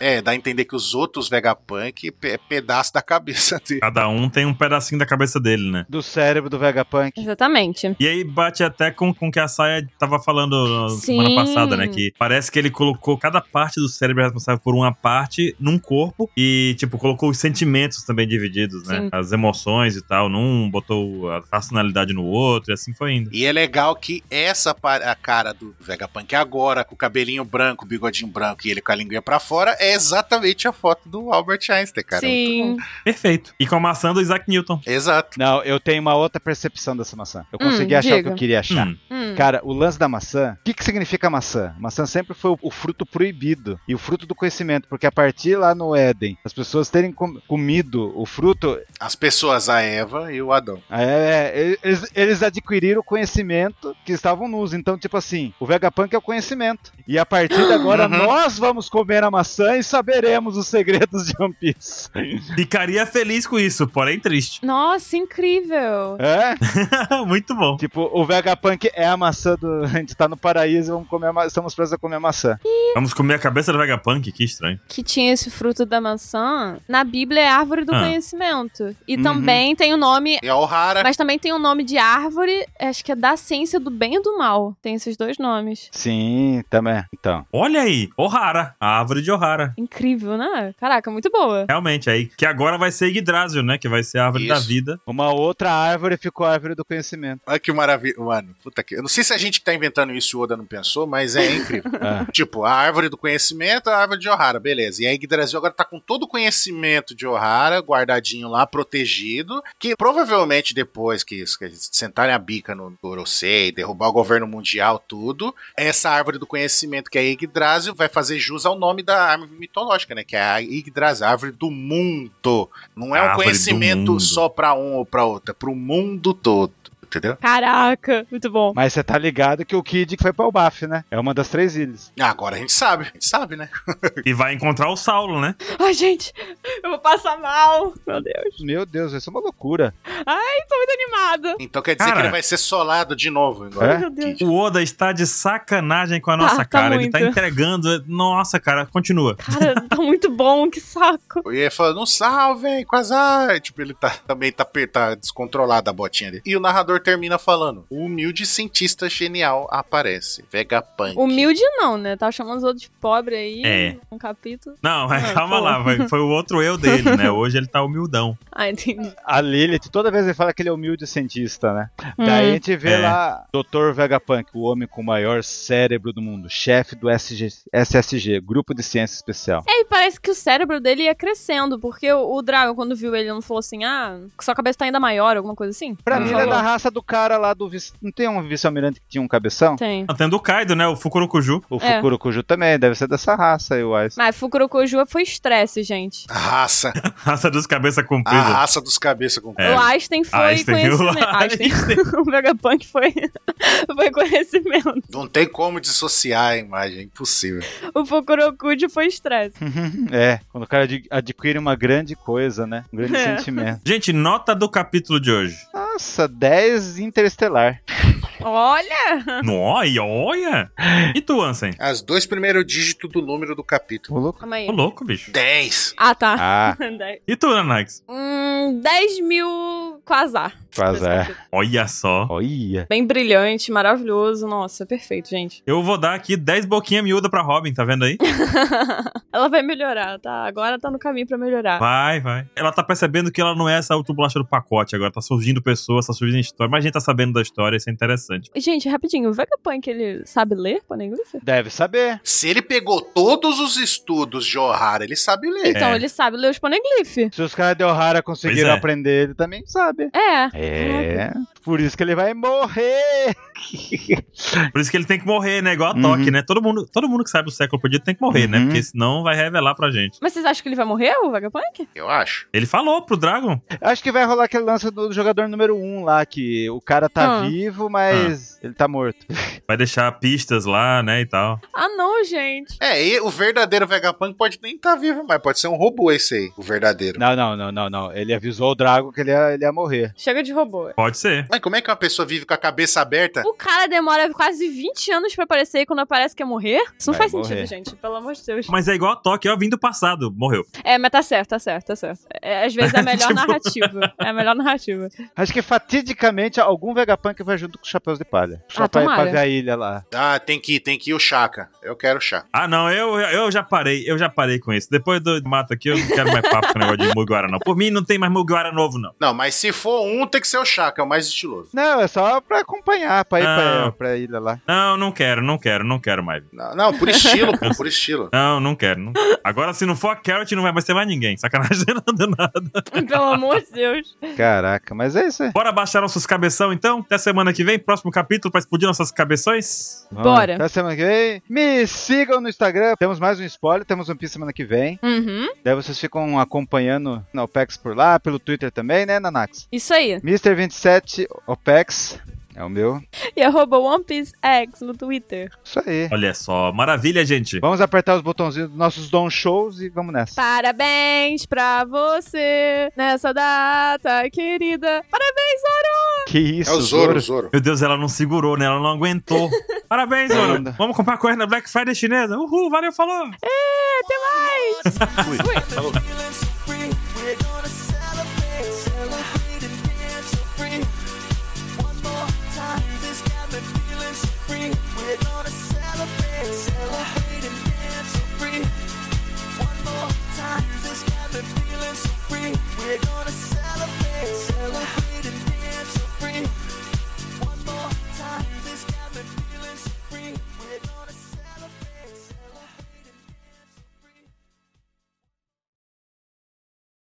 Speaker 2: É, dá a entender que os outros Vegapunk pe- é pedaço da cabeça [laughs] dele.
Speaker 1: Cada um tem um pedacinho da cabeça dele, né?
Speaker 4: do cérebro do Vegapunk.
Speaker 3: Exatamente.
Speaker 1: E aí bate até com com o que a Saia tava falando na semana
Speaker 3: Sim.
Speaker 1: passada, né? Que parece que ele colocou cada parte do cérebro responsável por uma parte num corpo e, tipo, colocou os sentimentos também divididos, né?
Speaker 3: Sim.
Speaker 1: As emoções e tal. Num botou a personalidade no outro e assim foi indo.
Speaker 2: E é legal que essa par- a cara do Vegapunk agora, com o cabelinho branco, o bigodinho branco e ele com a linguinha pra fora, é exatamente a foto do Albert Einstein, cara. é
Speaker 3: Sim.
Speaker 1: Perfeito. E com a maçã do Isaac Newton.
Speaker 2: Exato.
Speaker 4: Não, eu tenho uma outra percepção dessa maçã. Eu
Speaker 3: Hum,
Speaker 4: consegui achar o que
Speaker 3: diga.
Speaker 4: eu queria achar.
Speaker 1: Hum.
Speaker 3: Hum.
Speaker 4: Cara, o lance da maçã, o que, que significa maçã? Maçã sempre foi o, o fruto proibido e o fruto do conhecimento, porque a partir lá no Éden, as pessoas terem com- comido o fruto,
Speaker 2: As pessoas, a Eva e o Adão.
Speaker 4: é, eles, eles adquiriram o conhecimento que estavam nus. Então, tipo assim, o Vegapunk é o conhecimento. E a partir de agora,
Speaker 2: Uhum.
Speaker 4: nós vamos comer a maçã e saberemos os segredos de One Piece. [laughs]
Speaker 1: Ficaria feliz com isso, porém triste. [laughs]
Speaker 3: Nossa, incrível.
Speaker 4: É?
Speaker 1: Muito bom.
Speaker 4: Tipo, o Vegapunk é a maçã do. [laughs] A gente tá no paraíso vamos comer a ma... estamos presos a comer a maçã.
Speaker 1: Vamos comer a cabeça do Vegapunk, que estranho.
Speaker 3: Que tinha esse fruto da maçã. Na Bíblia é árvore do
Speaker 1: Ah.
Speaker 3: conhecimento. E
Speaker 2: Uhum.
Speaker 3: também tem o nome.
Speaker 2: E a O'Hara.
Speaker 3: Mas também tem o nome de árvore, acho que é da ciência do bem e do mal. Tem esses dois nomes.
Speaker 4: Sim, também. Então.
Speaker 1: Olha aí, Ohara, a árvore de Ohara.
Speaker 3: Incrível, né? Caraca, muito boa.
Speaker 1: Realmente, aí que agora vai ser Yggdrasil, né? Que vai ser a árvore
Speaker 2: Isso.
Speaker 1: da vida.
Speaker 4: Uma outra árvore ficou a árvore do conhecimento. [laughs]
Speaker 2: Olha que maravilha, mano. Puta que. Eu não sei se a gente que tá inventando isso e o Oda não pensou, mas
Speaker 3: [laughs]
Speaker 2: é incrível.
Speaker 4: Ah.
Speaker 2: tipo, a árvore do conhecimento, a árvore de O'Hara, beleza. E a Yggdrasil agora tá com todo o conhecimento de O'Hara guardadinho lá, protegido, que provavelmente depois que, isso- que eles sentarem a bica no Gorosei, derrubar o governo mundial, tudo, essa árvore do conhecimento que é a Yggdrasil vai fazer jus ao nome da árvore mitológica, né? Que é a Yggdrasil, a árvore do mundo. Não é um
Speaker 1: Árvore do
Speaker 2: conhecimento
Speaker 1: mundo.
Speaker 2: só pra um ou pra outra, pro mundo todo. Entendeu?
Speaker 3: Caraca, muito bom.
Speaker 4: Mas você tá ligado que o Kid foi pra Ubaf, né? É uma das três ilhas.
Speaker 2: Ah, Agora a gente sabe, a gente sabe, né?
Speaker 1: E vai encontrar o Saulo, né?
Speaker 3: Ai, gente, eu vou passar mal. Meu Deus.
Speaker 4: Meu Deus, isso é uma loucura.
Speaker 3: Ai, tô muito animada.
Speaker 2: Então quer dizer
Speaker 1: Cara.
Speaker 2: que ele vai ser solado de novo
Speaker 4: É?
Speaker 2: agora.
Speaker 3: Meu Deus.
Speaker 1: O Oda está de sacanagem com a
Speaker 3: Tá,
Speaker 1: nossa
Speaker 3: tá
Speaker 1: cara. Ele tá
Speaker 3: muito.
Speaker 1: entregando. Nossa, cara, continua.
Speaker 3: Cara,
Speaker 1: [laughs]
Speaker 3: tá muito bom, que saco.
Speaker 2: E ele falando, não salve, quasar. Tipo, ele tá, também tá, pe- tá descontrolado a botinha dele. E o narrador termina falando: o humilde cientista genial aparece. Vegapunk.
Speaker 3: Humilde não, né? Tá chamando os outros de pobre aí.
Speaker 1: É.
Speaker 3: Um capítulo.
Speaker 1: Não, mas [laughs]
Speaker 3: Ah,
Speaker 1: calma
Speaker 3: pô.
Speaker 1: lá, vai- foi o outro eu dele, né? Hoje ele tá humildão.
Speaker 3: Ah, entendi.
Speaker 4: A Lilith, toda vez ele fala que ele é humilde cientista, né?
Speaker 3: Hum.
Speaker 4: Daí a gente vê
Speaker 1: É.
Speaker 4: lá Dr. Vegapunk, o homem com o maior cérebro do mundo, chefe do SG, SSG, Grupo de Ciência Especial.
Speaker 3: É, e parece que o cérebro dele ia crescendo, porque o, o Dragon, quando viu ele, não falou assim, ah, sua cabeça tá ainda maior, alguma coisa assim?
Speaker 4: Pra
Speaker 1: Não
Speaker 4: mim, ele é
Speaker 3: falou.
Speaker 4: da raça do cara lá do vice. Não tem um vice-almirante que tinha um cabeção?
Speaker 3: Tem.
Speaker 1: Tá tendo o Kaido, né? O Fukurokuju. [laughs]
Speaker 4: O
Speaker 3: É.
Speaker 4: Fukuro Kuju também, deve ser dessa raça aí, o Ice.
Speaker 3: Mas Fukurokoju foi estresse, gente.
Speaker 2: A raça.
Speaker 1: Raça dos cabeça
Speaker 2: A
Speaker 1: comprida.
Speaker 2: raça dos cabeças com.
Speaker 1: É.
Speaker 3: O Einstein foi
Speaker 1: Einstein,
Speaker 3: conhecimento.
Speaker 1: o
Speaker 3: Einstein. [laughs] o Vegapunk foi, foi conhecimento.
Speaker 2: Não tem como dissociar a imagem, é impossível.
Speaker 3: O Fukurokuju foi estresse.
Speaker 4: É, quando o cara ad- adquire uma grande coisa, né? Um grande
Speaker 3: É.
Speaker 4: sentimento.
Speaker 1: Gente, nota do capítulo de hoje.
Speaker 4: Nossa, 10 interestelar.
Speaker 3: Olha!
Speaker 1: Olha, olha. E tu, Ansem?
Speaker 2: As dois primeiros dígitos do número do capítulo:
Speaker 4: Ô, louco.
Speaker 3: Calma aí.
Speaker 1: Ô, louco, bicho.
Speaker 2: 10.
Speaker 3: Ah, tá.
Speaker 4: Ah,
Speaker 3: [laughs]
Speaker 1: E tu, Nanax?
Speaker 3: Hum, 10 mil quasar.
Speaker 4: quase é.
Speaker 1: Olha só.
Speaker 4: Olha.
Speaker 3: Bem brilhante, maravilhoso. Nossa, perfeito, gente. [laughs]
Speaker 1: Eu vou dar aqui 10 boquinha miúda pra Robin, tá vendo aí?
Speaker 3: Ela vai melhorar, tá? Agora tá no caminho pra melhorar.
Speaker 1: Vai, vai. Ela tá percebendo que ela não é essa autoblacha do pacote agora. Tá surgindo pessoas, tá surgindo história. Mas a gente tá sabendo da história, isso é interessante.
Speaker 3: Gente, rapidinho, o Vegapunk, ele sabe ler Poneglyph?
Speaker 4: Deve saber.
Speaker 2: Se ele pegou todos os estudos de O'Hara, ele sabe ler.
Speaker 3: Então,
Speaker 1: É.
Speaker 3: ele sabe ler os Poneglyph.
Speaker 4: Se os caras de Ohara conseguiram
Speaker 1: Pois é.
Speaker 4: aprender, ele também sabe.
Speaker 3: É. [laughs]
Speaker 4: É. Por isso que ele vai morrer.
Speaker 1: Por isso que ele tem que morrer, né? Igual a Toque,
Speaker 4: Uhum.
Speaker 1: né? Todo mundo, todo mundo que sabe do século perdido tem que morrer, né?
Speaker 4: Uhum.
Speaker 1: Porque senão vai revelar pra gente.
Speaker 3: Mas vocês acham que ele vai morrer, o Vegapunk?
Speaker 2: Eu acho.
Speaker 1: Ele falou pro Dragon.
Speaker 4: Acho que vai rolar aquele lance do jogador número 1 um lá, que o cara tá
Speaker 3: Ah.
Speaker 4: vivo, mas ele tá morto.
Speaker 1: Vai deixar pistas lá, né? E tal.
Speaker 3: Ah, não, gente.
Speaker 2: É, e o verdadeiro Vegapunk pode nem estar vivo, mas pode ser um robô esse aí, o verdadeiro.
Speaker 4: Não, não, não, não, não. Ele avisou o Drago que ele ia, ele ia morrer.
Speaker 3: Chega de robô.
Speaker 1: Pode ser.
Speaker 2: Mas como é que uma pessoa vive com a cabeça aberta?
Speaker 3: O cara demora quase 20 anos pra aparecer e quando aparece quer morrer? Isso não
Speaker 4: Vai
Speaker 3: faz
Speaker 4: morrer.
Speaker 3: sentido, gente. Pelo amor de Deus.
Speaker 1: Mas é igual a Toque, ó, vim do passado, morreu.
Speaker 3: É, mas tá certo, tá certo, tá certo. É, às vezes é a melhor
Speaker 1: Tipo-
Speaker 3: narrativa. É a melhor narrativa. [laughs]
Speaker 4: Acho que fatidicamente algum Vegapunk vai junto com os Chapéus de Palha. Só
Speaker 3: Ah,
Speaker 4: pra,
Speaker 3: tomara.
Speaker 4: pra ver a ilha lá.
Speaker 2: Ah, tem que ir, tem que ir o Chaka. Eu quero o Chaka.
Speaker 1: Ah, não, eu, eu já parei, eu já parei com isso. Depois do mato aqui, eu não quero mais papo com o negócio de Mugiwara, não. Por mim, não tem mais Mugiwara novo, não.
Speaker 2: Não, mas se for um, tem que ser o Chaka, é o mais estiloso.
Speaker 4: Não, é só pra acompanhar, pra ir pra,
Speaker 1: Não.
Speaker 4: pra ilha lá.
Speaker 1: Não, não quero, não quero, não quero mais.
Speaker 2: Não, não, por estilo, pô, por estilo.
Speaker 1: Não, não quero. não. Agora, se não for a Carrot, não vai mais ter mais ninguém. Sacanagem, [laughs] não deu nada.
Speaker 3: Pelo amor de Deus.
Speaker 4: Caraca, mas é isso aí.
Speaker 1: Bora baixar nossos cabeção, então? Até semana que vem, próximo capítulo pra explodir nossas cabeções.
Speaker 4: Vamos lá.
Speaker 3: Bora.
Speaker 4: Até semana que vem. Me sigam no Instagram. Temos mais um spoiler. Temos One Piece semana que vem.
Speaker 3: Uhum.
Speaker 4: Daí vocês ficam acompanhando na OPEX por lá, pelo Twitter também, né, Nanax?
Speaker 3: Isso aí.
Speaker 4: Mr27 OPEX é o meu.
Speaker 3: E arroba One Piece X no Twitter.
Speaker 4: Isso aí.
Speaker 1: Olha só, maravilha, gente.
Speaker 4: Vamos apertar os botãozinhos dos nossos Don Shows e vamos nessa.
Speaker 3: Parabéns pra você nessa data, querida. Parabéns, Zoro!
Speaker 4: Que isso,
Speaker 2: É o Zoro, o Zoro.
Speaker 1: Meu Deus, ela não segurou, né? Ela não aguentou. Parabéns, mano. Vamos comprar coisa na Black Friday chinesa. Uhul, valeu, falou.
Speaker 3: É, até mais!
Speaker 4: Fui.
Speaker 3: Fui.
Speaker 6: ambulance.